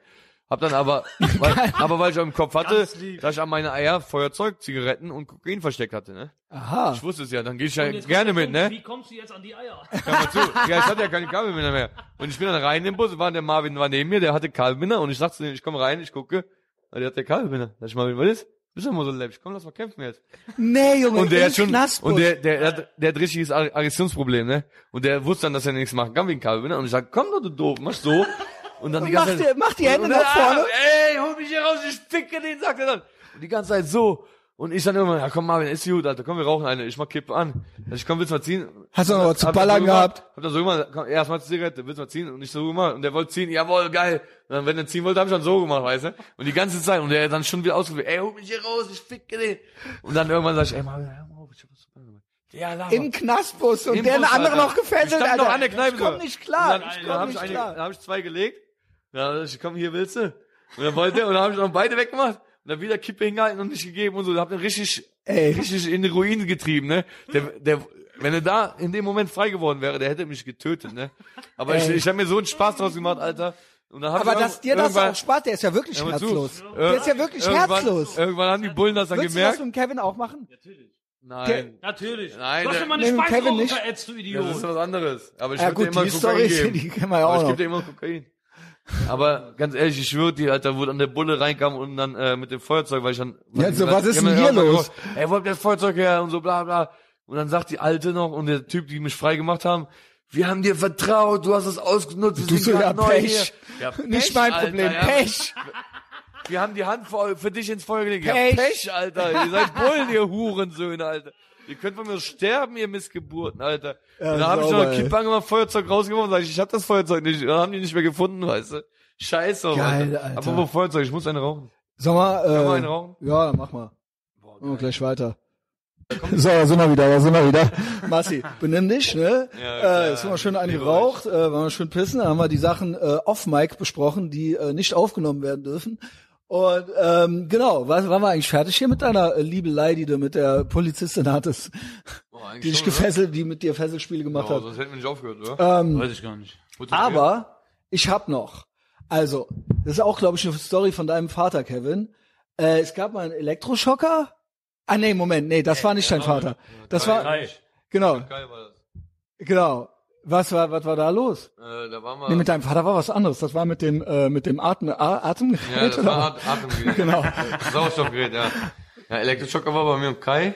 B: Hab dann aber, weil, aber weil ich auch im Kopf hatte,
C: Ganz lieb.
B: dass ich an meine Eier Feuerzeug, Zigaretten und Kokain versteckt hatte, ne?
A: Aha.
B: Ich wusste es ja, dann gehe ich ja
C: Und jetzt
B: gerne
C: kommt der
B: mit,
C: Punkt,
B: ne?
C: Wie kommst du jetzt an die Eier?
B: Hör mal zu. Ja, ich hatte ja keine Kabelbinder mehr. Und ich bin dann rein in den Bus, war der Marvin war neben mir, der hatte Kabelbinder und ich sagte zu dem, ich komme rein, ich gucke, und der hat der Kabelbinder. Sag ich, Marvin, was ist? Bist du mal so läppisch? Komm, lass mal kämpfen jetzt.
A: Nee, Junge,
B: Und der
A: im
B: hat schon,
A: Knastbus.
B: und der, der, der, hat, der hat richtiges Ar- Aggressionsproblem, ne? Und der wusste dann, dass er nichts machen kann wegen Kabelbinder. ne? Und ich sag, komm doch, du doof, mach so. Und dann die
A: mach,
B: ganze Zeit,
A: die, mach die Hände
B: und
A: nach
B: dann,
A: vorne.
B: Ah, ey, hol mich hier raus, ich ficke den, sagt er dann. Und die ganze Zeit so. Und ich dann irgendwann, ja komm Marvin, ist gut, Alter, komm, wir rauchen eine, ich mach Kippe an. Also ich komm, willst du mal ziehen?
A: Hast du noch
B: Hab-
A: was zu
B: hab dann
A: ballern
B: so gemacht,
A: gehabt?
B: Hab dann so gemacht, komm, erstmal Zigarette, willst du mal ziehen? Und ich so gemacht. Und der wollte ziehen, jawohl, geil. Und dann, wenn er ziehen wollte, hab ich dann so gemacht, weißt du? Und die ganze Zeit, und der dann schon wieder ausgeführt, ey, hol mich hier raus, ich ficke den. Und dann irgendwann sag ich, ey Marvin, hör mal auf, ich hab was zu ballern gemacht. Ja, laber.
A: Im Knastbus. Und
B: ah. Im
A: der
B: Bus,
A: eine andere
B: Alter.
A: noch gefesselt,
B: Ich stand
A: Alter.
B: noch an der Kneipe.
A: ich komm nicht klar.
B: Und dann,
A: Ich
B: dann
A: komm
B: habe ich,
A: nicht
B: eine-
A: klar.
B: dann hab ich zwei gelegt. Dann hab ich, komm, hier willst du. Und dann wollte er, und dann habe ich noch beide weggemacht. Und dann wieder Kippe hingehalten und nicht gegeben und so. Da hab den richtig,
A: Ey.
B: richtig in die Ruine getrieben, ne? Der, der, wenn er da in dem Moment frei geworden wäre, der hätte mich getötet, ne? Aber ich,
A: Ey.
B: ich habe mir so einen Spaß draus gemacht, Alter. Und dann hab
A: Aber
B: ich
A: dass dir das
B: irgendwann-
A: auch spart, der ist ja wirklich
B: Hör mal zu.
A: herzlos.
B: Ir-
A: Der ist ja wirklich
B: irgendwann,
A: herzlos.
B: Irgendwann haben die Bullen das dann
A: Würdest du das
B: gemerkt.
A: mit dem Kevin auch machen?
C: Natürlich.
B: Nein.
C: Natürlich.
B: Nein,
C: du hast
B: der-
C: ja mal eine
A: Nee, mit Kevin
C: Speicherung
A: nicht.
C: verätzt, du
B: Das ist
C: Idiot.
B: was anderes. Aber ich
A: Ja
B: würd dir
A: gut,
B: immer
A: die
B: Kokain
A: Story,
B: geben.
A: die kennen wir ja
B: Aber
A: auch
B: ich gebe
A: noch.
B: dir immer Kokain. Aber ganz ehrlich, ich schwöre dir, Alter, wo dann der Bulle reinkam und dann äh, mit dem Feuerzeug, weil ich dann...
A: Ja, so,
B: weil-
A: was ist
B: die haben
A: denn
B: dann
A: hier
B: irgendwann
A: los?
B: gesagt, Ey, wo habt ihr das Feuerzeug her? Und so bla bla. Und dann sagt die Alte noch und der Typ, die mich frei gemacht haben, wir haben dir vertraut, du hast es ausgenutzt, wir
A: Du so,
B: grad
A: ja,
B: neu
A: Pech.
B: hier. Ja,
A: Nicht
B: Pech,
A: mein
B: Alter,
A: Problem.
B: ja.
A: Pech.
B: Wir haben die Hand für, für dich ins Feuer gelegt.
A: Pech.
B: Ja, Pech, Alter. Ihr seid Bullen, ihr Hurensöhne, Alter. Ihr könnt von mir sterben, ihr Missgeburten, Alter.
A: Ja,
B: und da habe ich noch
A: sauber,
B: einen
A: ey.
B: Kippang gemacht, Feuerzeug rausgeworfen und sag ich, ich hab das Feuerzeug nicht. Und dann haben die nicht mehr gefunden, weißt du. Scheiße,
A: Geil, Alter.
B: Aber wo Feuerzeug, ich muss einen rauchen.
A: Sag mal, äh,
B: mal einen rauchen?
A: ja, mach mal. Machen wir gleich weiter. So, da sind wir wieder, da sind wir wieder. Massi, benimm dich, ne?
B: Ja,
A: äh,
B: klar.
A: jetzt haben wir schön einen
B: Liebe
A: geraucht, äh, waren wir schön pissen, dann haben wir die Sachen äh, off-Mic besprochen, die äh, nicht aufgenommen werden dürfen. Und ähm, genau, war, waren wir eigentlich fertig hier mit deiner äh, Liebelei, die du mit der Polizistin hattest,
B: Boah, eigentlich
A: die dich
B: schon, oder?
A: gefesselt, die mit dir Fesselspiele gemacht
B: Ja,
A: hat.
B: sonst hätten wir nicht aufgehört, oder?
A: Ähm,
C: Weiß ich gar nicht.
B: Kurz und knapp.
A: aber ich hab noch. Also, das ist auch, glaube ich, eine Story von deinem Vater, Kevin. Äh, es gab mal einen Elektroschocker. Ah, nee, Moment, nee, das war nicht dein Vater. Das war,
C: Reich.
A: genau,
B: Geil war das.
A: genau. Was war, was war da los?
B: Äh, da waren wir.
A: Nee, mit deinem Vater war was anderes. Das war mit dem, äh, mit dem Atem, A Atemgerät.
B: ja, das
A: oder
B: war At- Atemgerät.
A: Genau.
B: Sauerstoffgerät, ja. Ja, Elektroschocker war bei mir und Kai.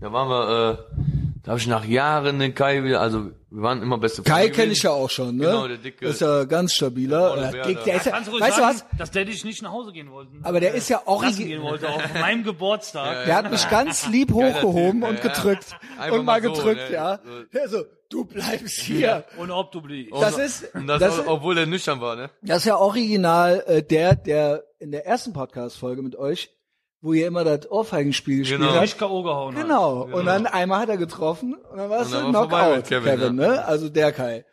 B: Da waren wir, äh, da habe ich nach Jahren den Kai wieder, also wir waren immer beste
A: was? Kai
B: Freunde
A: kenne
B: gewesen.
A: ich ja auch schon, ne?
B: Genau, der dicke-
A: Ist ja ganz stabiler.
B: Der
A: Oder
B: Bär,
A: dick,
B: der-
A: der ist ja,
C: Kannst ruhig
A: weißt du
C: sagen,
A: was?
C: dass der dich nicht nach Hause gehen wollte. ne? Äh,
A: Aber der ist ja
C: Lassen
A: originell.
C: gehen wollte, auf meinem Geburtstag.
A: Der hat mich ganz lieb
B: Geiler
A: hochgehoben
B: Typ,
A: und
B: ja,
A: gedrückt.
B: ja. Einfach
A: Und mal
B: mal so,
A: gedrückt,
B: ne?
A: ja. Der so, du bleibst hier.
C: Ohne ob du bliebst.
B: Und-
A: Das ist-
B: und das,
A: das
B: auch-
A: ist-
B: obwohl er nüchtern war, ne?
A: Das ist ja original äh, der, der in der ersten Podcast-Folge mit euch, wo ihr immer das Ohrfeigenspiel gespielt
B: Genau.
A: habt.
C: Nicht K.O. gehauen. hat.
A: Genau. Und dann einmal hat er getroffen und dann war es
B: Und dann
A: ein
B: war vorbei
A: Knockout,
B: mit
A: Kevin,
B: Kevin, ja.
A: ne? Also der Kai.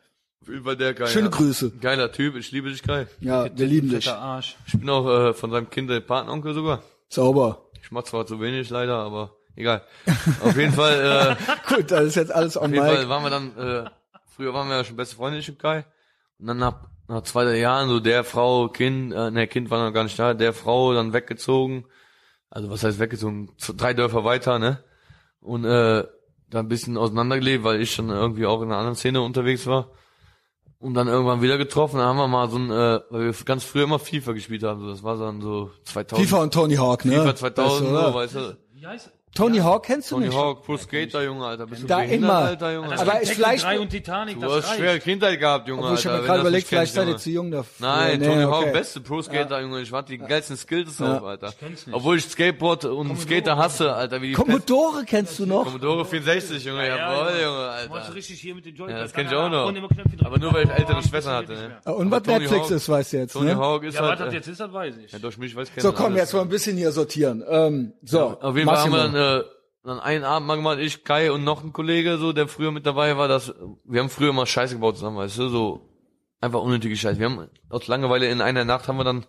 B: Über der Kai.
A: Schöne
B: ja.
A: Grüße.
B: Geiler Typ, ich liebe dich, Kai.
A: Ja, wir lieben dich.
C: Fetter Arsch.
B: Ich bin auch äh, von seinem Kind der Patenonkel sogar.
A: Sauber.
B: Ich mach zwar zu wenig leider, aber egal. Auf jeden Fall, äh,
A: Gut, das ist jetzt alles on
B: auf jeden Fall
A: Mike.
B: waren wir dann, äh, früher waren wir ja schon beste Freunde, ich und Kai. Und dann nach, nach zwei drei Jahren, so der Frau, Kind, äh, ne, Kind war noch gar nicht da, der Frau dann weggezogen. Also was heißt weggezogen? Z- Drei Dörfer weiter, ne? Und äh, da ein bisschen auseinandergelebt, weil ich schon irgendwie auch in einer anderen Szene unterwegs war. Und dann irgendwann wieder getroffen, dann haben wir mal so ein, äh, weil wir ganz früher immer FIFA gespielt haben, so, das war dann so 2000.
A: FIFA und Tony Hawk, ne?
B: FIFA 2000,
A: Weißt du,
B: so,
A: ne?
B: weißt du.
C: Wie heißt
A: Tony Hawk kennst du
B: Tony
A: nicht.
B: Hawk, Pro Skater, Junge, Alter. Bist du
A: Da
B: behindert,
A: immer.
B: Alter, Junge?
A: Aber
C: Tekken
A: ist vielleicht-
C: 3 und Titanic,
B: du
C: das
B: hast
C: reicht.
B: schwere Kindheit gehabt, Junge,
A: Obwohl, ich
B: Alter.
A: habe mir
B: wenn
A: gerade
B: das
A: überlegt,
B: nicht kennst,
A: vielleicht seid ihr
B: Junge.
A: zu jung dafür.
B: Nein,
A: Nee,
B: Tony Hawk,
A: okay.
B: beste Pro Skater, Junge. Ich hatte die geilsten Skills drauf, Alter. Ich
C: kenn's nicht.
B: Obwohl ich Skateboard und Skater hasse, Alter, wie die Pest.
A: Commodore kennst du noch?
B: Commodore 64, Junge,
C: Ja,
B: jawohl,
C: Junge.
B: Junge,
C: Du musst
B: Alter.
C: richtig hier mit dem Joy.
B: Ja, das kenn ich auch noch. Aber nur,
C: Ah,
B: weil ich ältere Schwestern hatte, ne?
A: Und
B: Aber
A: was
B: Tony
A: Netflix
B: Hawk-
A: ist, weißt du jetzt,
B: Tony
A: ne?
B: Hawk ist
C: Ja, was das
B: halt, äh,
C: jetzt ist, das weiß ich.
B: ja, durch mich weiß keiner.
A: So, komm,
B: Genau, alles.
A: jetzt mal ein bisschen hier sortieren. Ähm, so,
B: Auf jeden Fall haben wir
A: Massimo.
B: dann, äh, dann einen Abend mal gemacht, ich, Kai und noch ein Kollege, so, der früher mit dabei war, dass, wir haben früher mal Scheiße gebaut zusammen, weißt du, so, einfach unnötige Scheiße. Wir haben, aus Langeweile in einer Nacht haben wir dann,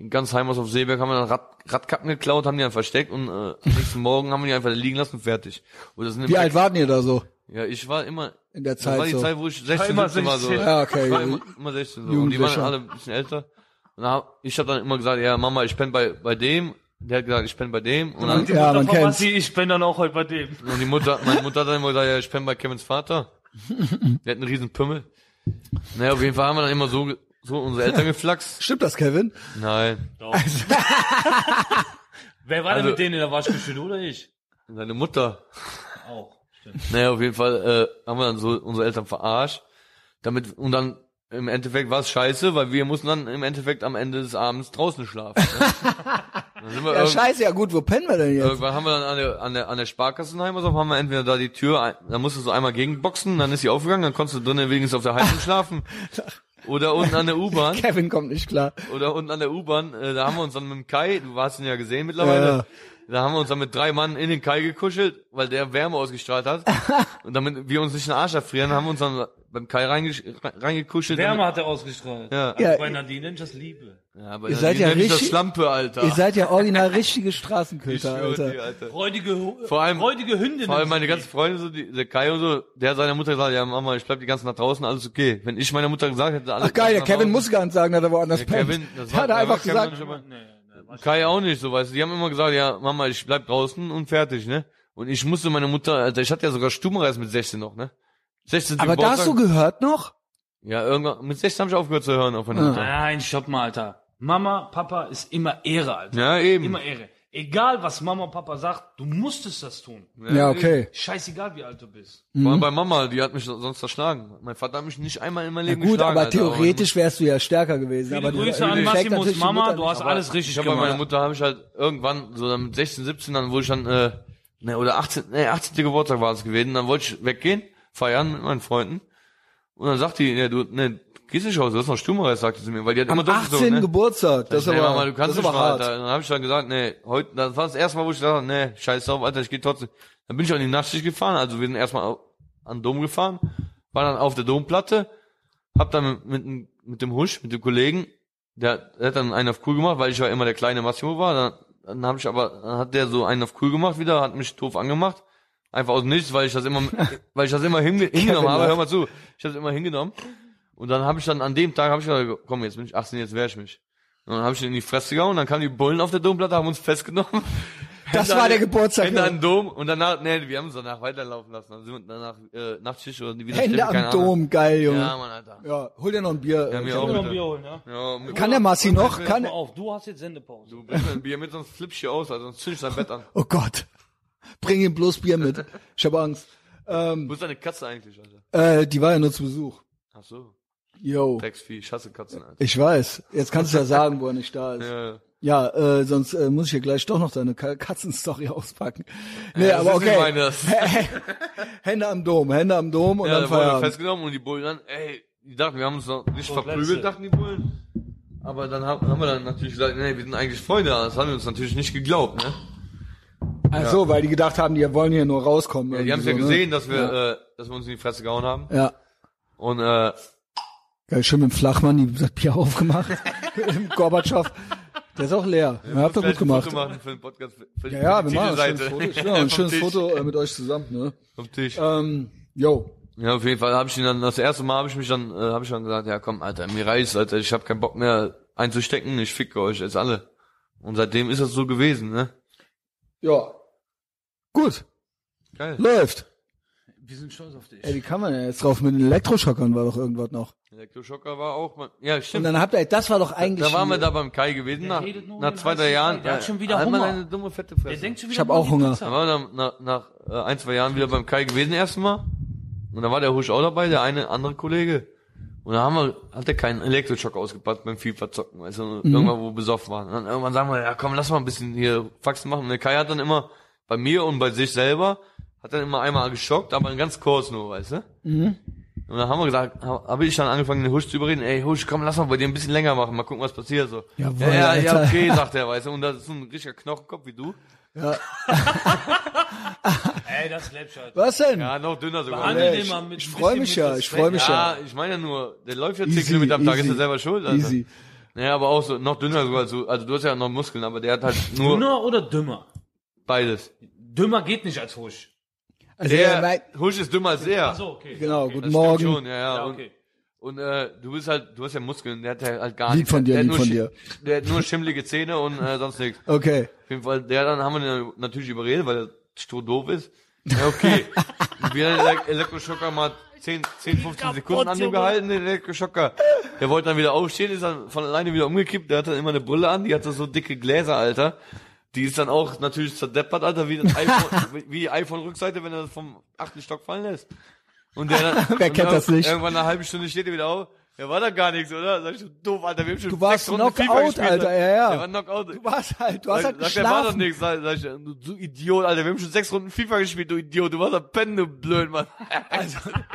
B: in ganz Heimhaus auf Seeberg haben wir dann Rad, Radkappen geklaut, haben die dann versteckt und, äh, am nächsten Morgen haben wir die einfach liegen lassen, fertig. Und das sind
A: Wie
B: immer-
A: alt waren ihr da so
B: Ja, ich war immer,
A: in der
B: das war
A: Zeit
B: die
A: so?
B: Zeit, wo ich 16,
C: immer
B: 17 war, so.
C: 16.
A: Ja,
B: Ich war immer,
A: okay.
B: immer 16 so. Und die
A: Jugendlicher.
B: waren dann alle ein bisschen älter. Und dann hab, ich habe dann immer gesagt, ja, Mama, ich penne bei, bei dem. Der hat gesagt, ich penne bei dem. Und dann,
A: Ja, man kennt's.
C: Ich bin dann auch heute bei dem.
B: und die Mutter, meine Mutter hat dann immer gesagt, ja, ich penne bei Kevins Vater. Der hat einen riesen Pimmel. Naja, auf jeden Fall haben wir dann immer so, ge- so unsere Eltern geflaxt.
A: Stimmt das, Kevin?
B: Nein.
C: Wer war
B: Also-
C: denn mit denen in der Waschküche, du oder ich?
B: Seine Mutter.
C: Auch.
B: Naja, auf jeden Fall äh, haben wir dann so unsere Eltern verarscht. Damit, und dann im Endeffekt war es scheiße, weil wir mussten dann im Endeffekt am Ende des Abends draußen schlafen. Ne? Dann sind wir
A: Ja,
B: irgend-
A: scheiße, ja gut, wo pennen wir denn jetzt?
B: Irgendwann haben wir dann an der, an der, an der Sparkasse in Heimersdorf, haben wir entweder da die Tür, ein- da musstest du einmal gegenboxen, dann ist sie aufgegangen, dann konntest du drinnen wenigstens auf der Heizung schlafen. Oder unten an der U-Bahn,
A: Kevin kommt nicht klar.
B: oder unten an der U-Bahn, äh, da haben wir uns dann mit dem Kai, du hast ihn ja gesehen mittlerweile,
A: Ja, ja.
B: da haben wir uns dann mit drei Mann in den Kai gekuschelt, weil der Wärme ausgestrahlt hat. Und damit wir uns nicht den Arsch erfrieren, haben wir uns dann beim Kai reingesch- rein- reingekuschelt.
C: Wärme hat er ausgestrahlt. Also
B: Ja.
A: Ja,
C: Bei Nadine nennt das Liebe.
B: ja, aber
A: Ihr seid
B: die
A: ja
B: nenn ich das
A: richtig-
B: Schlampe, Alter.
A: Ihr seid ja original richtige
B: Ich
A: Straßenköter,
B: schwöre dir,
A: Alter.
B: Alter.
C: Freudige, Hu- äh,
B: Vor allem-
C: freudige Hündin.
B: Vor allem meine ganzen Freunde, so die, der Kai und so, der hat seiner Mutter gesagt, ja Mama, ich bleib die ganze Nacht draußen, alles okay. Wenn ich meiner Mutter gesagt hätte, alles
A: Ach geil, der
B: nach
A: Kevin
B: draußen.
A: muss gar nicht sagen, dass er woanders
B: Der
A: pennt.
B: genau. Kevin, das
A: Der hat
B: war-
A: er
B: der war
A: einfach
B: Kevin
A: gesagt,
B: schon mal-
C: Nee, nee, nee,
B: Kai auch nicht, so weißt du. Die haben immer gesagt, ja Mama, ich bleib draußen und fertig, ne? Und ich musste meine Mutter, Alter, ich hatte ja sogar Stubenreis mit 16 noch, ne? 16.
A: aber da hast du
B: Geburtstag.
A: gehört noch?
B: Ja, irgendwann, mit 16 habe ich aufgehört zu hören auf meine
A: Ja.
B: Mutter.
C: Nein, stopp mal, Alter. Mama, Papa ist immer Ehre, Alter.
B: Ja, eben.
C: Immer Ehre. Egal, was Mama und Papa sagt, du musstest das tun.
A: Ja, okay. Mhm.
C: Scheißegal, wie alt du bist.
B: Vor allem bei Mama, die hat mich sonst zerschlagen. Mein Vater hat mich nicht einmal in meinem
A: Ja,
B: Leben
A: gut,
B: geschlagen.
A: aber
B: Alter. meine
A: theoretisch wärst du ja stärker gewesen.
C: Viele
A: aber du-
C: Grüße
A: du
C: an
A: schlägt
C: Massimos
A: natürlich die
C: Mama,
A: Mutter
C: du
A: nicht,
C: hast
A: aber-
C: alles richtig
B: Ich habe bei
C: gemacht.
B: meiner Mutter habe ich halt irgendwann so dann mit 16, 17, dann wurde ich dann äh, ne oder 18, ne 18. Geburtstag war es gewesen, dann wollte ich weggehen, feiern mit meinen Freunden und dann sagt die, ne du ne gehst nicht raus, du hast noch Stummreis, sagte sie mir, weil die hat
A: Am
B: immer doch ne?
A: 18. Geburtstag, das ist
B: nee,
A: aber,
B: Mama, du kannst
A: das ist
B: nicht
A: aber
B: mal,
A: hart.
B: halt, Alter. Und Dann habe ich dann gesagt, nee, heute, das war das erste Mal, wo ich gesagt habe, nee, scheiß drauf, Alter, ich gehe trotzdem. Dann bin ich an die Nachtschicht gefahren, also wir sind erstmal au- an den Dom gefahren, war dann auf der Domplatte, hab dann mit, mit, mit dem Husch, mit dem Kollegen, der, der hat dann einen auf cool gemacht, weil ich ja immer der kleine Massimo war, dann, dann habe ich aber, dann hat der so einen auf cool gemacht wieder, hat mich doof angemacht. Einfach aus dem Nichts, weil ich das immer, weil ich das immer hinge hingenommen habe.
A: lacht.
B: Hör mal zu, ich habe immer hingenommen. Und dann habe ich dann an dem Tag habe ich gesagt, komm, jetzt bin ich 18, jetzt wehr ich mich. Und dann habe ich ihn in die Fresse gehauen, dann kamen die Bullen auf der Domplatte, haben uns festgenommen.
A: Das
B: Hände
A: war
B: an-
A: der Geburtstag.
B: Hände
A: ja.
B: an den Dom und danach, nee, wir haben es danach weiterlaufen lassen. Dann sind wir danach äh, Nachtschicht oder wieder
A: Hände
B: Stimme,
A: am
B: keine
A: Dom,
B: Ahnung.
A: geil, Junge.
B: Ja,
A: Ja,
B: Mann, Alter.
A: hol dir noch ein Bier.
B: Ja, mir
A: Ich hab-
B: auch.
C: Noch
B: bitte.
C: ein Bier holen, ja?
B: Ja, um mit-
A: Kann der Marci noch? Kann,
C: Hör auf, du hast jetzt Sendepause.
B: Du bringst mir ein Bier mit, sonst flippst du hier aus, also sonst zündest du dein Bett an.
A: oh Gott. Bring ihm bloß Bier mit. Ich habe Angst. Ähm,
B: Wo ist deine Katze eigentlich, Alter?
A: Äh, die war ja nur zu Besuch.
B: Ach so.
A: Yo.
B: Drecksvieh, ich hasse Katzen, Alter.
A: Ich weiß. Jetzt kannst du ja sagen, wo er nicht da ist.
B: Ja.
A: Ja, äh, sonst äh, muss ich ja gleich doch noch deine Ka- Katzenstory auspacken. Nee,
B: das
A: aber
B: ist nicht
A: okay.
B: meine, das-
A: Hände am Dom, Hände am Dom und
B: Ja,
A: dann
B: da wurden wir
A: Feierabend.
B: festgenommen und die Bullen dann, ey, die dachten, wir haben uns noch nicht
C: So, letzte.
B: verprügelt, dachten die Bullen. Aber dann haben, haben wir dann natürlich gesagt, nee, wir sind eigentlich Freunde, das haben wir uns natürlich nicht geglaubt, ne?
A: Ach so, weil die gedacht haben, die wollen hier nur rauskommen.
B: Ja, die
A: irgendwie
B: haben es
A: so, ne?
B: ja gesehen, dass wir,
A: Ja.
B: äh, dass wir uns in die Fresse gehauen haben.
A: Ne? Ja.
B: Und, äh,
A: Geil, schön mit dem Flachmann, die hat Bier aufgemacht. Im Gorbatschow. Der ist auch leer. Ja, habt ihr gut
B: vielleicht ein
A: gemacht.
B: Foto machen für den Podcast, für
A: Ja, ja,
B: die
A: wir machen ein schönes
B: Titelseite.
A: Foto. Ja, ein
B: Vom
A: schönes
B: Tisch,
A: Foto äh, mit euch zusammen, ne?
B: Vom Tisch.
A: Ähm, yo.
B: Ja, auf jeden Fall habe ich ihn dann, das erste Mal habe ich mich dann, äh, habe ich dann gesagt, ja komm, Alter, mir reicht's, Alter, ich habe keinen Bock mehr einzustecken, ich ficke euch jetzt alle. Und seitdem ist das so gewesen, ne?
A: Ja. Gut.
B: Geil.
A: Läuft.
C: Wir sind stolz auf dich.
A: Ey, wie kann man denn jetzt drauf? Mit den Elektroschockern war doch irgendwas noch.
B: Elektroschocker war auch mal, ja
A: Und
B: stimmt,
A: dann habt ihr, das war doch eigentlich.
B: da waren wir da beim Kai gewesen,
C: Der
B: nach,
C: redet nur
B: nach
C: den
B: zwei, drei
C: heißen
B: Jahren.
C: Brei, der hat schon wieder
B: einmal
C: Hunger.
B: eine dumme, fette
C: Der
B: Fresse.
C: denkt schon wieder
A: Ich hab
C: nur an
A: auch
C: die
A: Hunger.
B: Da
C: Pizza.
B: waren wir nach, nach, nach äh, ein, zwei Jahren wieder beim Kai gewesen erstmal. Und da war der Husch auch dabei, der eine andere Kollege. Und da haben wir, hat der keinen Elektroschock ausgepackt beim FIFA-Zocken, weißt du,
A: Mhm.
B: irgendwann, wo wir besoffen waren. Und dann irgendwann sagen wir, ja komm, lass mal ein bisschen hier Faxen machen. Und der Kai hat dann immer, bei mir und bei sich selber, hat dann immer einmal geschockt, aber ganz kurz nur, weißt du?
A: Mhm.
B: Und dann haben wir gesagt, habe hab ich dann angefangen, den Husch zu überreden, ey Husch, komm, lass mal bei dir ein bisschen länger machen, mal gucken, was passiert so.
A: Jawohl,
B: ja, ja, ja,
A: Alter.
B: okay, sagt er, weißt du, und das ist ein richtiger Knochenkopf wie du.
C: Ey, das läppst halt.
A: Was denn?
B: Ja, noch dünner sogar.
C: Behandle
A: Ey,
C: den mal mit
A: ich
C: ein
A: freu
C: bisschen
A: mich
C: mit
A: ja,
C: Respekt.
A: ich freu mich ja.
B: Ja, ich meine ja nur, der läuft ja 10
A: Easy,
B: Kilometer am Tag, ist
A: easy,
B: er selber schuld. Alter.
A: easy.
B: Ja, aber auch so, noch dünner sogar. So, also du hast ja noch Muskeln, aber der hat halt nur
C: Dünner oder dümmer?
B: beides.
C: Dümmer geht nicht als Husch.
A: Also, ja, mein,
B: Der Husch ist dümmer als er.
C: Ach so, okay.
A: genau,
C: Okay.
A: guten
B: Das stimmt
A: Morgen.
B: Schon, ja, ja.
C: Ja,
B: Und,
C: okay.
B: und äh, du bist halt, du hast ja Muskeln, der hat ja halt gar
A: Lieb
B: nichts.
A: von dir,
B: der
A: lieb
B: hat nur
A: von
B: schi-
A: dir.
B: Der hat nur schimmelige Zähne und äh, sonst nichts.
A: Okay.
B: Auf jeden Fall, der dann haben wir den natürlich überredet, weil er stur doof ist. Ja, okay. Wir haben den Elek- Elektroschocker mal 10, 10 15 Sekunden an dem gehalten, den Elektroschocker. Der wollte dann wieder aufstehen, ist dann von alleine wieder umgekippt, der hat dann immer eine Brille an, die hat so dicke Gläser, Alter. Die ist dann auch natürlich zerdeppert, Alter, wie, das iPhone, wie- wie die iPhone-Rückseite, wenn er das vom achten Stock fallen lässt. Und der dann,
A: Wer
B: und
A: kennt das nicht?
B: Irgendwann eine halbe Stunde steht er wieder auf. Ja, war da gar nichts, oder? Sag ich so, doof, Alter, wir haben schon
A: Du warst
B: sechs Runden FIFA
A: Knockout,
B: gespielt,
A: Alter, ja, ja.
B: Der war Knockout.
A: Du warst halt, du hast halt
B: Sag- sagt, der war
A: geschlafen.
B: doch nichts. Sag, sag ich, du, du Idiot, Alter. Wir haben schon sechs Runden FIFA gespielt, du Idiot. Du warst am Pennen, du blöd, Mann.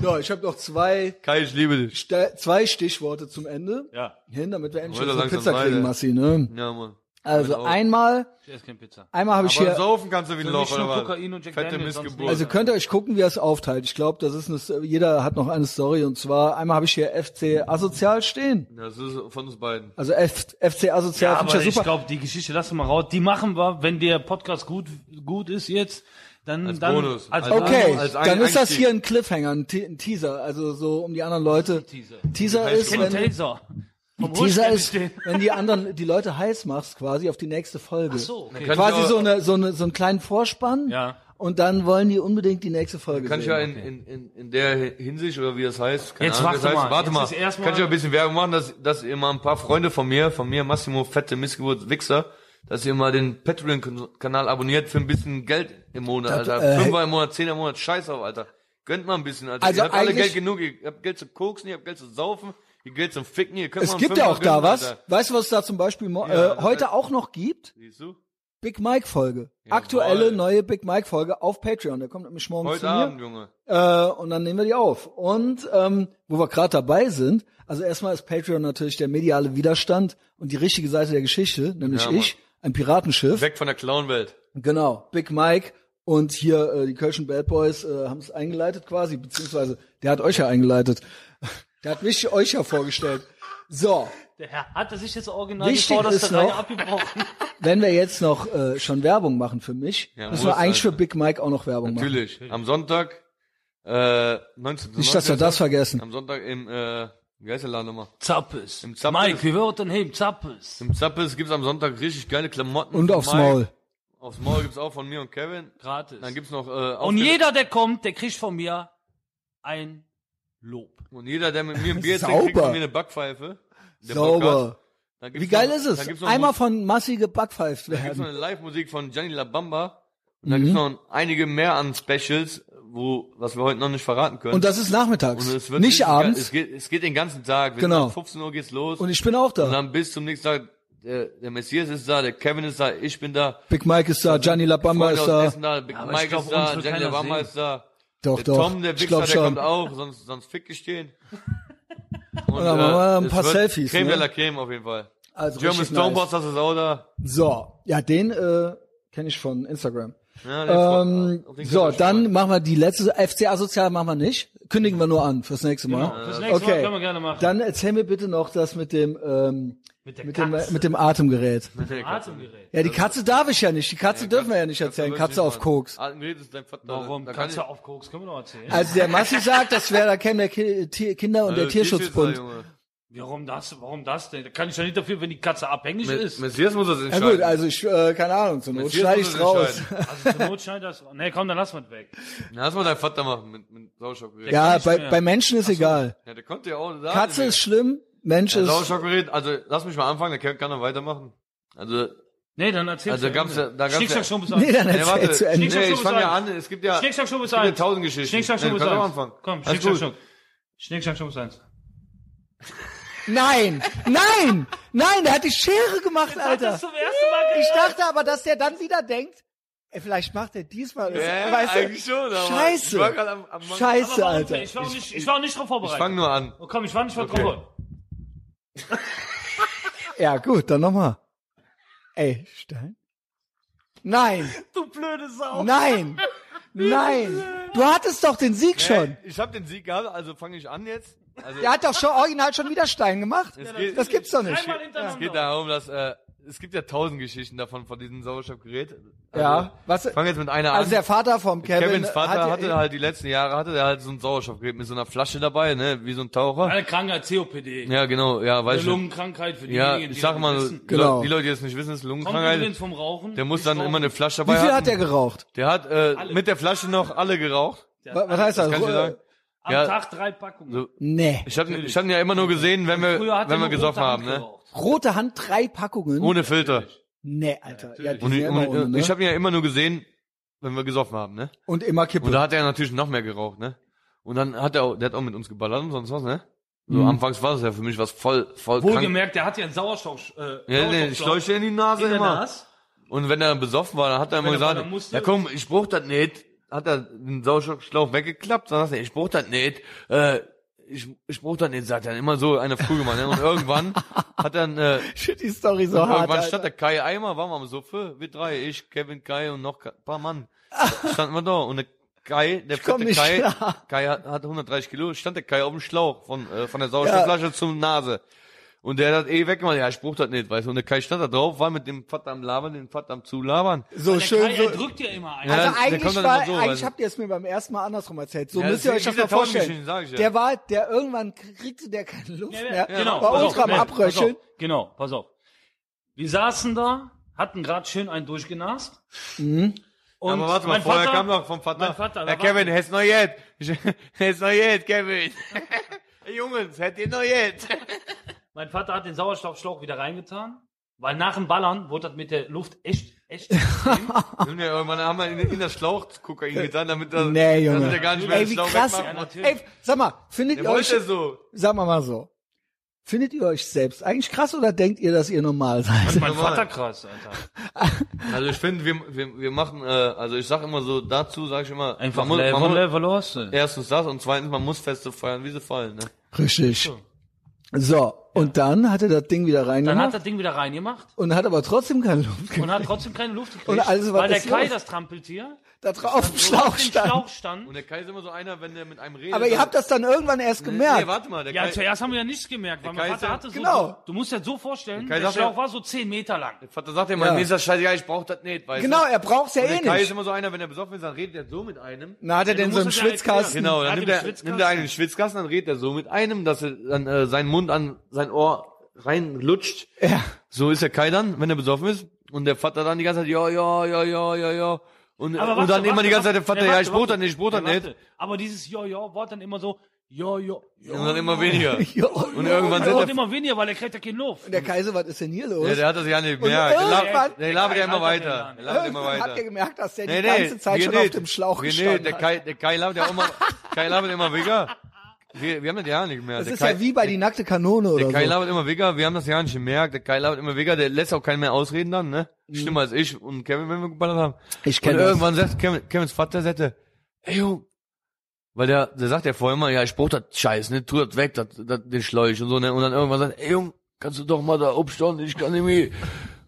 A: So, ich habe noch zwei,
B: Kai, ich liebe dich.
A: Ste- zwei Stichworte zum Ende
C: Ja,
A: hin, damit wir endlich
B: Wollt ihr
A: unsere
B: langsam
A: Pizza
B: rein,
A: kriegen,
B: ey?
A: Massi, ne?
B: Ja, Mann.
A: Also
B: auch.
A: einmal,
C: ich esse keine Pizza.
A: einmal habe ich äh,
B: Aber
A: hier,
B: saufen kannst du wie ein
C: Also
B: Loch,
C: nicht
B: oder
C: nur
B: was?
C: Kokain und Jack
B: Fette
C: Daniels, sonst
B: Missgeburt.
C: nichts.
A: also könnt ihr euch gucken, wie er es aufteilt. Ich glaube, das ist eine, jeder hat noch eine Story und zwar einmal habe ich hier FC Asozial stehen.
B: das ist von uns beiden.
A: Also F, FC Asozial
C: Ja,
A: finde ich
C: aber
A: ja
C: ich
A: super.
C: glaube, die Geschichte lassen wir mal raus. Die machen wir, wenn der Podcast gut, gut ist jetzt, dann,
B: Als
C: dann,
B: Bonus.
C: als
B: Als
A: Okay,
B: Bonus. als ein-
A: dann ist das
B: Einstieg.
A: hier ein Cliffhanger, ein, Te ein Teaser, also so um die anderen Leute.
C: Teaser.
A: Teaser
B: heißt
A: ist,
B: schon
C: Kenny
A: wenn,
C: Taser. Vom
A: Teaser
C: Husch
A: ist,
C: kenn ich den.
A: wenn die anderen die Leute heiß machst quasi auf die nächste Folge.
C: So, okay.
B: Kann ich
A: Quasi
B: auch-
A: so eine so eine so einen kleinen Vorspann.
C: Ja.
A: Und dann wollen die unbedingt die nächste Folge
B: Kann ich ja
A: sehen.
B: in, in, in, in der Hinsicht, oder wie das heißt, keine
C: Jetzt
B: Ahnung,
C: warte
B: das heißt,
C: mal.
B: warte
C: Jetzt
B: mal,
C: ist erst mal-
B: kann ich ja ein bisschen Werbung machen, dass, dass ihr mal ein paar Freunde von mir, von mir, Massimo, fette Missgeburt, Wichser, dass ihr mal den Patreon-Kanal abonniert für ein bisschen Geld im Monat,
A: Das,
B: Alter.
A: äh,
B: Fünfer im Monat, Zehner im Monat, scheiß auf, Alter. Gönnt mal ein bisschen, Alter.
A: Also
B: ihr habt alle
A: eigentlich-
B: Geld genug, ihr habt Geld zu koksen, ihr habt Geld zu saufen, ihr habt Geld zum Ficken, ihr könnt mal
A: es
B: einen
A: gibt ja auch
B: Fünfer
A: da
B: gönnen,
A: was.
B: Alter.
A: Weißt du, was es da zum Beispiel mo-
B: Ja,
A: äh, heute auch noch gibt?
B: Siehst du?
A: Big Mike Folge. Aktuelle neue Big Mike Folge auf Patreon. Der kommt nämlich morgen zu
B: Heute
A: mir.
B: Abend, Junge.
A: Äh, und dann nehmen wir die auf. Und ähm, wo wir gerade dabei sind, also erstmal ist Patreon natürlich der mediale Widerstand und die richtige Seite der Geschichte, nämlich
B: Ja, Mann.
A: ich, ein Piratenschiff.
B: Weg von der Clownwelt.
A: Genau, Big Mike und hier äh, die Kölschen Bad Boys äh, haben es eingeleitet quasi, beziehungsweise der hat euch ja eingeleitet. Der hat mich euch ja vorgestellt. So,
C: Der Herr hatte sich jetzt original die
A: Wichtig ist
C: vorderste Reihe
A: noch-
C: abgebrochen.
A: wenn wir jetzt noch äh, schon Werbung machen für mich,
B: Ja,
A: müssen
B: muss,
A: wir eigentlich
B: Alter.
A: für Big Mike auch noch Werbung machen.
B: Natürlich. Am Sonntag, äh, 19.
A: Nicht, dass wir das vergessen.
B: Am Sonntag im, äh, wie heißt der Laden nochmal?
C: Zappes.
B: Im Zappes.
C: Mike, wie wird denn heben? Zappes.
B: Im Zappes gibt's am Sonntag richtig geile Klamotten.
A: Und
B: von
A: aufs
B: Mike.
A: Maul.
B: Aufs Maul gibt's auch von mir und Kevin.
C: Gratis.
B: Dann gibt's noch äh,
C: und
B: Aufkleber-
C: jeder, der kommt, der kriegt von mir ein Lob.
B: und jeder, der mit mir ein Bier trinkt,
A: Sauber.
B: kriegt von mir eine Backpfeife. Der
A: Sauber.
B: Podcast. Dann gibt's
A: Wie geil
B: noch,
A: ist
B: Dann gibt's
A: es?
B: noch
A: Einmal
B: Mus-
A: von Massi gepacktpfeift
B: dann gibt's noch
A: werden.
B: eine Live-Musik von Gianni La Bamba. Und
A: Mhm.
B: dann gibt's noch einige mehr an Specials, wo was wir heute noch nicht verraten können.
A: Und das ist nachmittags,
B: Und es wird
A: nicht
B: richtig geil.
A: abends.
B: Es geht, es geht den ganzen Tag. Wir
A: Genau.
B: sind ab 15 Uhr geht's los.
A: Und
B: Und,
A: ich bin auch da.
B: dann bis zum nächsten Tag. Der, der Messias ist da, der Kevin ist da, ich bin da.
A: Big Mike ist da, Gianni Labamba
B: Freunde
A: ist
B: aus
A: da.
B: Essen da, Big
C: Ja, aber ich
B: Mike
C: glaub,
B: ist
C: uns
B: da,
C: wird
B: Jenny
C: keiner
B: Obama
C: sehen.
B: ist da.
A: Doch,
B: der
A: doch.
B: Tom, der
A: Ich
B: Wichser,
A: glaub
B: der
A: schon.
B: kommt auch, sonst, sonst fick ich den. Und, äh,
A: dann machen wir ein
B: es
A: paar
B: wird
A: Selfies,
B: Creme
A: ne?
B: de la Creme auf jeden Fall.
A: Also
B: German
A: richtig
B: Stoneboss, das ist auch da.
A: Nice. So, ja, den äh, kenne ich von Instagram.
B: Ja, den
A: Ähm,
B: Spot- auf den
A: so,
B: könnt ihr
A: dann
B: schon
A: machen wir die letzte. FCA Sozial machen wir nicht. Kündigen wir nur an fürs nächste Mal.
B: Genau.
C: Fürs nächste Mal
A: Ne? okay.
C: können wir gerne machen.
A: Dann erzähl mir bitte noch das mit dem ähm,
C: mit der
A: mit dem,
C: Katze.
A: mit dem Atemgerät.
B: mal-
C: Atemgerät.
A: Ja, die Katze darf ich ja nicht. Die Katze dürfen wir ja nicht erzählen. Katze auf Koks.
B: Atemgerät Ah, ist dein Vater.
C: Warum?
B: Da kann
C: Katze
B: ich-
C: auf Koks, können wir noch erzählen?
A: Also der Massi sagt, das wäre da käme der Ki Tier Kinder- und der
B: Also, Tierschützer,
A: Tierschutzbund.
B: Junge.
C: Warum das? Warum das denn? Da kann ich ja nicht dafür, wenn die Katze abhängig ist.
B: Messias muss das
A: Ja
B: entscheiden.
A: gut, also ich, äh, keine Ahnung, zur Not
B: Messias
A: schneide
B: muss
A: ich's
B: das
A: raus.
B: entscheiden.
C: Also zur Not scheint das. Nee, komm, dann lass mal weg.
B: Na, lass mal deinen Vater machen mit, mit Sauerstoffgerät.
A: Ja,
C: Nicht
A: bei,
C: mehr.
A: bei Menschen ist egal.
B: Ja, der konnte ja auch sagen.
A: Katze
B: der-
A: ist schlimm, Mensch
B: der
A: ist.
B: Sauerstoffgerät, also lass mich mal anfangen, der Kerl kann dann weitermachen. Also,
C: Nee, dann erzähl
B: Also
C: zu
B: gab's
C: Ende.
B: ja- da gab's ja-
C: Schnickschnack schon bis an.
A: Nee, dann
B: Nee,
A: erzähl
B: Äh, warte.
A: Äh, zu Ende.
C: Schnick, schnack,
B: Nee, ich
C: schnuck,
B: fange
C: bis
B: ja
C: eins.
B: an, es gibt ja,
C: Schnick, schnack, schon bis
B: es gibt ja
C: eins.
B: tausend Geschichten.
C: Schnickschnack schon
B: Nee,
C: bis
B: du kannst auch
C: eins.
B: anfangen.
C: Komm,
B: Alles
C: Schnickschnack
B: gut.
C: schon. Schnickschnack schon bis eins.
A: Nein! Nein! Nein, der hat die Schere gemacht,
C: Das
A: Alter!
C: zum ersten Mal
A: Ich dachte aber, dass der dann wieder denkt, ey, vielleicht macht er diesmal. das.
B: Ja,
A: weißt du,
B: eigentlich schon, aber ich war grad am-
A: Scheiße!
B: am Mann.
C: Aber
A: Scheiße,
C: warum
A: Alter!
C: denn? Ich war auch nicht, ich war auch nicht drauf
B: Ich fang
C: vorbereitet.
B: nur an.
C: Oh, komm, ich war nicht drauf
B: Okay.
C: vorbereitet.
A: Ja, gut, dann nochmal. Ey, Stein? Nein!
C: Du blöde Sau.
A: Nein! Nein! Du hattest doch den Sieg schon!
B: Äh, Ich habe den Sieg gehabt, also fange ich an jetzt. Also,
A: Der hat doch schon original schon wieder Stein gemacht.
B: es geht,
A: Das gibt's doch nicht.
C: Dreimal
B: es geht
C: hintereinander.
B: darum, dass äh, es gibt ja tausend Geschichten davon von diesem Sauerstoffgerät. Also,
A: Ja, was-
B: Fang jetzt mit einer an.
A: Also der Vater vom Kevin.
B: Kevins Vater
A: hat-
B: hatte halt die letzten Jahre hatte der halt so ein Sauerstoffgerät mit so einer Flasche dabei, ne, wie so ein Taucher.
C: Eine Krankheit, COPD.
B: Ja, genau, ja,
C: Eine
B: weiß ich.
C: Lungenkrankheit für
B: Ja,
C: diejenigen, die
B: ich sag
C: das
B: mal,
C: nicht
B: so,
C: wissen.
B: die
A: Genau.
B: Leute, die Leute, die das nicht wissen, ist
C: Kommt
B: Lungenkrankheit.
C: übrigens vom Rauchen.
B: Der muss dann
C: Gestorben.
B: immer eine Flasche
A: Wie
B: dabei
A: viel
B: haben.
A: hat der geraucht?
B: Der hat äh, mit der Flasche noch alle geraucht.
C: Der
A: Wa-
C: hat
A: Was heißt das?
B: Kann ich dir sagen?
C: Am
B: Ja.
C: Tag drei Packungen.
B: So,
A: Nee.
B: ich hab, ich hab ihn ja immer nur gesehen, wenn wir,
C: Früher hat er
B: wenn wir
C: nur
B: gesoffen
C: rote
B: haben,
C: Hand
B: ne?
C: geraucht.
A: Rote Hand, drei Packungen.
B: Ohne Filter.
A: nee, Alter. Ja, die
B: Und,
A: sind
B: ich-
A: ja
B: und,
A: immer ohne, ne?
B: ich hab ihn ja immer nur gesehen, wenn wir gesoffen haben, ne?
A: und immer Kippe.
B: Und da hat er natürlich noch mehr geraucht, ne? Und dann hat er, auch, der hat auch mit uns geballert und sonst was, ne? So
A: Mhm.
B: anfangs war das ja für mich was voll, voll krank.
C: Wohlgemerkt, der hat ja einen Sauerstoff. Äh,
B: Ja, ne, ich
C: Sauerstoffschlauch
B: leuchte in die Nase
C: in der
B: immer.
C: Nase.
B: Und wenn er besoffen war, dann hat er immer
C: Wenn er
B: gesagt,
C: ballern musste.
B: ja komm, ich brauch das nicht. Hat er den Sauerstoffschlauch weggeklappt, dann sagt er, ich brauch das nicht. Äh, ich, ich brauch das nicht, sagt er. Immer so eine Früh gemacht. Ne? Und irgendwann hat dann, äh,
A: Shit, die Story so hart.
B: irgendwann
A: Alter.
B: stand der Kai Eimer, waren wir am Suppe, wir drei, ich, Kevin, Kai und noch ein paar Mann. Standen wir da und der Kai, der
A: komm
B: fette
A: nicht
B: Kai,
A: klar.
B: Kai hat, hat 130 Kilo, stand der Kai auf dem Schlauch von, äh, von der Sauerstoffflasche zum Nase. Und der hat eh weggemacht, ja, ich brauch das nicht, weißt du. Und der Kai stand da drauf, war mit dem Vater am Labern, dem Vater am Zulabern.
A: so
C: Der
A: schön.
C: Kai,
A: so.
C: Er drückt ja immer einen.
B: Ja,
A: also
B: der
A: eigentlich,
B: kommt dann
A: war,
B: immer so,
A: eigentlich
B: also.
A: habt ihr es mir beim ersten Mal andersrum erzählt. So
B: Ja,
A: müsst ihr euch das
B: deswegen
A: mal
B: ist der
A: vorstellen.
B: Tausendgeschichten, sag ich ja.
A: Der war, der irgendwann kriegte der keine Luft
C: Ja,
A: mehr.
C: ja, genau,
A: Bei
C: pass
A: uns
C: auf,
A: am
C: Mensch,
A: Abröcheln.
C: pass auf, Genau, pass auf. Wir saßen da, hatten gerade schön einen durchgenast.
A: Mhm.
C: Und
B: aber warte mal,
C: mein
B: vorher
C: Vater,
B: kam noch vom Vater.
C: mein Vater,
B: Herr
C: da
B: Kevin, hätt's noch jetzt. Ich- Hätt's noch jetzt, Kevin. Hey, Jungs, hättet ihr noch jetzt.
C: Mein Vater hat den Sauerstoffschlauch wieder reingetan, weil nach dem Ballern wurde das mit der Luft echt, echt. extrem.
B: Und ja, irgendwann haben wir in, in das Schlauch Kokain getan, damit er,
A: Äh, Nee, Junge.
B: damit er gar nicht mehr
A: Ey,
B: den
A: wie
B: Schlauch
A: krass.
B: wegmachen muss.
C: natürlich.
A: Ey, sag mal, findet
B: Der
A: ihr euch,
B: wollte so.
A: sagen wir mal so, findet ihr euch selbst eigentlich krass oder denkt ihr, dass ihr normal seid?
C: mein
B: Normal.
C: Vater krass, Alter.
B: Also ich finde, wir, wir, wir machen, äh, also ich sag immer so, dazu sage ich immer,
C: Einfach
B: man muss, man
C: Level,
B: muss,
C: Level los.
B: erstens das und zweitens, man muss Feste feiern, wie sie fallen. Ne?
A: Richtig. So, und dann hat er das Ding wieder
C: Dann
B: Mhm.
C: hat
A: reingemacht
C: das Ding wieder reingemacht
A: und hat aber trotzdem keine Luft gekriegt.
C: und hat trotzdem keine Luft gekriegt,
A: Und also, was
C: weil der
A: ist
C: Kai
A: los?
C: das Trampeltier
A: Da drauf auf dem
C: so
A: Schlauch
C: auf dem
A: stand.
C: Schlauch stand.
B: Und der Kai ist immer so einer, wenn der mit einem redet.
A: Aber ihr habt das dann irgendwann erst gemerkt.
B: gemerkt. Nee, warte mal, der
C: Ja,
B: Kai,
C: zuerst haben wir ja nichts gemerkt, weil
B: Kai
C: mein
B: ist
C: Vater
B: ja-
C: hatte so,
A: Genau.
C: du musst dir das so vorstellen,
B: Kai
C: der
B: sagt ja-
C: Schlauch war so 10 Meter lang.
B: der Vater sagt ja immer,
A: Ja.
B: mir ist das scheißegal, ich brauch das nicht,
C: also-
B: weißt
A: genau,
B: du.
A: er braucht's ja
B: Und
A: eh
B: der Kai ist
A: nicht.
B: immer so einer, wenn er besoffen ist, dann redet er so mit einem.
A: Na, hat er denn
C: du
A: so einen
C: musst es ja
A: Schwitzkasten?
B: Genau,
C: Er
B: dann
C: hat
B: nimmt
C: den
B: er,
C: Schwitzkasten.
B: nimmt er einen Schwitzkasten, dann redet er so mit einem, dass er dann äh, seinen Mund an sein Ohr reinlutscht.
A: Ja.
B: So ist der Kai dann, wenn er besoffen ist. Und der Vater dann die ganze Zeit, ja, ja, ja, ja, ja, ja. Und,
C: Aber
B: und
C: warte,
B: dann immer die ganze Zeit
C: warte,
B: der Vater,
C: warte,
B: ja, ich
C: warte,
B: Brot nicht, ich Brot
C: warte.
B: nicht.
C: Aber dieses Jojo war dann immer so, Jojo. Jo.
B: Und dann immer weniger.
A: Ja,
B: Und irgendwann
C: Er
B: sind
C: wird
B: der,
C: immer weniger, weil er kriegt ja keine Luft.
A: der Kaiser, was ist denn hier los?
B: ja, der hat das ja nicht gemerkt. Der
A: irgendwann-
B: labert- Der labert ja immer
C: Alter, der
B: weiter.
C: Jan.
B: Der labert immer
A: Irgendwann
B: weiter.
A: Hat er gemerkt, dass der
B: Nee,
A: die
B: nee,
A: ganze Zeit
B: wir
A: schon
B: nicht.
A: auf dem Schlauch
B: wir
A: gestanden
B: nicht. Der
A: hat.
B: Kai, der Kai labert ja auch mal, Kai labert immer weniger. Wir, wir haben das ja nicht gemerkt.
A: Das
B: Der
A: ist
B: Kai,
A: ja wie bei die nackte Kanone
B: Der
A: oder
B: Kai
A: so.
B: labert immer weniger, wir haben das ja nicht gemerkt. Der Kai labert immer weniger, der lässt auch keinen mehr ausreden dann, ne?
A: Mhm.
B: Schlimmer als ich und Kevin, wenn wir geballert haben.
A: Ich
B: Und
A: kenn das.
B: irgendwann sagt Kevin, Kevins Vater, sagte, ey, Junge, weil der, der sagt ja vorher immer, ja, ich brauch das Scheiß, ne, tu das weg, das, das, den Schläuch und so, ne, und dann irgendwann sagt, ey, Junge, kannst du doch mal da obstauen, ich kann nicht mehr.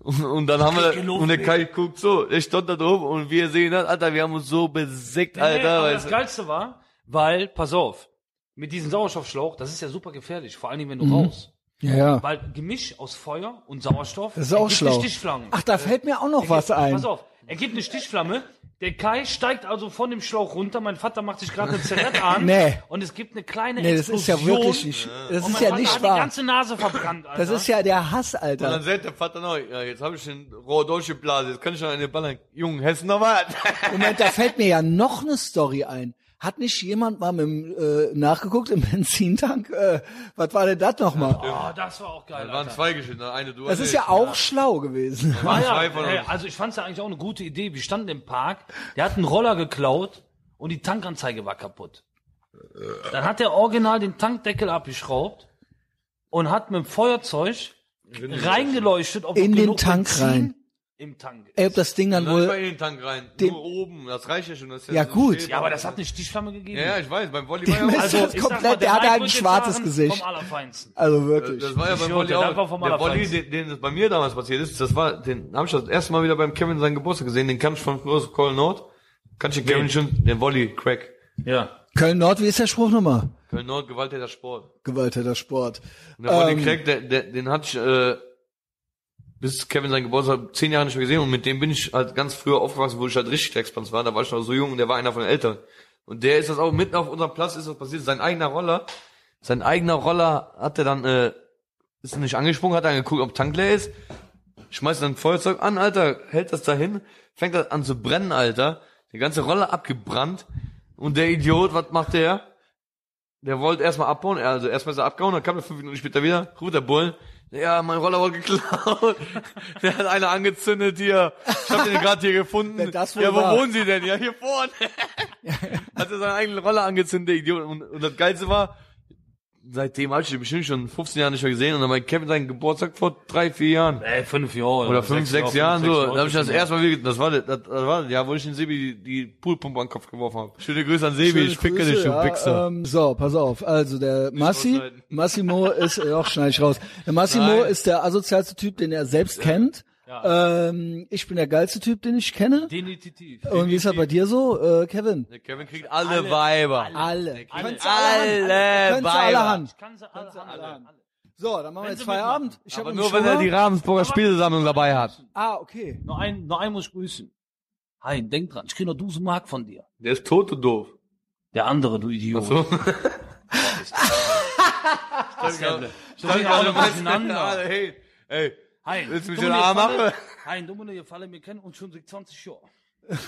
B: Und, und dann haben
C: keine
B: wir,
C: Luft
B: und der
C: mehr.
B: Kai guckt so, der stand da oben und wir sehen das, Alter, wir haben uns so besickt,
C: nee,
B: Alter,
C: aber
B: weißt
C: das
B: du.
C: Geilste war, weil, pass auf, mit diesem Sauerstoffschlauch, das ist ja super gefährlich, vor allen Dingen, wenn
A: Mhm.
C: du raus.
A: Ja, ja.
C: Weil Gemisch aus Feuer und Sauerstoff
A: Das ist auch
C: ergibt
A: schlau.
C: eine Stichflamme. Äh,
A: Ach, da fällt mir auch noch was ein.
C: Pass auf, er gibt eine Stichflamme. Der Kai steigt also von dem Schlauch runter. Mein Vater macht sich gerade eine Zerrett an.
A: Nee.
C: Und es gibt eine kleine
A: Nee, das ist
C: Explosion.
A: ja wirklich nicht, das
C: Und
A: ist
C: mein
A: ja
C: Vater
A: nicht
C: hat die
A: wahr.
C: ganze ne? Nase verbrannt, Alter.
A: Das ist ja der Hass,
B: Und dann
A: Alter.
B: sagt der Vater noch, ja, jetzt habe ich den rohe deutsche Blase, jetzt kann ich schon eine ballern. Jungen, Hessen noch was?
A: Moment, da fällt mir ja noch eine Story ein. Hat nicht jemand mal mit, dem, äh, nachgeguckt im Benzintank? Äh, was war denn das nochmal?
C: Oh, das war auch geil,
B: Da waren
C: Alter.
B: zwei Geschichten, ne? eine du.
A: Das
B: und
A: ist
B: ich.
A: ja auch schlau gewesen.
C: Ah ja,
B: zwei von
C: ey,
B: uns.
C: also ich fand's ja eigentlich auch eine gute Idee. Wir standen im Park, der hat einen Roller geklaut und die Tankanzeige war kaputt. Dann hat der Original den Tankdeckel abgeschraubt und hat mit dem Feuerzeug reingeleuchtet, ob
A: In den
C: genug
A: Tank
C: Benzin
A: rein.
C: Im Tank ist.
A: Ey, ob das Ding dann
B: Dann war
A: wohl...
B: in den Tank rein.
A: Dem-
B: Nur oben, das reicht ja schon. Das ist
A: Ja,
B: so
A: gut.
B: steht.
C: Ja, aber das hat eine Stichflamme gegeben.
B: Ja, ja, ich weiß, beim Volley
A: Die
B: war ja
A: Messer-
B: auch.
A: Also,
C: ich sag
A: komplett,
C: mal,
A: der hatte
C: Mike
A: ein
C: wird jetzt
A: schwarzes
C: sagen,
A: Gesicht.
C: Vom Allerfeinsten.
A: Also wirklich.
B: Äh, Das war ja beim
C: Ich
B: Volley
C: hörte, das war
B: auch.
C: vom
B: Der Volley,
C: Allerfeinsten.
B: den, den das bei mir damals passiert ist, das war, den habe ich das erste Mal wieder beim Kevin seinen Geburtstag gesehen, den kannte ich von aus Call Nord. Kannte ich den Kevin
C: Wen?
B: schon, den Volley, Crack.
C: Ja.
A: Köln-Nord, wie ist der Spruch nochmal?
B: Köln Nord, gewalttäter Sport.
A: Gewalttäter Sport.
B: Und der Volley
A: Ähm,
B: Crack, der, der, den hatte ich, äh, bis Kevin seinen Geburtstag zehn Jahre nicht mehr gesehen und mit dem bin ich halt ganz früher aufgewachsen, wo ich halt richtig Textpanz war, da war ich noch so jung und der war einer von den Eltern. Und der ist das auch mitten auf unserem Platz ist das passiert, sein eigener Roller, sein eigener Roller hat er dann, äh, ist nicht angesprungen, hat dann geguckt, ob Tank leer ist, schmeißt dann Feuerzeug an, Alter, hält das dahin, fängt das an zu brennen, Alter, der ganze Roller abgebrannt und der Idiot, was macht der? Der wollte erstmal abbauen, also erstmal ist er abgehauen, dann kam er fünf Minuten später wieder, ruft der Bullen, ja, mein Roller wurde geklaut, der hat einer angezündet hier, ich hab den gerade hier gefunden,
A: Wenn das wohl
B: ja, wo
A: war.
B: wohnen Sie denn? Ja, hier vorne. hat er seinen eigenen Roller angezündet, der Idiot, und, und das Geilste war, seitdem hab ich den bestimmt schon 15 Jahre nicht mehr gesehen und dann bei Kevin seinen Geburtstag vor drei, vier Jahren.
C: Ey, fünf Jahre.
B: Oder fünf, sechs, Jahren
C: fünf,
B: so.
C: sechs
B: Da habe ich das
C: bestimmt.
B: erstmal wieder, das war das, das war das Jahr, wo ich den Sebi die, die Poolpumpe an den Kopf geworfen habe. Schöne Grüße an Sebi,
A: Schöne
B: ich ficke
A: Grüße,
B: dich, du
A: ja,
B: Wichser.
A: Ähm, so, pass auf. Also der Massi,
B: rausschneiden.
A: Massimo ist, äh, doch schneide ich raus. Der Massimo
B: Nein.
A: ist der asozialste Typ, den er selbst kennt. Ähm, ich bin der geilste Typ, den ich kenne.
C: Definitiv.
A: Und wie ist das bei dir so, äh, Kevin?
B: Der Kevin kriegt alle, Weiber.
A: Alle. Könntest du
B: alle
A: allerhand. Könntest du
B: Weiber.
A: allerhand.
C: Ich kann sie alle, alle.
A: So, dann machen wir jetzt
C: sie
A: Feierabend. Ich hab
B: Aber
A: nämlich
B: nur wenn er
A: Hunger.
B: die Ravensburger Spielesammlung dabei hat.
A: Ah, okay.
C: Nur einen, nur einen muss ich grüßen. Hein, denk dran, ich krieg noch Dusen Mark von dir.
B: Der ist tot und doof.
C: Der andere, du Idiot.
B: So.
C: Das Gamble. So
B: Dann
C: sind
B: kann
C: alle
B: er messen.
C: miteinander.
B: Alle, Hey, hey.
C: Hein,
B: Willst du mich
C: dumme
B: in den Arm
C: Falle-
B: machen?
C: Hein, dumme ihr Falle, wir kennen uns schon seit 20 Jahren.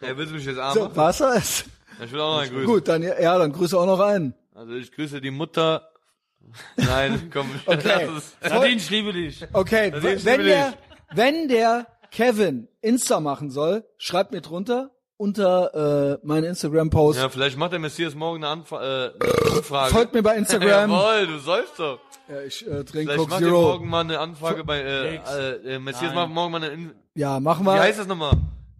B: Hey, willst du mich jetzt arm
A: So,
B: machen?
A: Wasser ist.
B: Ich will auch noch einen grüßen.
A: Gut, dann ja, dann grüße auch noch einen.
B: Also ich grüße die Mutter. Nein, komm.
A: Okay.
B: Das ist,
C: Nadine, ich liebe dich.
A: Okay,
B: Das ist
A: wenn
B: üblich.
A: der, wenn der Kevin Insta machen soll, schreibt mir drunter unter äh, meinen Instagram-Post.
B: ja, vielleicht macht der Messias morgen eine Anf äh, eine Anfrage.
A: Folgt mir bei Instagram.
B: Jawohl, du sollst doch.
A: ja, ich äh, trinke
B: Vielleicht
A: Coke
B: macht ihr
A: Zero.
B: morgen mal eine Anfrage bei äh,
C: Nix.
B: äh, äh, Messias
C: Nein.
B: macht morgen mal eine In
A: Ja, machen
B: Wie
A: wir.
B: heißt das nochmal?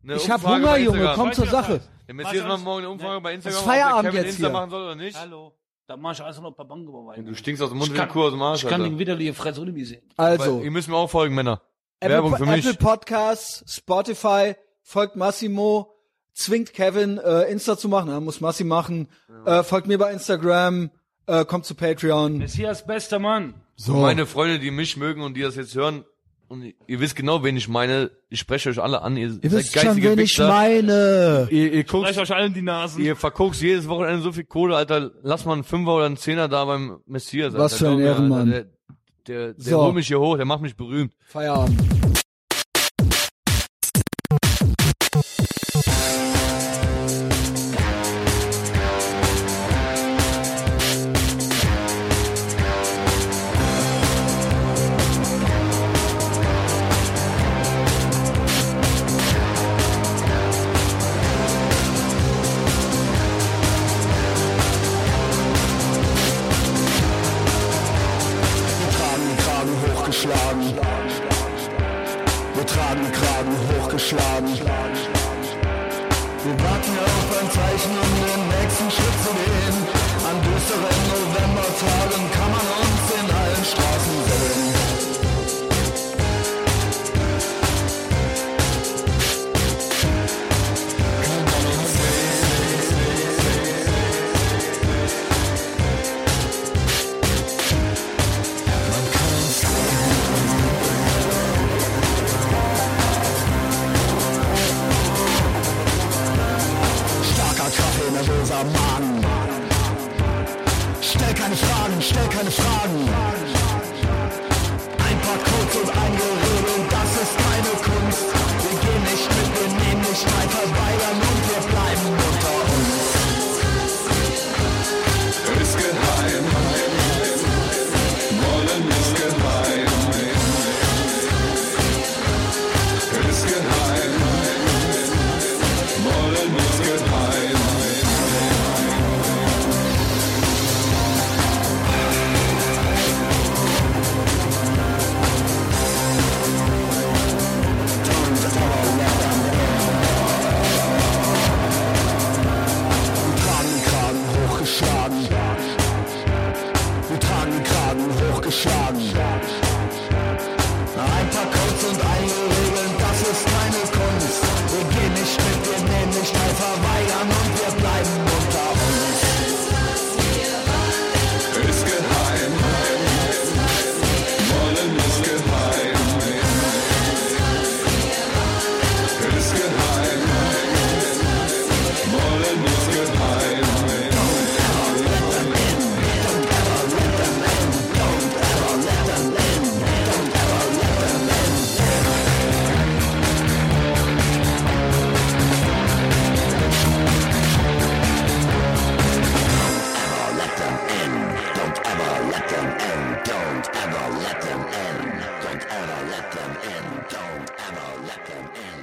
B: Eine
A: Äh, Ich hab
B: Umfrage
A: Hunger,
B: bei
A: Junge.
B: Instagram.
A: Komm zur
C: Weiß
A: Sache.
B: Der Messias
C: Weiß
B: macht
C: ich-
B: morgen eine Umfrage bei Instagram,
A: Ist Feierabend
B: ob der Kevin
A: jetzt
B: Insta
A: hier.
B: machen soll oder nicht.
C: Hallo. Da mach ich alles noch ein paar Bango bei
B: Du
C: Ich
B: stinkst aus dem Mund wie
C: kann,
B: eine Kuh aus dem Arsch.
C: ich kann den
B: Alter.
C: widerliche Fresse ohne mich sehen.
A: Also,
B: Ihr müsst mir auch folgen, Männer. Werbung
A: Apple,
B: für mich.
A: Apple Podcasts, Spotify, folgt Massimo, zwingt Kevin äh, Insta zu machen. Er muss Massi machen. Äh, folgt mir bei Instagram, äh, kommt zu Patreon.
C: Messias, bester Mann.
A: So.
B: Meine Freunde, die mich mögen und die das jetzt hören, und ihr wisst genau, wen ich meine. Ich spreche euch alle an. Ihr,
A: Ihr
B: seid
A: wisst schon,
B: geistige
A: wen ich
B: Wichser.
A: meine.
B: Ihr, ihr guckt
C: Gleich euch allen die Nasen.
B: Ihr verguckst jedes Wochenende so viel Kohle, Alter. Lass mal einen Fünfer oder einen Zehner da beim Messias. Alter.
A: Was für ein
B: Glaub mir, Alter,
A: Ehrenmann.
B: Der, der, der
A: So.
B: holt mich hier hoch, der macht mich berühmt.
A: Feierabend. geschlagen. Wir tragen die Kragen hochgeschlagen. Wir warten auf ein Zeichen, um den nächsten Schritt zu gehen. An düsteren Novembertagen kann man uns in allen Straßen sehen. Kann man uns Starker Kaffee, nervöser Magen. Stell keine Fragen, stell keine Fragen. Ein paar Codes und ein Gerede, das ist keine Kunst. Wir gehen nicht mit, wir nehmen nicht weiter weiter und wir bleiben unter uns.
D: Ist geheim. Wollen ist geheim. Ist geheim. Wollen ist geheim.
A: Wir tragen den Kragen hochgeschlagen. Wir tragen den Kragen hochgeschlagen. Ein paar Codes und einige Regeln, das ist keine Kunst. Wir gehen nicht mit, wir nehmen nicht teil, verweigern und wir bleiben unter uns.
D: Ist geheim. Wollen ist geheim. Ist geheim. Wollen ist geheim.
A: Don't ever let them in. Don't ever let them in. Don't ever let them in.